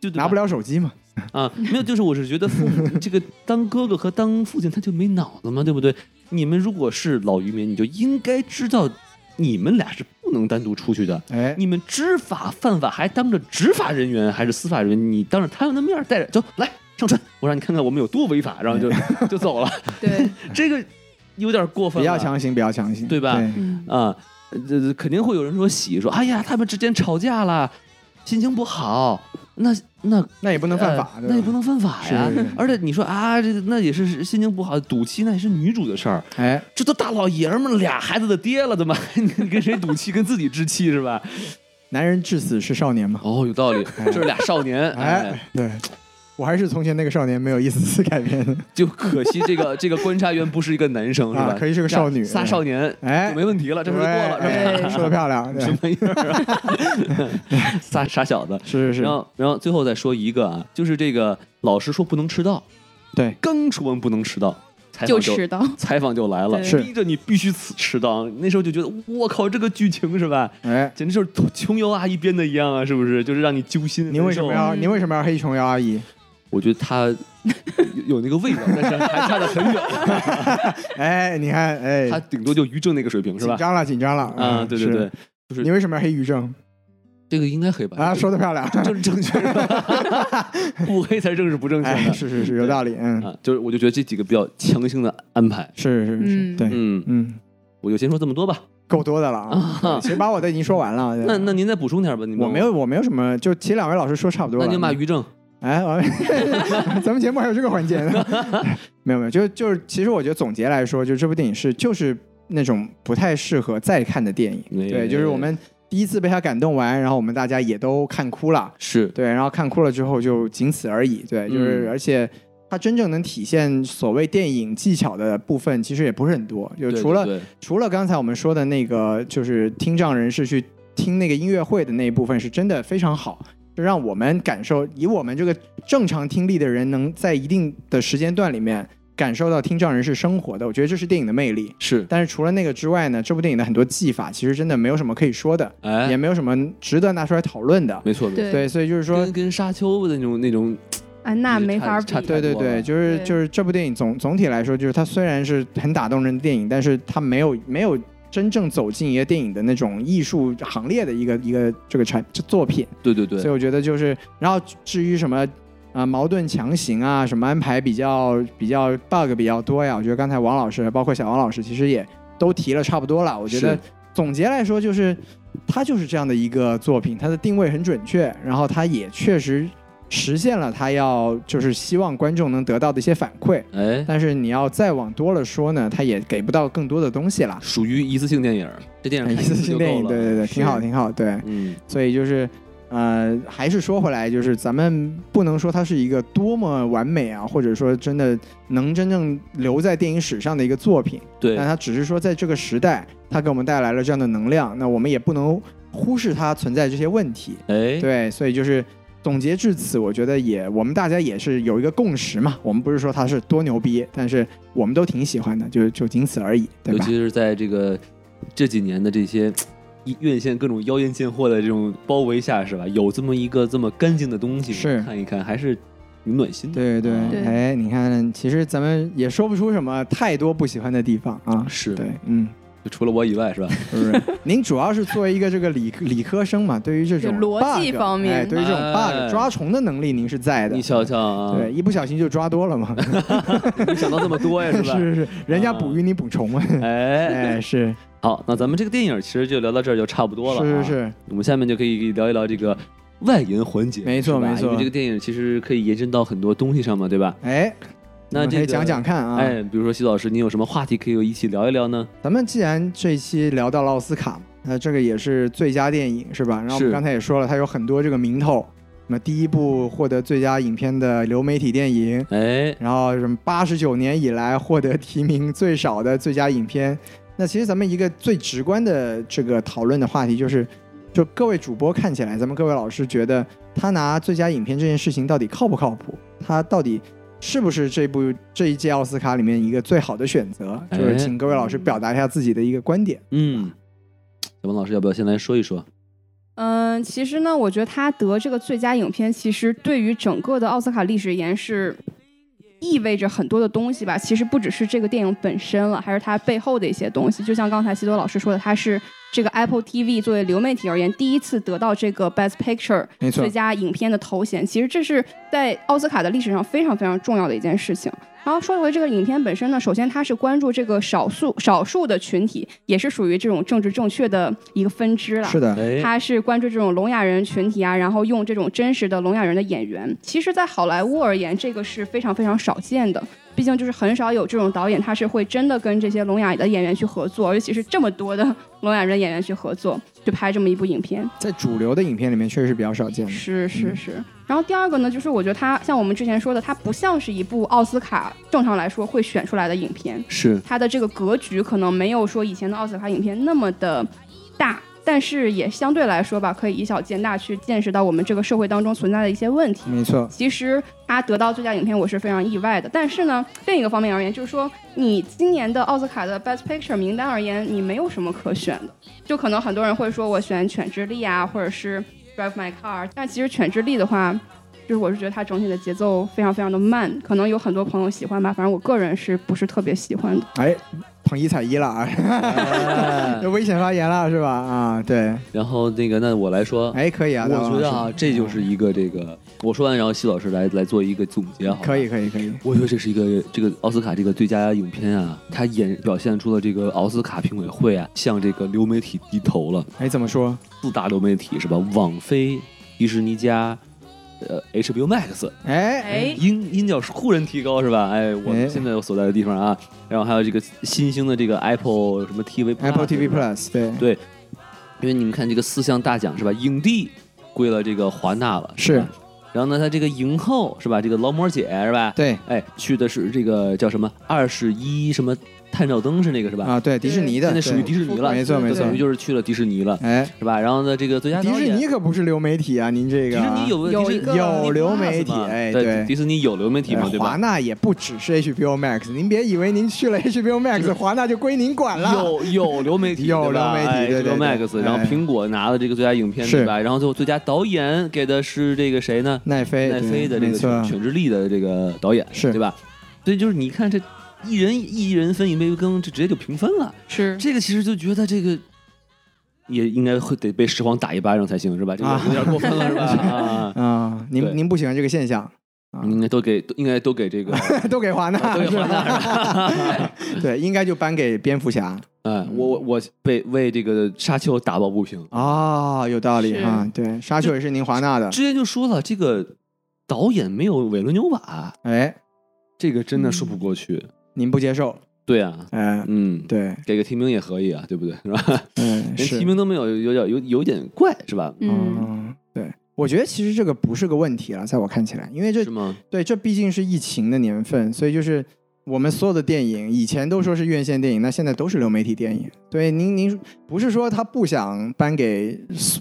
S2: 就
S1: 拿不
S2: 了
S1: 了手机嘛。
S2: 啊。没有，就是我是觉得父母这个当哥哥和当父亲他就没脑子嘛，对不对？你们如果是老渔民，你就应该知道，你们俩是不能单独出去的。
S1: 哎，
S2: 你们知法犯法，还当着执法人员还是司法人员，你当着他们的面儿带着走来上船，我让你看看我们有多违法，然后就 就走了。
S4: 对，
S2: 这个有点过分
S1: 不
S2: 了，
S1: 要强行，不要强行，
S2: 对吧
S4: 嗯，
S2: 啊！这、这肯定会有人说喜说，哎呀，他们之间吵架了，心情不好，那那
S1: 那也不能犯
S2: 呃
S1: 法，对吧
S2: 那也不。能犯法呀
S1: 是是是。
S2: 而且你说啊，这个那也是心情不好，赌气那也是女主的事儿，
S1: 哎，
S2: 这都大老爷们儿俩孩子的爹了，怎么你跟谁赌气，跟自己置气是吧？
S1: 男人至死是少年嘛。
S2: 哦，有道理， 这是俩少年，哎，
S1: 哎，对，我还是从前那个少年，没有一丝丝改变的。
S2: 就可惜这个这个观察员不是一个男生，是
S1: 啊
S2: 吧？
S1: 可以是个少女
S2: 这样仨少年，
S1: 哎
S2: 就没问题啊了，这回就过了，
S1: 对
S2: 是
S1: 哎
S2: 吧？
S1: 说的漂亮，对
S2: 什么样儿啊？ 仨傻小子。
S1: 是是是，
S2: 然后，然后最后再说一个啊，就是这个老师说不能迟到，
S1: 对，
S2: 刚说完不能迟到，采访
S4: 就
S2: 就
S4: 迟到，
S2: 采访就来了，
S4: 对
S1: 是
S2: 逼着你必须迟迟到。那时候就觉得，我靠，这个剧情是吧？
S1: 哎，
S2: 简直就是琼瑶阿姨编的一样啊，是不是？就是让你揪心。
S1: 您为什么要
S4: 嗯
S1: 您为什么要黑琼瑶阿姨？
S2: 我觉得他有有那个味道，但是还差得很远。
S1: 哎，你看， 哎，
S2: 他顶多就于正那个水平是
S1: 紧
S2: 吧？
S1: 张了，紧张了。嗯
S2: 啊，对
S1: 是
S2: 对对，，是
S1: 你为什么要黑于正
S2: 这个应该黑吧？
S1: 啊？说的漂亮，
S2: 正正确是 吧，不黑才是正是不正确
S1: 哎，
S2: 的
S1: 是是是，有道理，嗯，
S2: 啊。就是我就觉得这几个比较强行的安排，
S1: 是是是，
S4: 嗯
S1: 对，
S2: 嗯，
S1: 嗯，
S2: 我就先说这么多吧。
S1: 够多的了啊。其实把我的已经说完了。对
S2: 那那您再补充点吧，你们
S1: 我没，有我没有什么，就其实两位老师说差不多啊
S2: 那
S1: 了。
S2: 您骂于正
S1: 哎，我咱们节目还有这个环节呢？ 没有没有，就就是，其实我觉得总结来说，就这部电影是就是那种不太适合再看的电影。
S2: 哎
S1: 对，就是我们第一次被他感动完，然后我们大家也都看哭了。
S2: 是
S1: 对，然后看哭了之后就仅此而已。对，就是、
S2: 嗯
S1: 而且它真正能体现所谓电影技巧的部分，其实也不是很多。就
S2: 对
S1: 除了
S2: 对
S1: 除了刚才我们说的那个，就是听障人士去听那个音乐会的那一部分，是真的非常好，就让我们感受，以我们这个正常听力的人，能在一定的时间段里面感受到听障人士生活的，我觉得这是电影的魅力。
S2: 是，
S1: 但是除了那个之外呢，这部电影的很多技法其实真的没有什么可以说的，也
S2: 哎，
S1: 没有什么值得拿出来讨论的。
S2: 没错，没错
S4: 对
S1: 对，所以就是说
S2: 跟，跟沙丘的那种那种
S4: 安娜
S2: 就是
S4: 没
S2: 差
S4: 法比
S2: 差，
S1: 对对
S2: 太多
S1: 对，
S2: 了
S1: 就是
S4: 对
S1: 就是这部电影总总体来说，就是它虽然是很打动人的电影，但是它没有没有真正走进一个电影的那种艺术行列的一个一个这个产这作品，
S2: 对对对
S1: 所以，我觉得就是，然后至于什么。啊、矛盾强行啊，什么安排比较比较 bug 比较多呀？我觉得刚才王老师包括小王老师其实也都提了差不多了。我觉得
S2: 是
S1: 总结来说，就是它就是这样的一个作品，它的定位很准确，然后它也确实实现了他要就是希望观众能得到的一些反馈。
S2: 哎，
S1: 但是你要再往多了说呢，他也给不到更多的东西了。
S2: 属于一次性电影儿，这电 影儿
S1: 哎一
S2: 看
S1: 次
S2: 次
S1: 性
S2: 就
S1: 电
S2: 够
S1: 影，
S2: 了。
S1: 对对对，挺好
S4: 是
S1: 挺好，对。
S2: 嗯，
S1: 所以就是，呃，还是说回来，就是咱们不能说它是一个多么完美啊，或者说真的能真正留在电影史上的一个作品，
S2: 对
S1: 但它只是说在这个时代，它给我们带来了这样的能量，那我们也不能忽视它存在这些问题。
S2: 哎，
S1: 对，所以就是总结至此，我觉得也我们大家也是有一个共识嘛，我们不是说它是多牛逼，但是我们都挺喜欢的，就就仅此而已，对
S2: 尤
S1: 吧
S2: 其？是在这个这几年的这些一院线各种妖艳贱货的这种包围下，是吧？有这么一个这么干净的东西，
S1: 是
S2: 看一看还是挺暖心的。
S1: 对对
S2: 啊，
S4: 对
S1: 哎，你看，其实咱们也说不出什么太多不喜欢的地方啊。
S2: 是
S1: 对，嗯，
S2: 就除了我以外，是吧？
S1: 是不是？ 您主要是作为一个这个理理科生嘛，对于这种
S5: 就逻辑
S1: bug，
S5: 方面
S1: 哎对于这种
S2: 哎
S1: bug 抓虫的能力您是在的。
S2: 你瞧瞧啊，
S1: 对，一不小心就抓多了嘛。
S2: 没想到这么多 呀，是
S1: 是
S2: 吧？
S1: 是是，人家
S2: 啊
S1: 捕鱼你捕 虫嘛。
S2: 哎，
S1: 哎，是
S2: 好，那咱们这个电影其实就聊到这儿就差不多了、啊。
S1: 是是是，
S2: 我们下面就可以聊一聊这个外延环节，
S1: 没错
S2: 是吧
S1: 没错
S2: 因为这个电影其实可以延伸到很多东西上嘛，对吧？
S1: 哎，
S2: 那
S1: 我们
S2: 这
S1: 可
S2: 个
S1: 以讲讲看啊。
S2: 哎，比如说徐老师，你有什么话题可以一起聊一聊呢？
S1: 咱们既然这一期聊到了奥斯卡嘛，那这个也是最佳电影是吧？然后我
S2: 是
S1: 们刚才也说了，它有很多这个名头，那么第一部获得最佳影片的流媒体电影，
S2: 哎，
S1: 然后什么八十九年以来获得提名最少的最佳影片。那其实咱们一个最直观的这个讨论的话题就是，就各位主播看起来，咱们各位老师觉得他拿最佳影片这件事情到底靠不靠谱？他到底是不是这部这一届奥斯卡里面一个最好的选择？
S2: 哎
S1: 就是请各位老师表达一下自己的一个观点。
S2: 嗯，小王老师要不要先来说一说？
S4: 嗯，其实呢，我觉得他得这个最佳影片，其实对于整个的奥斯卡历史而言是意味着很多的东西吧。其实不只是这个电影本身了，还是它背后的一些东西。就像刚才西多老师说的，它是这个 Apple TV 作为流媒体而言，第一次得到这个 Best Picture
S1: 没错
S4: 最，佳影片的头衔。其实这是在奥斯卡的历史上非常非常重要的一件事情。然后说回这个影片本身呢，首先它是关注这个少数少数的群体，也是属于这种政治正确的一个分支了。
S1: 是的，
S2: 哎，
S4: 他是关注这种聋哑人群体啊，然后用这种真实的聋哑人的演员。其实，在好莱坞而言，这个是非常非常少见的，毕竟就是很少有这种导演，他是会真的跟这些聋哑的演员去合作，尤其是这么多的聋哑人演员去合作，就拍这么一部影片。
S1: 在主流的影片里面确实是比较少见的。
S4: 是是
S1: 嗯
S4: 是。然后第二个呢，就是我觉得它像我们之前说的，它不像是一部奥斯卡正常来说会选出来的影片，
S2: 是
S4: 它的这个格局可能没有说以前的奥斯卡影片那么的大，但是也相对来说吧，可以以小见大，去见识到我们这个社会当中存在的一些问题。
S1: 没错，
S4: 其实他得到最佳影片，我是非常意外的。但是呢，另一个方面而言，就是说你今年的奥斯卡的 Best Picture 名单而言，你没有什么可选的。就可能很多人会说我选《犬之力》啊，或者是《Drive My Car》，但其实《犬之力》的话，就是我是觉得它整体的节奏非常非常的慢，可能有很多朋友喜欢吧，反正我个人是不是特别喜欢的。
S1: 哎，捧一踩一了啊，
S2: 哎
S1: 这危险发言了是吧？啊，对，
S2: 然后那个，那我来说，
S1: 哎，可以啊，
S2: 我
S1: 大王
S2: 觉得
S1: 老
S2: 啊，
S1: 师
S2: 这就是一个这个，我说完，然后西老师来来做一个总结，好吧
S1: 可以，。可以，可以。
S2: 我觉得这是一个这个奥斯卡这个最佳影片啊，它演表现出了这个奥斯卡评委会啊向这个流媒体低头了。
S1: 哎，怎么说？
S2: 四大流媒体是吧？网飞、迪士尼加、呃 HBO Max，
S1: 哎，
S4: 哎，
S2: 音音调忽然提高是吧？哎，我
S1: 哎
S2: 们现在我所在的地方啊，然后还有这个新兴的这个 Apple 什么 TV Plus
S1: Apple
S2: 是
S1: TV
S2: 吧
S1: Plus，对，
S2: 对，因为你们看这个四项大奖是吧？影帝归了这个华纳了，吧然后呢，他这个影后是吧？这个劳模姐是吧？
S1: 对
S2: 哎，去的是这个叫什么二十一什么探照灯是那个是吧？
S1: 啊，对，迪士尼的，
S2: 现在属
S1: 对
S2: 于迪士尼了，
S1: 没错没错
S2: 等于就是去了迪士尼了，
S1: 哎，
S2: 是吧？然后呢，这个最佳
S1: 迪
S2: 导
S1: 士
S2: 演
S1: 尼可不是流媒体啊，您这
S2: 迪
S1: 个
S2: 士
S1: 啊
S2: 尼有
S4: 有
S2: 迪士
S4: 一个
S1: 有流
S2: Plus
S1: 媒体
S2: 嘛
S1: 哎
S2: 啊对，
S1: 对
S2: 迪士尼有流媒体嘛，
S1: 哎
S2: 对
S1: 华
S2: 吧？
S1: 纳也不只是 HBO Max，您别以为您去了 HBO
S2: 这个
S1: Max，华纳就归您管了。
S2: 有有流媒体，
S1: 有流媒体对对对
S2: h Max，然后
S1: 哎
S2: 苹果拿了这个最佳影片，
S1: 是
S2: 对吧？然后最后最佳导演给的是这个谁呢？
S1: 奈飞，
S2: 奈
S1: 哎对
S2: 飞的这
S1: 没
S2: 个
S1: 错
S2: 犬，犬之力的这个导演，
S1: 是
S2: 对吧？所以就是你看这一人一人分一杯羹，这直接就平分了。
S4: 是
S2: 这个其实就觉得这个也应该会得被时皇打一巴掌才行，是吧？这个
S1: 啊
S2: 有点过分了，是吧？ 啊。
S1: 啊，
S2: 对
S1: 您您不喜欢这个现象， 啊
S2: 应该都给，都应该都给这个，
S1: 都给华纳
S2: 啊都给
S1: 是
S2: 华
S1: 吧？
S2: 纳是吧？
S1: 对，应该就颁给蝙蝠侠
S2: 哎，我我我被为这个沙丘打抱不平。
S1: 啊，有道理
S4: 是
S1: 啊，对，沙丘也是您华纳的，
S2: 之前就说了，这个导演没有维伦纽瓦，
S1: 哎，
S2: 这个真的说不过去。
S1: 您不接受？
S2: 嗯对啊，
S1: 哎，
S2: 嗯，
S1: 对，
S2: 给个提名也可以啊，对不对？是吧？
S1: 嗯，
S2: 连
S1: 是
S2: 提，名都没有，有点有有点怪，是吧？
S4: 嗯，
S1: 嗯，对，我觉得其实这个不是个问题了，在我看起来，因为这
S2: 是吗？
S1: 对，这毕竟是疫情的年份，所以就是我们所有的电影以前都说是院线电影，那现在都是流媒体电影。对，您您不是说他不想颁给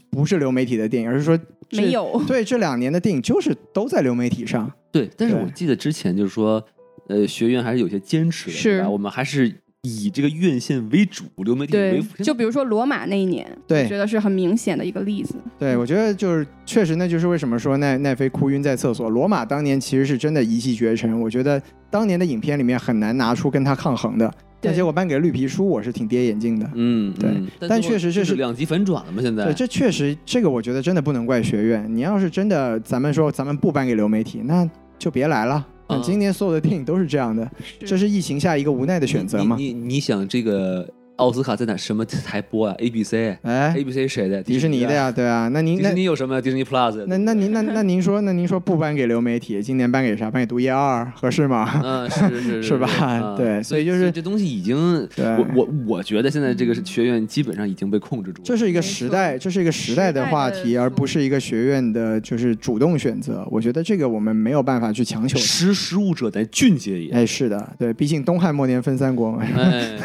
S1: 不是流媒体的电影，而是说这
S4: 没。有，
S1: 对，这两年的电影就是都在流媒体上。
S2: 对，但是
S1: 对
S2: 我记得之前就是说，呃，学院还是有些坚持的，
S4: 是
S2: 吧？我们还是以这个院线为主，流媒体为
S4: 对
S2: 辅。，
S4: 就比如说罗马那一年，
S1: 对
S4: 我觉得是很明显的一个例子。
S1: 对，
S2: 嗯
S1: 我觉得就是确实，那就是为什么说奈奈飞哭晕在厕所。罗马当年其实是真的一骑绝尘，我觉得当年的影片里面很难拿出跟他抗衡的。但
S4: 对
S1: 结果颁给绿皮书，我是挺跌眼镜的。
S2: 嗯，
S1: 对
S2: 嗯
S1: 但
S2: 最后
S1: 确实这
S2: 就是
S1: 是
S2: 两极反转了嘛？现在
S1: 对，这确实，这个我觉得真的不能怪学院。你要是真的，咱们说咱们不颁给流媒体，那就别来了。
S2: 啊
S1: 今年所有的电影都是这样的，这是疫情下一个无奈的选择嘛？
S2: 你你你想这个奥斯卡在哪什么台播啊？ABC
S1: 哎，
S2: ABC 谁的？
S1: 迪士尼的
S2: 呀。
S1: 呀，对啊，那您
S2: 迪士
S1: 那
S2: 尼有什么呀？迪士尼 Plus 呀。
S1: 那那您那那您说，那您说不颁给流媒体，今年颁给啥？颁给《毒液二》合适 吗？
S2: 嗯，是是
S1: 是吧
S2: 啊
S1: 对所以就是哎
S2: 这东西已经，
S1: 对
S2: 我我我觉得现在这个学院基本上已经被控制住了。
S1: 这是一个
S4: 没
S1: 时
S4: 错
S1: 代，这是一个时代的话
S4: 时
S1: 题，
S4: 代的
S1: 而不是一个学院的，就是主动选择。我觉得这个我们没有办法去强求它。
S2: 识时务者咱俊杰也。
S1: 哎， 是的，对，毕竟东汉末年分三国嘛。
S2: 哎，
S1: 对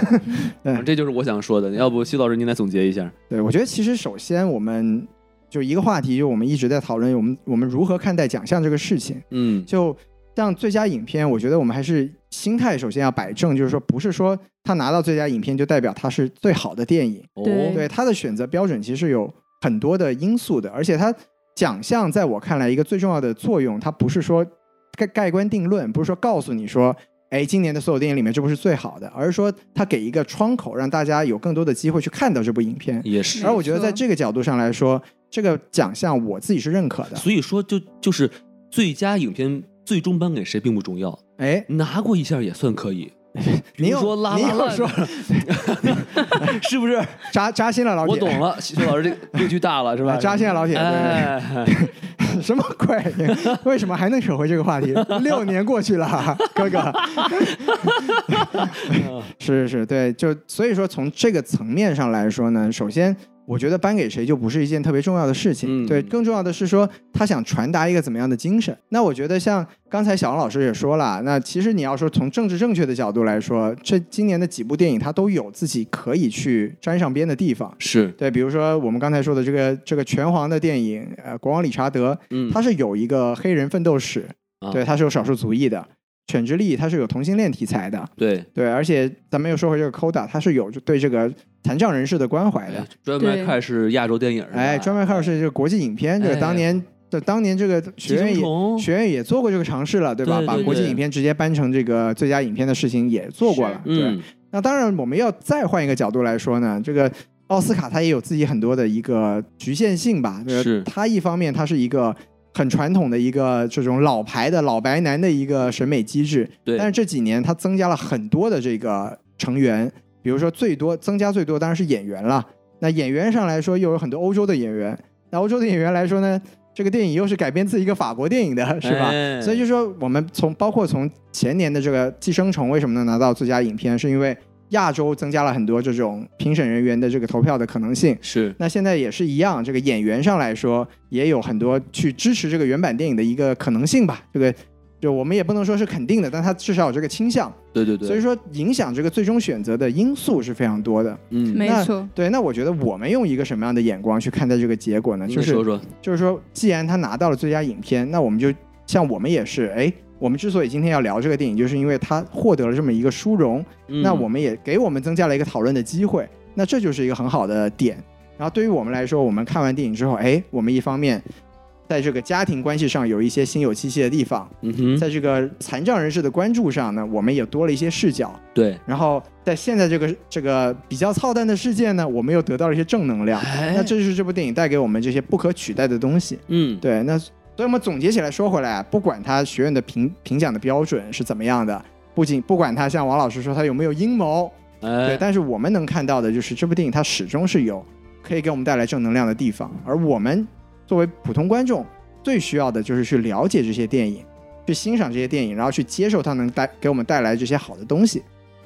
S2: 反正这就是我想说的。要不，徐老师您来总结一下？
S1: 对，我觉得其实首先我们就一个话题，就我们一直在讨论我们我们如何看待奖项这个事情。
S2: 嗯，
S1: 就像最佳影片，我觉得我们还是心态首先要摆正，就是说不是说他拿到最佳影片就代表他是最好的电影，
S2: 哦，
S4: 对
S1: 对他的选择标准其实有很多的因素的，而且他奖项在我看来一个最重要的作用，它不是说哎盖盖棺定论，不是说告诉你说。哎，今年的所有电影里面，这部是最好的，而是说它给一个窗口，让大家有更多的机会去看到这部影片。
S2: 也是。
S1: 而我觉得
S4: 没错
S1: 在这个角度上来说，这个奖项我自己是认可的。
S2: 所以说就，就是最佳影片最终颁给谁并不重要，
S1: 哎，
S2: 拿过一下也算可以。比
S1: 你
S2: 如
S1: 又
S2: 说 拉
S1: 你
S2: 拉
S1: 又
S2: 烂，
S1: 说
S2: 是不是？
S1: 扎扎心了，老铁，
S2: 我懂了，徐老师这个格 局大了是吧？
S1: 啊扎心了老铁对
S2: 哎，
S1: 什么鬼？为什么还能扯回这个话题？六年过去了，哥哥，是是是，对，就所以说从这个层面上来说呢，首先。我觉得颁给谁就不是一件特别重要的事情，
S2: 嗯
S1: 对，更重要的是说他想传达一个怎么样的精神。那我觉得像刚才小王老师也说了，那其实你要说从政治正确的角度来说，这今年的几部电影它都有自己可以去沾上边的地方，
S2: 是，
S1: 对，比如说我们刚才说的这个这个拳皇的电影，呃，国王理查德，
S2: 嗯，
S1: 他是有一个黑人奋斗史，
S2: 啊
S1: 对，他是有少数族裔的。犬之力它是有同性恋题材的，
S2: 对，
S1: 对，而且咱们又说回这个 Coda，它是有对这个残障人士的关怀的
S2: 哎。专门
S4: 对
S2: 看是亚洲电影，
S1: 哎，专门还有是这个国际影片，这个
S2: 哎
S1: 当年这当年这个学
S2: 寄
S1: 院
S2: 生
S1: 也
S2: 虫，
S1: 学院也做过这个尝试了，对吧？
S2: 对对
S1: 把国际
S2: 对
S1: 影片直接搬成这个最佳影片的事情也做过
S4: 是
S1: 了，对。
S2: 嗯，
S1: 那当然，我们要再换一个角度来说呢，这个奥斯卡它也有自己很多的一个局限性吧。这个
S2: 是
S1: 它一方面它是一个很传统的一个这种老牌的老白男的一个审美机制，
S2: 对
S1: 但是这几年它增加了很多的这个成员，比如说最多增加最多当然是演员了。那演员上来说，又有很多欧洲的演员。那欧洲的演员来说呢，这个电影又是改编自一个法国电影的，是吧？
S2: 哎
S1: 所以就说我们从包括从前年的这个《寄生虫》为什么能拿到最佳影片，是因为亚洲增加了很多这种评审人员的这个投票的可能性。
S2: 是
S1: 那现在也是一样，这个演员上来说也有很多去支持这个原版电影的一个可能性吧。这个就我们也不能说是肯定的，但它至少有这个倾向。
S2: 对对对，
S1: 所以说影响这个最终选择的因素是非常多的。
S2: 嗯，
S4: 没
S1: 那
S4: 错，
S1: 对，那我觉得我们用一个什么样的眼光去看待这个结果呢？
S2: 你
S1: 就是
S2: 说说，
S1: 就是说，既然他拿到了最佳影片，那我们就像我们也是，哎，我们之所以今天要聊这个电影，就是因为它获得了这么一个殊荣，
S2: 嗯
S1: 那我们也给我们增加了一个讨论的机会，那这就是一个很好的点。然后对于我们来说，我们看完电影之后，哎，我们一方面在这个家庭关系上有一些心有戚戚的地方，
S2: 嗯哼，
S1: 在这个残障人士的关注上呢，我们也多了一些视角。
S2: 对，
S1: 然后在现在这个这个比较操蛋的世界呢，我们又得到了一些正能量。
S2: 哎
S1: 那这就是这部电影带给我们这些不可取代的东西。
S2: 嗯，
S1: 对，那所以我们总结起来说回来啊，不管他学院的评评奖的标准是怎么样的，不仅不管他像王老师说他有没有阴谋，对，
S2: 哎，
S1: 但是我们能看到的就是这部电影它始终是有可以给我们带来正能量的地方，而我们作为普通观众，最需要的就是去了解这些电影，去欣赏这些电影，然后去接受它能带给我们带来这些好的东西。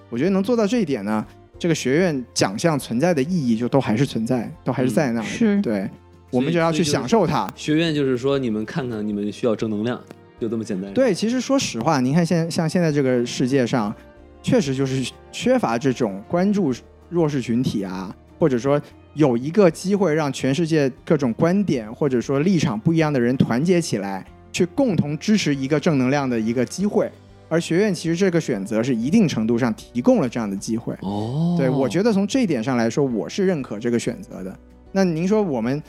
S1: 我觉得能做到这一点呢，这个学院奖项存在的意义就都还是存在，都还是在那里。
S4: 是
S1: 对，我们
S2: 嗯所以
S1: 只要去
S2: 这就是
S1: 享受它。
S2: 学院就是说，你们看看，你们需要正能量，就这么简单。，
S1: 对，其实说实话，您看现像现在这个世界上，确实就是缺乏这种关注弱势群体啊，或者说有一个机会让全世界各种观点或者说立场不一样的人团结起来，去共同支持一个正能量的一个机会。而学院其实这个选择是一定程度上提供了这样的机会。
S2: 哦，
S1: 对，我觉得从这一点上来说，我是认可这个选择的。那您说我们，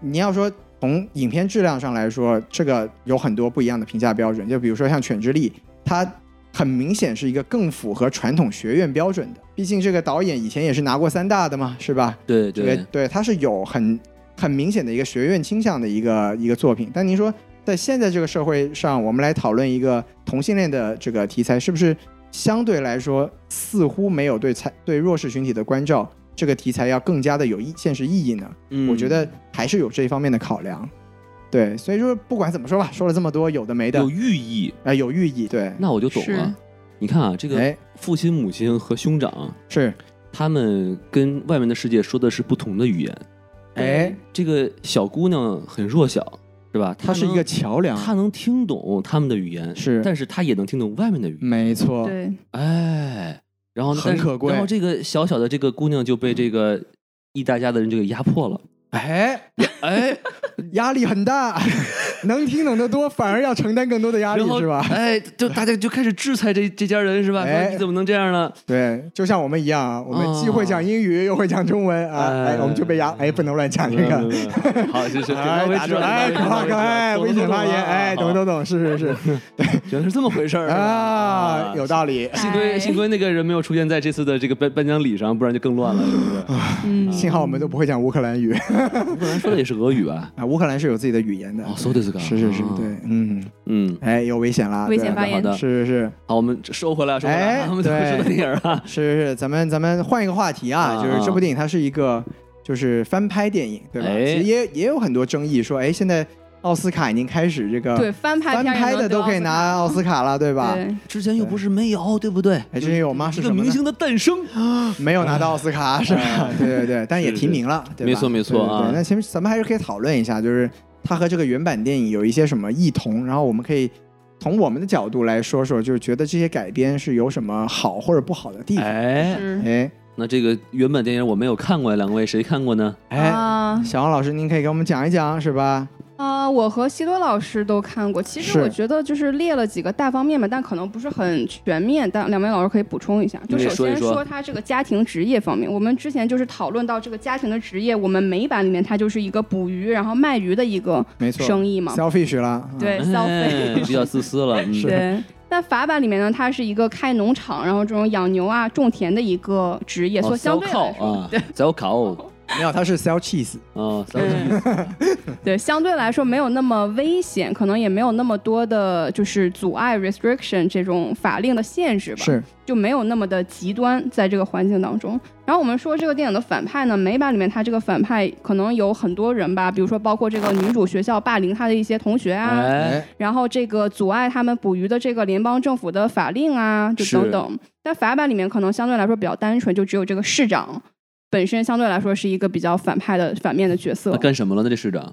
S1: 你要说从影片质量上来说，这个有很多不一样的评价标准。就比如说像《犬之力》，它很明显是一个更符合传统学院标准的，毕竟这个导演以前也是拿过三大的嘛，是吧？
S2: 对
S1: 这个
S2: 对，
S1: 对，它是有很很明显的一个学院倾向的一个一个作品。但您说，在现在这个社会上，我们来讨论一个同性恋的这个题材，是不是相对来说似乎没有对才对弱势群体的关照这个题材要更加的有意现实意义呢？
S2: 嗯
S1: 我觉得还是有这一方面的考量。对，所以说不管怎么说吧，说了这么多有的没的，
S2: 有寓意，
S1: 啊、有寓意。对，
S2: 那我就懂
S4: 是
S2: 了。你看啊，这个
S1: 哎，
S2: 父亲、母亲和兄长，
S1: 是，
S2: 他们跟外面的世界说的是不同的语言。
S1: 哎，
S2: 这个小姑娘很弱小，是吧？她
S1: 它是一
S2: 能
S1: 个桥梁，
S2: 她能听懂他们的语言，
S1: 啊是
S2: 但是她也能听懂外面的语言。
S1: 没错，
S4: 对，
S2: 哎，然后呢
S1: 很
S2: 但是
S1: 可贵
S2: 然后这个小小的这个姑娘就被这个一大家的人这个压迫了。
S1: 哎，
S2: 哎，
S1: 压力很大， 能听懂得多，反而要承担更多的压
S2: 然后
S1: 力，是吧？
S2: 哎，就大家就开始制裁这这家人是吧？
S1: 哎
S2: 说你怎么能这样呢？
S1: 对，就像我们一样啊，我们既会讲英语，又会讲中文啊，
S2: 哎
S1: 哎，我们就被压，哎，不能乱讲这
S2: 没有没
S1: 个。
S2: 有没有嗯好，就是
S1: 哎，打住！哎，可怕可怕！哎，危险发言！哎，懂
S2: 等等，
S1: 懂懂，是是是
S2: 原来是这么回事儿
S1: 啊，有道理。
S2: 幸亏幸亏那个人没有出现在这次的这个颁颁奖礼上，不然就更乱了，是不是？
S4: 嗯，
S1: 幸好我们都不会讲乌克兰语
S2: 乌克兰说的也是俄语吧？
S1: 啊，乌克兰是有自己的语言的。
S2: 哦，そうですか。
S1: 是是是，
S2: 啊
S1: 对，，嗯，
S2: 嗯，
S1: 哎，有危险啦！
S4: 危险
S1: 对
S4: 发言
S2: 好的，
S1: 是是是
S2: 好，我们收回来，收回来，
S1: 哎
S2: 我们再回说
S1: 对
S2: 电影 啊。
S1: 是是是，咱们咱们换一个话题啊，
S2: 啊
S1: 就是这部电影它是一个就是翻拍电影，对吧？
S2: 哎
S1: 其实也也有很多争议，说哎，现在奥斯卡已经开始这个
S4: 对，翻拍
S1: 翻
S4: 片儿也
S1: 拍的
S4: 能
S1: 都
S4: 得
S1: 可以拿奥斯卡了，对
S4: 奥斯
S1: 吧
S4: 卡，？对，
S2: 之前又不是没有，对不对？
S1: 哎，之前有吗？
S2: 一
S1: 是
S2: 嗯个
S1: 什么呢
S2: 明星的诞生，
S1: 没有拿到奥斯 卡是吧？ 对对对，但也
S2: 嗯是
S1: 提名了，对吧？
S2: 没错没错
S1: 对对对
S2: 啊
S1: 那其实咱们还是可以讨论一下，就是它和这个原版电影有一些什么异同，然后我们可以从我们的角度来说说，就是觉得这些改编是有什么好或者不好的地方。
S2: 哎，
S4: 是
S1: 哎
S2: 那这个原本电影我没有看过，两位谁看过呢？
S1: 哎，
S4: 啊
S1: 小王老师，您可以给我们讲一讲是吧？
S4: 啊！我和西多老师都看过，其实
S1: 是
S4: 我觉得就是列了几个大方面吧，但可能不是很全面，但两位老师可以补充一下。就
S2: 你
S4: 首
S2: 可以说一
S4: 先
S2: 说
S4: 说他这个家庭职业方面，我们之前就是讨论到这个家庭的职业，我们美版里面它就是一个捕鱼然后卖鱼的一个
S1: 没错
S4: 生意嘛，
S1: ，selfish 了，嗯
S4: 对，消费
S2: 哎，比较自 私了，嗯
S4: 对。那法版里面呢，它是一个开农场，然后这种养牛啊、种田的一个职业，所
S2: 哦
S4: 以相对
S2: 烧烤
S4: 来说，
S2: 啊，烧烤
S1: 没有，它是 sell cheese，
S2: 啊，烧烤
S4: 嗯，对，相对来说没有那么危险，可能也没有那么多的，就是阻碍 restriction 这种法令的限制吧，
S1: 是
S4: 就没有那么的极端在这个环境当中。然后我们说这个电影的反派呢，美版里面他这个反派可能有很多人吧，比如说包括这个女主学校霸凌她的一些同学啊，
S2: 哎，
S4: 然后这个阻碍他们捕鱼的这个联邦政府的法令啊，就是等等。但法版里面可能相对来说比较单纯，就只有这个市长本身相对来说是一个比较反派的反面的角
S2: 他
S4: 色。
S2: 干什么了呢？这市长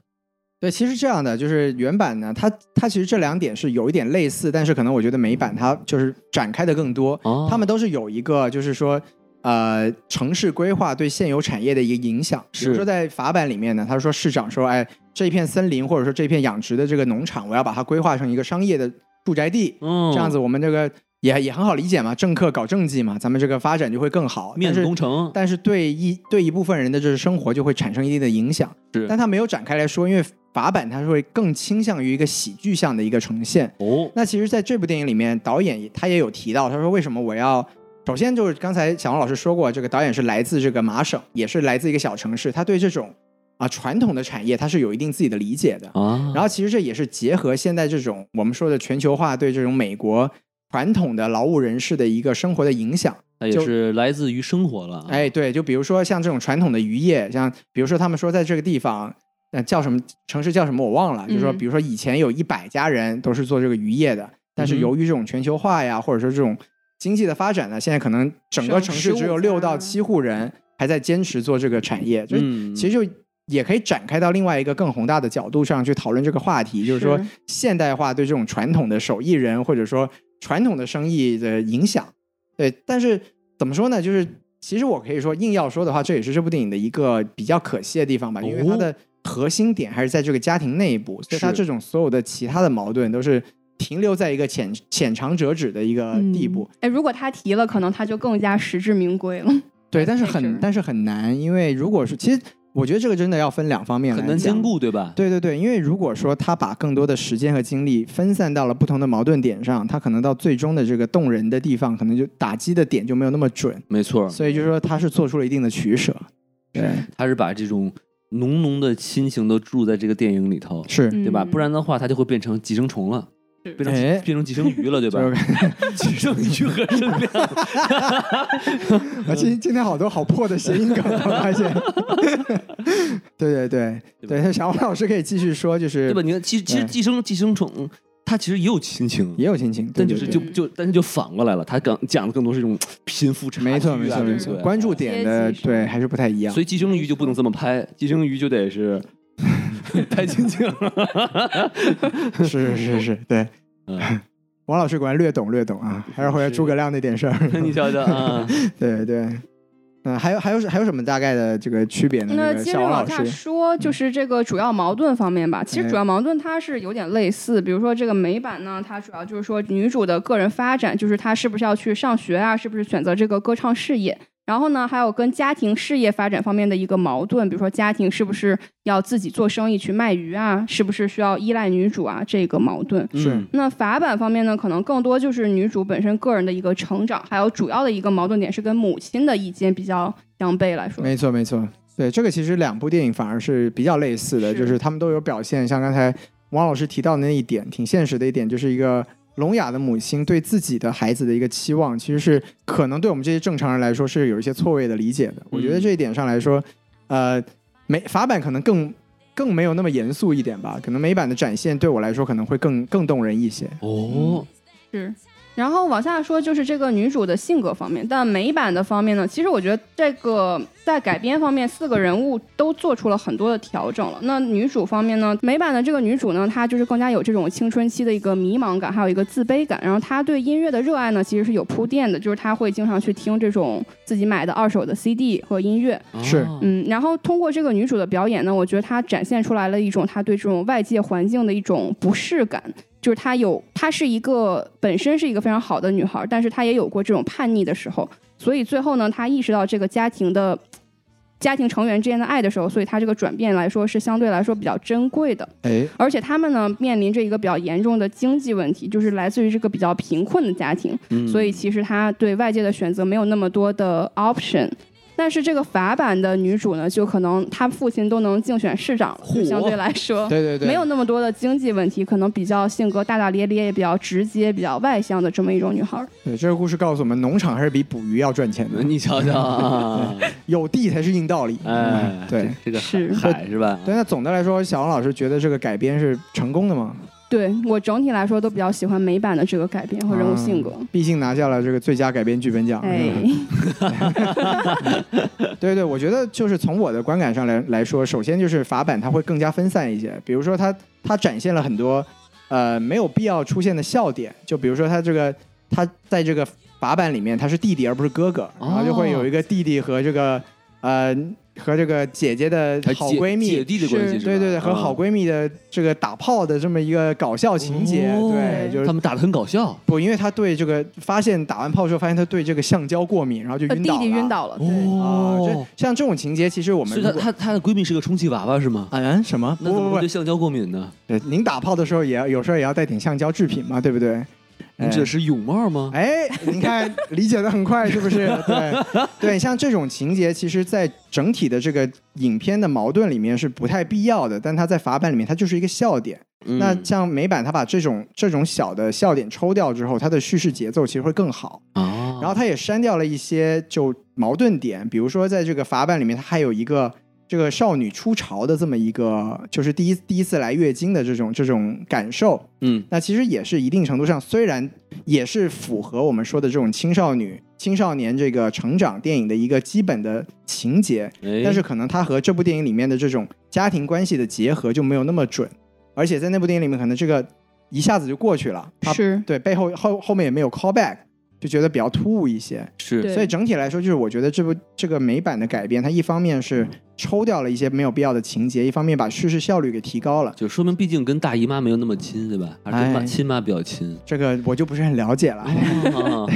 S1: 对，其实这样的就是原版呢，它它其实这两点是有一点类似，但是可能我觉得美版它就是展开的更多，
S2: 哦，
S1: 他们都是有一个就是说。呃，城市规划对现有产业的一个影响，比如
S2: 是
S1: 说在法版里面呢，他说市长说，哎，这片森林或者说这片养殖的这个农场，我要把它规划成一个商业的住宅地，
S2: 嗯
S1: 这样子我们这个也也很好理解嘛，政客搞政绩嘛，咱们这个发展就会更好。
S2: 面
S1: 但是
S2: 子工程，
S1: 但是对一对一部分人的就是生活就会产生一定的影响。
S2: 是
S1: 但他没有展开来说，因为法版它是会更倾向于一个喜剧向的一个呈现。
S2: 哦，
S1: 那其实，在这部电影里面，导演也他也有提到，他说为什么我要。首先就是刚才小王老师说过，这个导演是来自这个麻省，也是来自一个小城市，他对这种啊传统的产业，他是有一定自己的理解的。
S4: 嗯
S2: 啊，
S1: 然后其实这也是结合现在这种我们说的全球化对这种美国传统的劳务人士的一个生活的影响。哎
S2: 那也
S1: 就是
S2: 来自
S4: 嗯
S2: 于生活了，，
S1: 哎，对，就比如说像这种传统的渔业，像比如说他们说在这个地方，呃叫什么城市叫什么我忘了，就是说，
S4: 嗯
S1: 比如说以前有一百家人都是做这个渔业的，但是
S2: 嗯哼
S1: 由于这种全球化呀，或者说这种经济的发展呢，现在可能整个
S4: 剩
S1: 城市只有
S4: 15
S1: 六
S4: 家
S1: 到七户人还在坚持做这个产业，就是
S2: 嗯，
S1: 其
S2: 实
S1: 实就也可以展开到另外一个更宏大的角度上去讨论这个话题，就是说
S4: 是
S1: 现代化对这种传统的手艺人或者说传统的生意的影响。对，但是怎么说呢？就是其实我可以说，硬要说的话，这也是这部电影的一个比较可惜的地
S4: 哦
S1: 方吧，因为它的核心点还是在这个家庭内部，所以它
S2: 是
S1: 这种所有的其他的矛盾都是停留在一个浅浅尝辄止的一个地步。
S4: 哎、如果他提了，可能他就更加实至名归了。
S1: 对，但是
S4: 确实
S1: 很但是很难，因为如果是其实我觉得这个真的要分两方面来讲，
S2: 很难兼顾，对吧？
S1: 对对对，因为如果说他把更多的时间和精力分散到了不同的矛盾点上，他可能到最终的这个动人的地方，可能就打击的点就没有那么准，
S2: 没错，
S4: 嗯
S1: 所以就是说他是做出了一定的取舍。对，
S2: 他是把这种浓浓的亲情都注入在这个电影里头，
S1: 是，
S2: 对吧？
S4: 嗯
S2: 不然的话，他就会变成寄生虫了，变成
S1: 哎
S2: 变成寄生鱼了，对吧？寄生 鱼和生量，
S1: 啊，今今天好多好破的谐音梗，我发现。对对对对，那小王老师可以继续说，就
S2: 对
S1: 是
S2: 吧？你看，其实其实
S1: 对
S2: 寄生寄生虫，它其实也有亲情，
S1: 也有亲情，对
S2: 但
S1: 对
S2: 就是
S1: 对
S2: 就就但是就反过来了，他讲讲的更多是一种贫富差距啊，
S1: 没错没错
S2: 对
S1: 没
S2: 不
S1: 错，
S2: 对
S1: 关注点的
S4: 阶级是
S1: 对还是不太一样
S2: 所。以寄生鱼就不能这么拍，寄生鱼就得是 拍亲情。
S1: 是是是是，对，
S2: 嗯，
S1: 王老师果然略懂略懂啊，还是回来
S2: 是
S1: 诸葛亮那点事儿。
S2: 你瞧瞧啊，
S1: 对对，嗯，还有还有还有什么大概的这个区别呢？
S4: 那
S1: 这个
S4: 接
S1: 小
S4: 着
S1: 王
S4: 往
S1: 老
S4: 下
S1: 师，
S4: 说，就是这个主要矛盾方面吧。其
S1: 哎
S4: 实主要矛盾它是有点类似，比如说这个美版呢，它主要就是说女主的个人发展，就是她是不是要去上学啊，是不是选择这个歌唱事业。然后呢，还有跟家庭事业发展方面的一个矛盾，比如说家庭是不是要自己做生意去卖鱼啊，是不是需要依赖女主啊这个矛盾。
S1: 是
S2: 嗯
S4: 那法版方面呢，可能更多就是女主本身个人的一个成长，还有主要的一个矛盾点是跟母亲的意见比较相悖来说。
S1: 没错没错，对这个其实两部电影反而是比较类似的，
S4: 是
S1: 就是他们都有表现，像刚才王老师提到的那一点，挺现实的一点，就是一个聋哑的母亲对自己的孩子的一个期望，其实是可能对我们这些正常人来说是有一些错位的理解的。我觉
S4: 嗯
S1: 得这一点上来说，呃，美法版可能更。更没有那么严肃一点吧，可能美版的展现对我来说可能会更更动人一些。
S2: 哦，
S4: 是。然后往下说就是这个女主的性格方面，但美版的方面呢，其实我觉得这个在改编方面，四个人物都做出了很多的调整了。那女主方面呢，美版的这个女主呢，她就是更加有这种青春期的一个迷茫感，还有一个自卑感。然后她对音乐的热爱呢，其实是有铺垫的，就是她会经常去听这种自己买的二手的 CD 和音乐，
S1: 是
S2: 啊
S4: 嗯，然后通过这个女主的表演呢，我觉得她展现出来了一种她对这种外界环境的一种不适感，就是她有，她是一个本身是一个非常好的女孩，但是她也有过这种叛逆的时候，所以最后呢，她意识到这个家庭的家庭成员之间的爱的时候，所以她这个转变来说是相对来说比较珍贵的。
S1: 哎，
S4: 而且他们呢面临着一个比较严重的经济问题，就是来自于这个比较贫困的家庭，
S2: 嗯
S4: 所以其实她对外界的选择没有那么多的 option。但是这个法版的女主呢，就可能她父亲都能竞选市长了，就
S2: 嚯
S4: 相对来说
S1: 对对对，
S4: 没有那么多的经济问题，可能比较性格大大咧咧，也比较直接、比较外向的这么一种女孩儿。
S1: 对，这个故事告诉我们，农场还是比捕鱼要赚钱的，
S2: 嗯你瞧 瞧啊，
S1: 有地才是硬道理。嗯
S2: 哎，
S1: 对
S2: 这，这个
S4: 是
S2: 海海是吧？
S1: 对，那总的来说，小王老师觉得这个改编是成功的吗？
S4: 对我整体来说都比较喜欢美版的这个改编和人物性格。
S1: 嗯毕竟拿下了这个最佳改编剧本奖。嗯
S4: 哎
S1: 是，吧对对，我觉得就是从我的观感上来来说，首先就是法版它会更加分散一些，比如说它它展现了很多呃没有必要出现的笑点，就比如说它这个它在这个法版里面他是弟弟而不是哥哥，然后就会
S2: 哦
S1: 有一个弟弟和这个呃和这个姐姐的
S2: 还
S1: 好
S2: 姐
S1: 闺蜜
S2: 姐弟的关系是
S4: 是
S2: 吧，
S1: 对对对，和
S2: 啊
S1: 好闺蜜的这个打炮的这么一个搞笑情节，
S2: 哦
S1: 对，就是
S2: 他们打的很搞笑，
S1: 不，因为他对这个发现打完炮之后，发现他对这个橡胶过敏，然后就
S4: 呃
S1: 晕
S4: 弟
S1: 倒了。
S4: 弟晕倒了，对。
S1: 啊，这
S2: 哦，
S1: 像这种情节，其实我们
S2: 所以她
S1: 如果
S2: 她她的闺蜜是个充气娃娃是吗？
S1: 啊什么？
S2: 那
S1: 不
S2: 怎么
S1: 不
S2: 会
S1: 不
S2: 对，橡胶过敏呢？
S1: 对您打炮的时候也要有时候也要带点橡胶制品嘛，对不对？
S2: 你指的是泳帽吗？
S1: 哎，你看理解的很快，是不 是？对对，像这种情节，其实，在整体的这个影片的矛盾里面是不太必要的，但它在法版里面，它就是一个笑点。
S2: 嗯
S1: 那像美版，它把这种这种小的笑点抽掉之后，它的叙事节奏其实会更好。
S2: 啊，
S1: 然后它也删掉了一些就矛盾点，比如说在这个法版里面，它还有一个这个少女初潮的这么一个，就是第一第一次来月经的这种这种感受。
S2: 嗯
S1: 那其实也是一定程度上，虽然也是符合我们说的这种青少女、青少年这个成长电影的一个基本的情节，
S2: 哎，
S1: 但是可能它和这部电影里面的这种家庭关系的结合就没有那么准，而且在那部电影里面，可能这个一下子就过去了，它
S4: 是
S1: 对背后后后面也没有 callback，就觉得比较突兀一些。
S2: 是
S4: 对
S1: 所以整体来说，就是我觉得这部这个美版的改编，它一方面是抽掉了一些没有必要的情节，一方面把叙事效率给提高了。
S2: 就说明，毕竟跟大姨妈没有那么亲，对吧？还是跟妈
S1: 哎
S2: 亲妈比较亲。
S1: 这个我就不是很了解了。
S4: 嗯
S2: 啊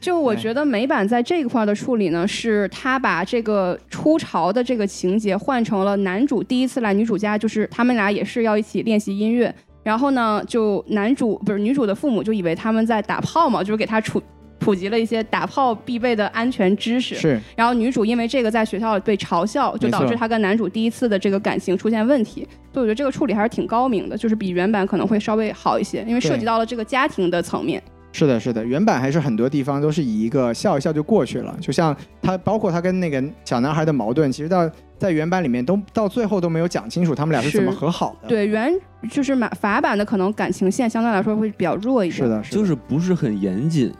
S4: 就我
S1: 对
S4: 觉得美版在这一块的处理呢，是他把这个初潮的这个情节换成了男主第一次来女主家，就是他们俩也是要一起练习音乐。然后呢，就男主不是女主的父母就以为他们在打炮嘛，就是给他普普及了一些打炮必备的安全知识。
S1: 是
S4: 然后女主因为这个在学校被嘲笑，就
S1: 没错
S4: 导致她跟男主第一次的这个感情出现问题。所以我觉得这个处理还是挺高明的，就是比原版可能会稍微好一些，因为涉及
S1: 对
S4: 到了这个家庭的层面。
S1: 是的，是的，原版还是很多地方都是以一个笑一笑就过去了，就像他包括他跟那个小男孩的矛盾，其实到在原版里面都到最后都没有讲清楚他们俩是
S4: 是
S1: 怎么和好的。，
S4: 对原就是马法版的可能感情线相对来说会比较弱一
S1: 是
S4: 点。
S1: 的，是的。
S2: 就是不是很严谨。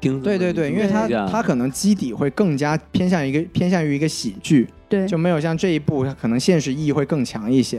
S2: 听
S1: 对对对，因为他
S2: 他
S1: 他可能基底会更加偏向一个偏向于一个喜剧，
S4: 对，
S1: 就没有像这一部它可能现实意义会更强一些。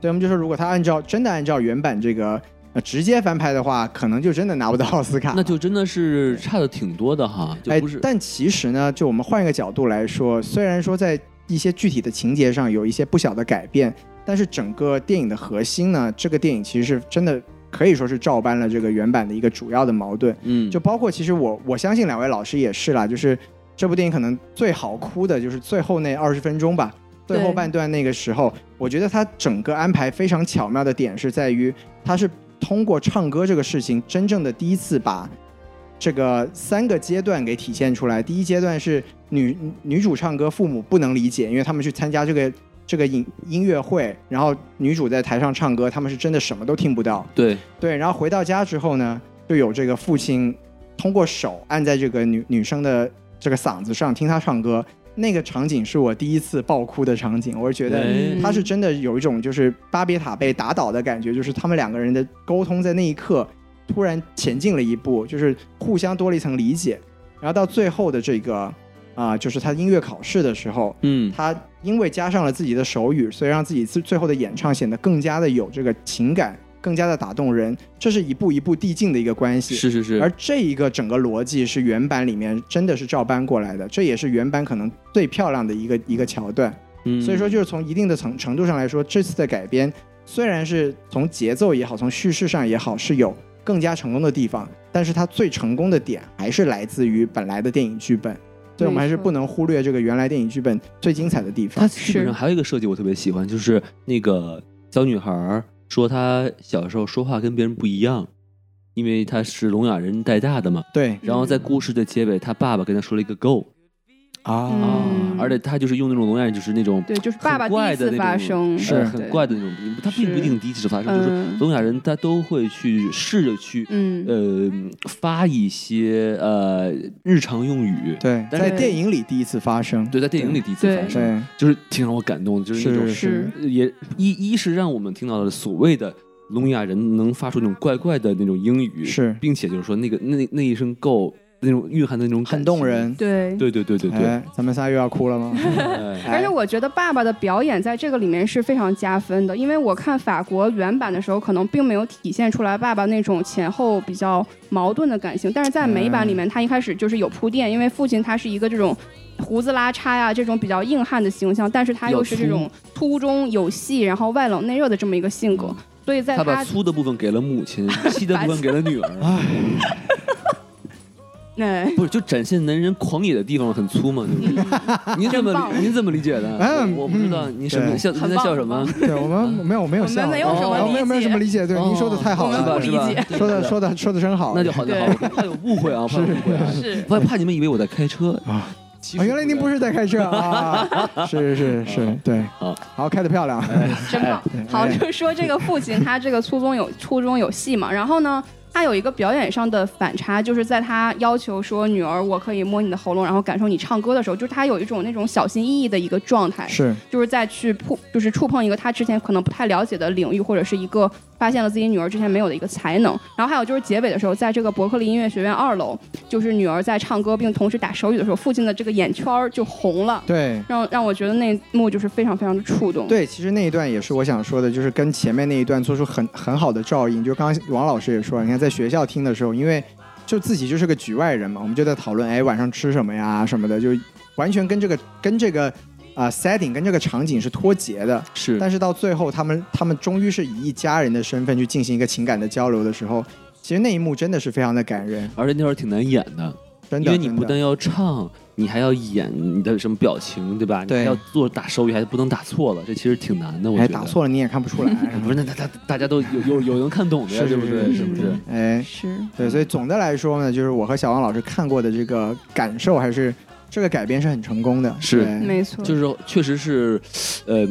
S1: 所以我们就说，如果他按照真的按照原版这个、呃、直接翻拍的话，可能就真的拿不到奥斯卡。
S2: 那就真的是差的挺多的哈，就
S1: 哎
S2: 不是，
S1: 但其实呢，就我们换一个角度来说，虽然说在一些具体的情节上有一些不小的改变，但是整个电影的核心呢，这个电影其实是真的可以说是照搬了这个原版的一个主要的矛盾。
S2: 嗯，
S1: 就包括其实我我相信两位老师也是啦，就是这部电影可能最好哭的就是最后那二十分钟吧，
S4: 对
S1: 最后半段那个时候，我觉得它整个安排非常巧妙的点是在于，它是通过唱歌这个事情，真正的第一次把这个三个阶段给体现出来。第一阶段是女女主唱歌，父母不能理解，因为他们去参加这个。这个音音乐会，然后女主在台上唱歌，他们是真的什么都听不到。
S2: 对，
S1: 对，然后回到家之后呢，就有这个父亲通过手按在这个女女生的这个嗓子上听她唱歌，那个场景是我第一次爆哭的场景，我是觉得。
S2: 哎
S4: 嗯
S1: 他是真的有一种就是巴别塔被打倒的感觉，就是他们两个人的沟通在那一刻突然前进了一步，就是互相多了一层理解。然后到最后的这个啊、就是他音乐考试的时候，
S2: 嗯，
S1: 他因为加上了自己的手语，所以让自己最最后的演唱显得更加的有这个情感，更加的打动人。这是一步一步递进的一个关系。
S2: 是是是，
S1: 而这一个整个逻辑是原版里面真的是照搬过来的，这也是原版可能最漂亮的一个一个桥段。
S2: 嗯
S1: 所以说，就是从一定的程程度上来说，这次的改编虽然是从节奏也好，从叙事上也好，是有更加成功的地方，但是它最成功的点还是来自于本来的电影剧本。所以我们还是
S4: 没错
S1: 不能忽略这个原来电影剧本最精彩的地
S2: 它
S1: 方。
S2: 基本上
S4: 是
S2: 还有一个设计我特别喜欢，就是那个小女孩儿说她小时候说话跟别人不一样，因为她是聋哑人带大的嘛。
S1: 对
S2: 然后
S4: 嗯
S2: 在故事的结尾，她爸爸跟她说了一个 “go”
S1: 啊
S4: 嗯
S2: 而且她就是用那种聋哑人，就是那种
S4: 对，就是爸爸
S2: 很
S4: 第一
S2: 怪的
S4: 次发
S2: 那种，
S4: 生，
S1: 是
S2: 呃
S4: 对
S2: 很怪。的那种，她并不一
S4: 是
S2: 定第一次发生，就是
S4: 嗯
S2: 聋哑人他都会去试着去
S4: 嗯，
S2: 呃发一些呃日常用语，
S1: 对，
S2: 但是
S1: 在电影里第一次发生，
S2: 对，在电影里第一次
S4: 对
S2: 发生，
S1: 对，
S2: 就是挺让我感动的，就是那种
S1: 是
S4: 是
S2: 也一一是让我们听到了所谓的聋哑人能发出那种怪怪的那种英语，
S1: 是
S2: 并且就是说那个那那一声 go 那种蕴含的那种感
S1: 很动
S2: 情，
S1: 人。
S4: 对。
S2: 对对对对对，
S1: 哎，咱们仨又要哭了 吗？
S2: 哎
S4: 而且我觉得爸爸的表演在这个里面是非常加分的，因为我看法国原版的时候，可能并没有体现出来爸爸那种前后比较矛盾的感情，但是在美
S2: 嗯
S4: 版里面，他一开始就是有铺垫，因为父亲他是一个这种。胡子拉碴呀、啊这种比较硬汉的形象，但是他又是这种粗中有细，然后外冷内热的这么一个性格，所以在
S2: 嗯他把
S4: 他
S2: 粗的部分给了母亲，细的部分给了 女儿，
S4: 那、
S2: 不是就展现男人狂野的地方很粗吗？对不对您怎
S4: 真
S2: 么
S4: 棒
S2: 您怎么理解的？
S1: 嗯
S2: 我我不知道您什么
S1: 对
S2: 笑，您
S4: 很
S2: 在
S4: 棒
S2: 笑什
S4: 很
S2: 么？
S1: 对我们没有，我没有
S4: 我们
S1: 笑，
S4: 没有什
S2: 么
S1: 哦
S4: 理
S1: 没有没有
S4: 解
S1: 什么理解，对，您说的太好
S4: 我们
S2: 哦
S1: 了，
S4: 不理解
S1: 说的说的说的真好，
S2: 那就好，就好， 我怕有误会啊，怕有误会啊，
S4: 是
S2: 我还怕你们以为我在开车
S1: 啊
S2: 其实
S1: 啊，原来您不是在开车啊？ 是是是是，对，
S2: 嗯好
S1: 好，开的漂亮，啊哎
S4: 真棒。好，就是说这个父亲他这个粗中有粗中有细嘛，然后呢，他有一个表演上的反差，就是在他要求说女儿我可以摸你的喉咙，然后感受你唱歌的时候，就是他有一种那种小心翼翼的一个状
S2: 哎
S4: 态，
S1: 是
S4: 就是在去碰，就是触碰一个他之前可能不太了解的领域，或者是一个发现了自己女儿之前没有的一个才能。然后还有就是结尾的时候，在这个伯克利音乐学院二楼，就是女儿在唱歌并同时打手语的时候，父亲的这个眼圈儿就红了，
S1: 对。
S4: 让让我觉得那一幕就是非常非常的触动。
S1: 对，其实那一段也是我想说的，就是跟前面那一段做出很很好的照应。就刚刚王老师也说，你看在学校听的时候，因为就自己就是个局外人嘛，我们就在讨论，哎，晚上吃什么呀什么的，就完全跟这个跟这个啊、呃 setting 跟这个场景是脱节的。
S2: 是
S1: 但是到最后，他们他们终于是以一家人的身份去进行一个情感的交流的时候，其实那一幕真的是非常的感人，
S2: 而且那会儿挺难演的，
S1: 真的。
S2: 因为你
S1: 真
S2: 不
S1: 的
S2: 但要唱，你还要演你的什么表情，对吧？
S1: 对
S2: 你还要做打手语，还不能打错了，这其实挺难的。我觉
S1: 哎
S2: 得
S1: 打，错了你也看不出 来，
S2: 不是那大大大家都有有有能看懂的呀，
S1: 是
S2: 对不对？
S1: 是
S2: 是不是？
S1: 哎，
S4: 是
S1: 对，所以总的来说呢，就是我和小王老师看过的这个感受，还是这个改编是很成功的，
S2: 是
S1: 对
S4: 没错，
S2: 就是说确实是，呃，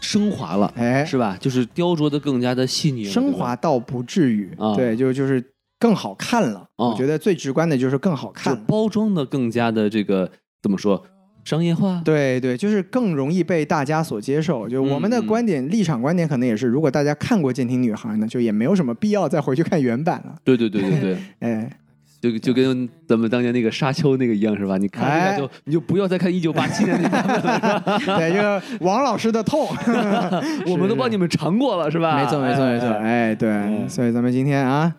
S2: 升华了，
S1: 哎，
S2: 是吧？就是雕琢的更加的细腻了，
S1: 升
S2: 对吧
S1: 华倒不至于，
S2: 啊
S1: 对，就就是更好看了。
S2: 啊
S1: 我觉得最直观的就是更好看
S2: 就
S1: 了。
S2: 包装的更加的这个怎么说商业化？
S1: 对对，就是更容易被大家所接受。就我们的
S2: 嗯嗯
S1: 观点、立场观点，可能也是，如果大家看过《监听女孩》呢，就也没有什么必要再回去看原版了。
S2: 对对对对对，
S1: 哎，
S2: 就就跟咱们当年那个沙丘那个一样是吧？你看
S1: 哎
S2: 那个就你就不要再看一九八七年那版本了，
S1: 对，就是王老师的痛，
S2: 我们都帮你们尝过了是吧？
S1: 没错没错
S2: 哎
S1: 没错。
S2: 哎
S1: 哎，对，
S2: 嗯
S1: 所以咱们今天啊，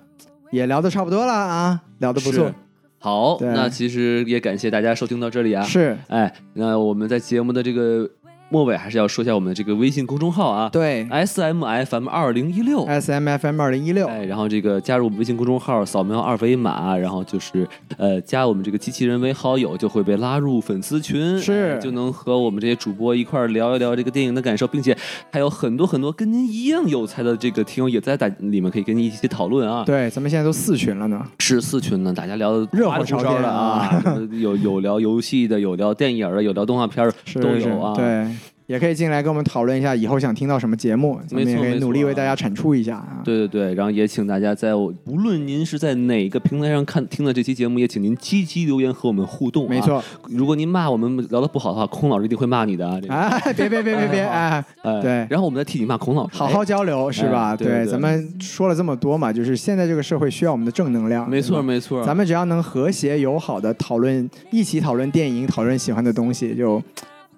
S1: 也聊的差不多了啊，聊的不错
S2: 是，好，
S1: 对
S2: 那其实也感谢大家收听到这里啊。
S1: 是
S2: 哎，那我们在节目的这个末尾还是要说一下我们的这个微信公众号啊
S1: 对
S2: ，S M F M 二零一六。
S1: S M F M 二零一六，
S2: 哎，然后这个加入我们微信公众号，扫描二维码，然后就是呃加我们这个机器人为好友，就会被拉入粉丝群，
S1: 是
S2: 哎就能和我们这些主播一块儿聊一聊这个电影的感受，并且还有很多很多跟您一样有才的这个听友也在打里面可以跟您一起讨论啊。
S1: 对，咱们现在都四群了呢，
S2: 是四群呢，大家聊的
S1: 热
S2: 花
S1: 火
S2: 里
S1: 朝
S2: 胡哨
S1: 天
S2: 的啊， 有有聊游戏的，有聊电影的，有聊动画片儿
S1: 是
S2: 都
S1: 是
S2: 有啊。
S1: 对，也可以进来跟我们讨论一下以后想听到什么节目，咱们也可以
S2: 没错啊
S1: 努力为大家产出一下啊。
S2: 对对对，然后也请大家在我无论您是在哪个平台上看听的这期节目，也请您积极留言和我们互动、啊。
S1: 没，错，
S2: 如果您骂我们聊的不好的话，孔老师一定会骂你的啊。这个，
S1: 哎， 别别别别别，哎，
S2: 哎
S1: 对
S2: 然后我们再替你骂孔老师。
S1: 好好交流是吧？
S2: 哎对对
S1: 咱们说了这么多嘛，就是现在这个社会需要我们的正能
S2: 哎
S1: 量，
S2: 没
S1: 对
S2: 错
S1: 吧。
S2: 没错，
S1: 咱
S2: 们
S1: 们只要能和谐友好的讨论，一起讨论电影，讨论喜欢的东西，就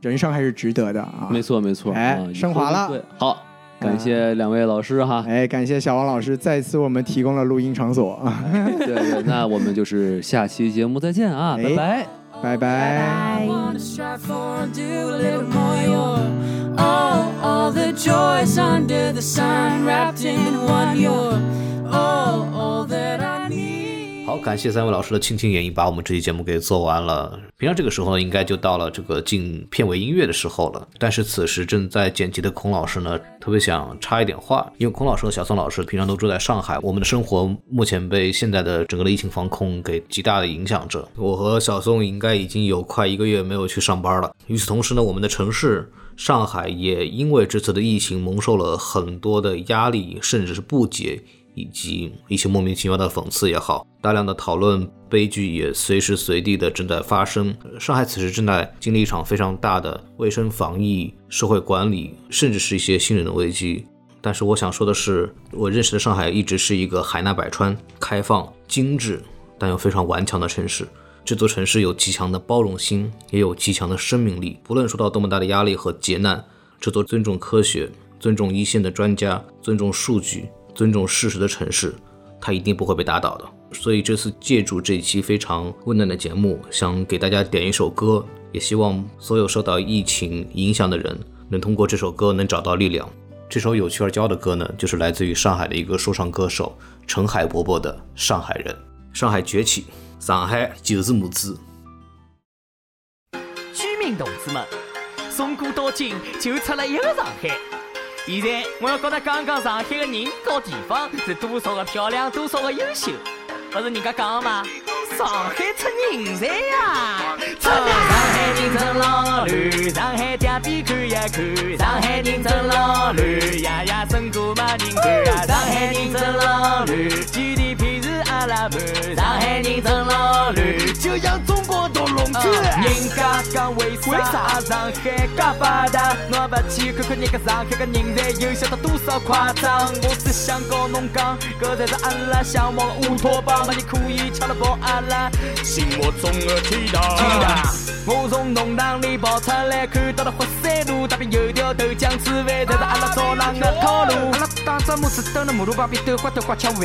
S1: 人生还是值得的啊！
S2: 没错没错，
S1: 哎
S2: 啊
S1: 升华了。
S2: 对，好，感谢两位老师哈。
S1: 哎，感谢小王老师再次为我们提供了录音场所啊，
S2: 对对，那我们就是下期节目再见啊，
S1: 哎
S2: 拜拜。
S1: 拜拜。
S4: 拜。
S5: want to strive for and do a little more. You're all, all the joys under the sun wrapped in one. You're all, all that I need.
S6: 好，感谢三位老师的倾情演绎，把我们这期节目给做完了。平常这个时候呢，应该就到了这个进片尾音乐的时候了。但是此时正在剪辑的孔老师呢，特别想插一点话，因为孔老师和小宋老师平常都住在上海，我们的生活目前被现在的整个的疫情防控给极大的影响着。我和小宋应该已经有快一个月没有去上班了。与此同时呢，我们的城市上海也因为这次的疫情蒙受了很多的压力，甚至是不解。以及一些莫名其妙的讽刺也好，大量的讨论悲剧也随时随地的正在发生。上海此时正在经历一场非常大的卫生防疫、社会管理，甚至是一些信任的危机。但是我想说的是，我认识的上海一直是一个海纳百川、开放、精致，但又非常顽强的城市。这座城市有极强的包容心，也有极强的生命力。不论受到多么大的压力和劫难，这座尊重科学、尊重一线的专家、尊重数据、尊重事实的城市，它一定不会被打倒的。所以这次借助这一期非常温暖的节目，想给大家点一首歌，也希望所有受到疫情影响的人能通过这首歌能找到力量。这首有趣而骄傲的歌呢，就是来自于上海的一个说唱歌手陈海伯伯的《上海人》。上海崛起，上海就是么子。
S7: 居民同志们，从古到今就出了一个上海。现在我要跟他讲讲上海的人和地方是多少的漂亮，多少的优秀，啊不是人家讲的吗？上海出人才呀，出人才！人真老绿，上海店边看一看，上海人真老绿，夜夜笙歌没人管啊，上海人真老绿，GDP 是阿拉满，上海人真老绿。
S8: 就像中国独龙
S7: 啊人家讲为啥？啊上海噶发达，侬也勿去看看人家上海个人才有晓得多少夸张？我只想告侬讲，搿才是阿拉向往的乌托邦，没人可以抢得跑阿拉。
S8: 心目中的天堂。
S7: 天堂。我从弄堂里跑出来，看到了佛山路那边有条豆浆吃饭，才是阿拉早浪的套路。阿拉打着么子蹲在马路旁边抖瓜抖瓜吃饭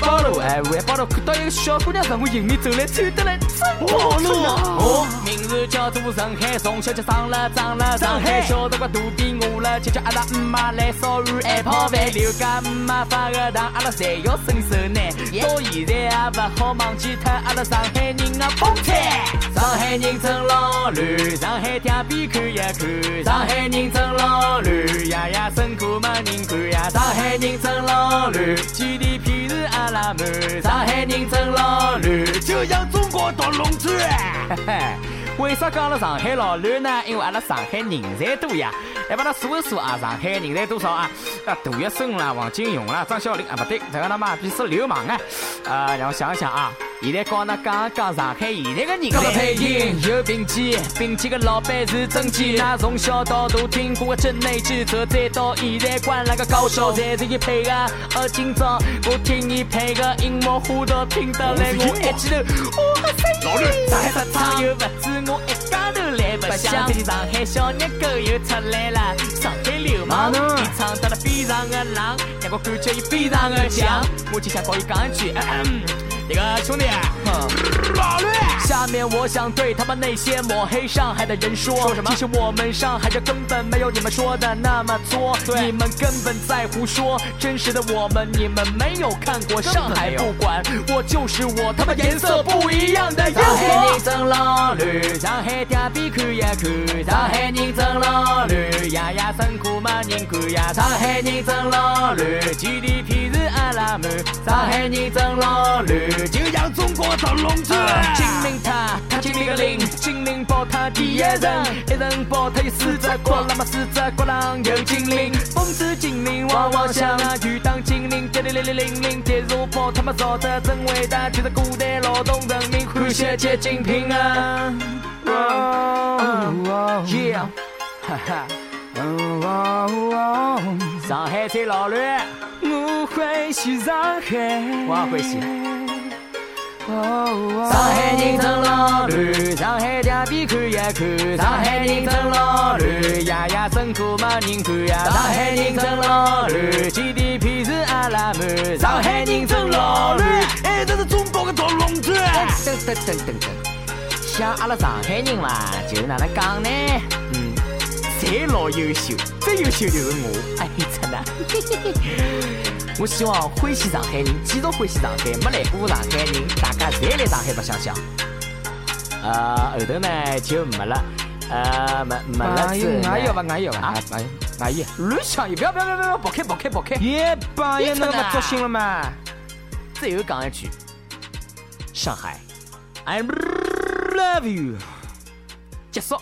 S7: 包路，哎环保路，看到一个小姑娘从我迎面走来，穿得来真暴露。我名字叫做陈海，从小就上了长了上海，小辰光肚皮饿了，吃吃阿拉姆妈来烧鱼还泡饭，刘家姆妈发个糖，阿拉侪要伸手拿，到现在也勿好忘记脱阿拉上海人的风采。上海人真老乱，上海店边看一看，上海人真老乱，夜夜笙歌没人管呀，上海人真老乱，GDP 是阿拉满，上海人真老乱。
S8: 就像中国独龙之
S7: 嘿嘿， 为啥讲了上海老乱呢？因为阿拉上海人才多呀。来帮他数一数啊，上海人才多少啊？啊，杜月笙啦，王金勇啦，张小林啊，不对，这个他妈逼是流氓啊！啊，让我想一想啊，现在讲呢，讲一讲上海现在个人才。配音有饼记，饼记个老板是真记。那从小到大听过的内记者，再到现在关了个高手，侪是一配啊。而今朝我听你配个樱木花道，听得来我一记头，我塞！
S8: 老六
S7: 上海不唱又不止我一家头来不香，最近上海小热狗又出来了，上海流氓，伊唱到了非常的浪，让我感觉伊非常的强，我就想跟伊讲一句，那个兄弟，
S8: 老六，
S7: 下面我想对他们那些抹黑上海的人说，说什么？其实我们上海人根本没有你们说的那么作，你们根本在胡说。真实的我们，你们没有看过上海，不管我就是我，他们颜色不一样的烟
S8: 上海
S7: 火。真老乱，上海店边看一看，上海人真老乱，夜夜笙歌没人管呀，上海人真老乱，GDP 是阿拉满，上海人真老乱。
S8: 就像中国独龙之
S7: 金明塔，他金明个零，金明宝塔第一人，一人宝塔有四只角，那么四只角上有精灵，风之精灵汪汪响啊，鱼当精灵叮铃铃铃铃铃，铁如宝他们造的真伟大，就是古代劳动人民汗血结晶品啊。Yeah，哈哈。上海最老乱，
S5: 我欢喜上海，
S7: 我也欢喜。
S5: 哦
S7: 上海人真老乱，上海两边看一看，上海人真老乱，夜夜笙歌没人管呀，上海人真老乱，GDP 是阿拉满，上海人真老乱。
S8: 哎，这是中国的独龙之
S7: 噔噔噔噔噔，像阿拉上海人嘛，就是哪能讲呢？嗯，侪老优秀，最优秀就是我，哎，真的。我希望欢喜上海人继续欢喜上海，没来过上海人，大家侪来上海白相相。呃，后头呢就没了，呃，没没了
S5: 哎
S7: 之
S5: 呦
S7: 后呢。
S5: 哎呦吧，哎呦
S7: 啊
S5: 吧，哎
S7: 阿姨，乱想一，不要不要不要不要，跑开跑开跑开！
S5: 耶吧，
S7: 一
S5: 也
S7: 层
S5: 那么
S7: 啊
S5: 作兴了嘛？
S7: 最后讲一句，上海，I love you，结束。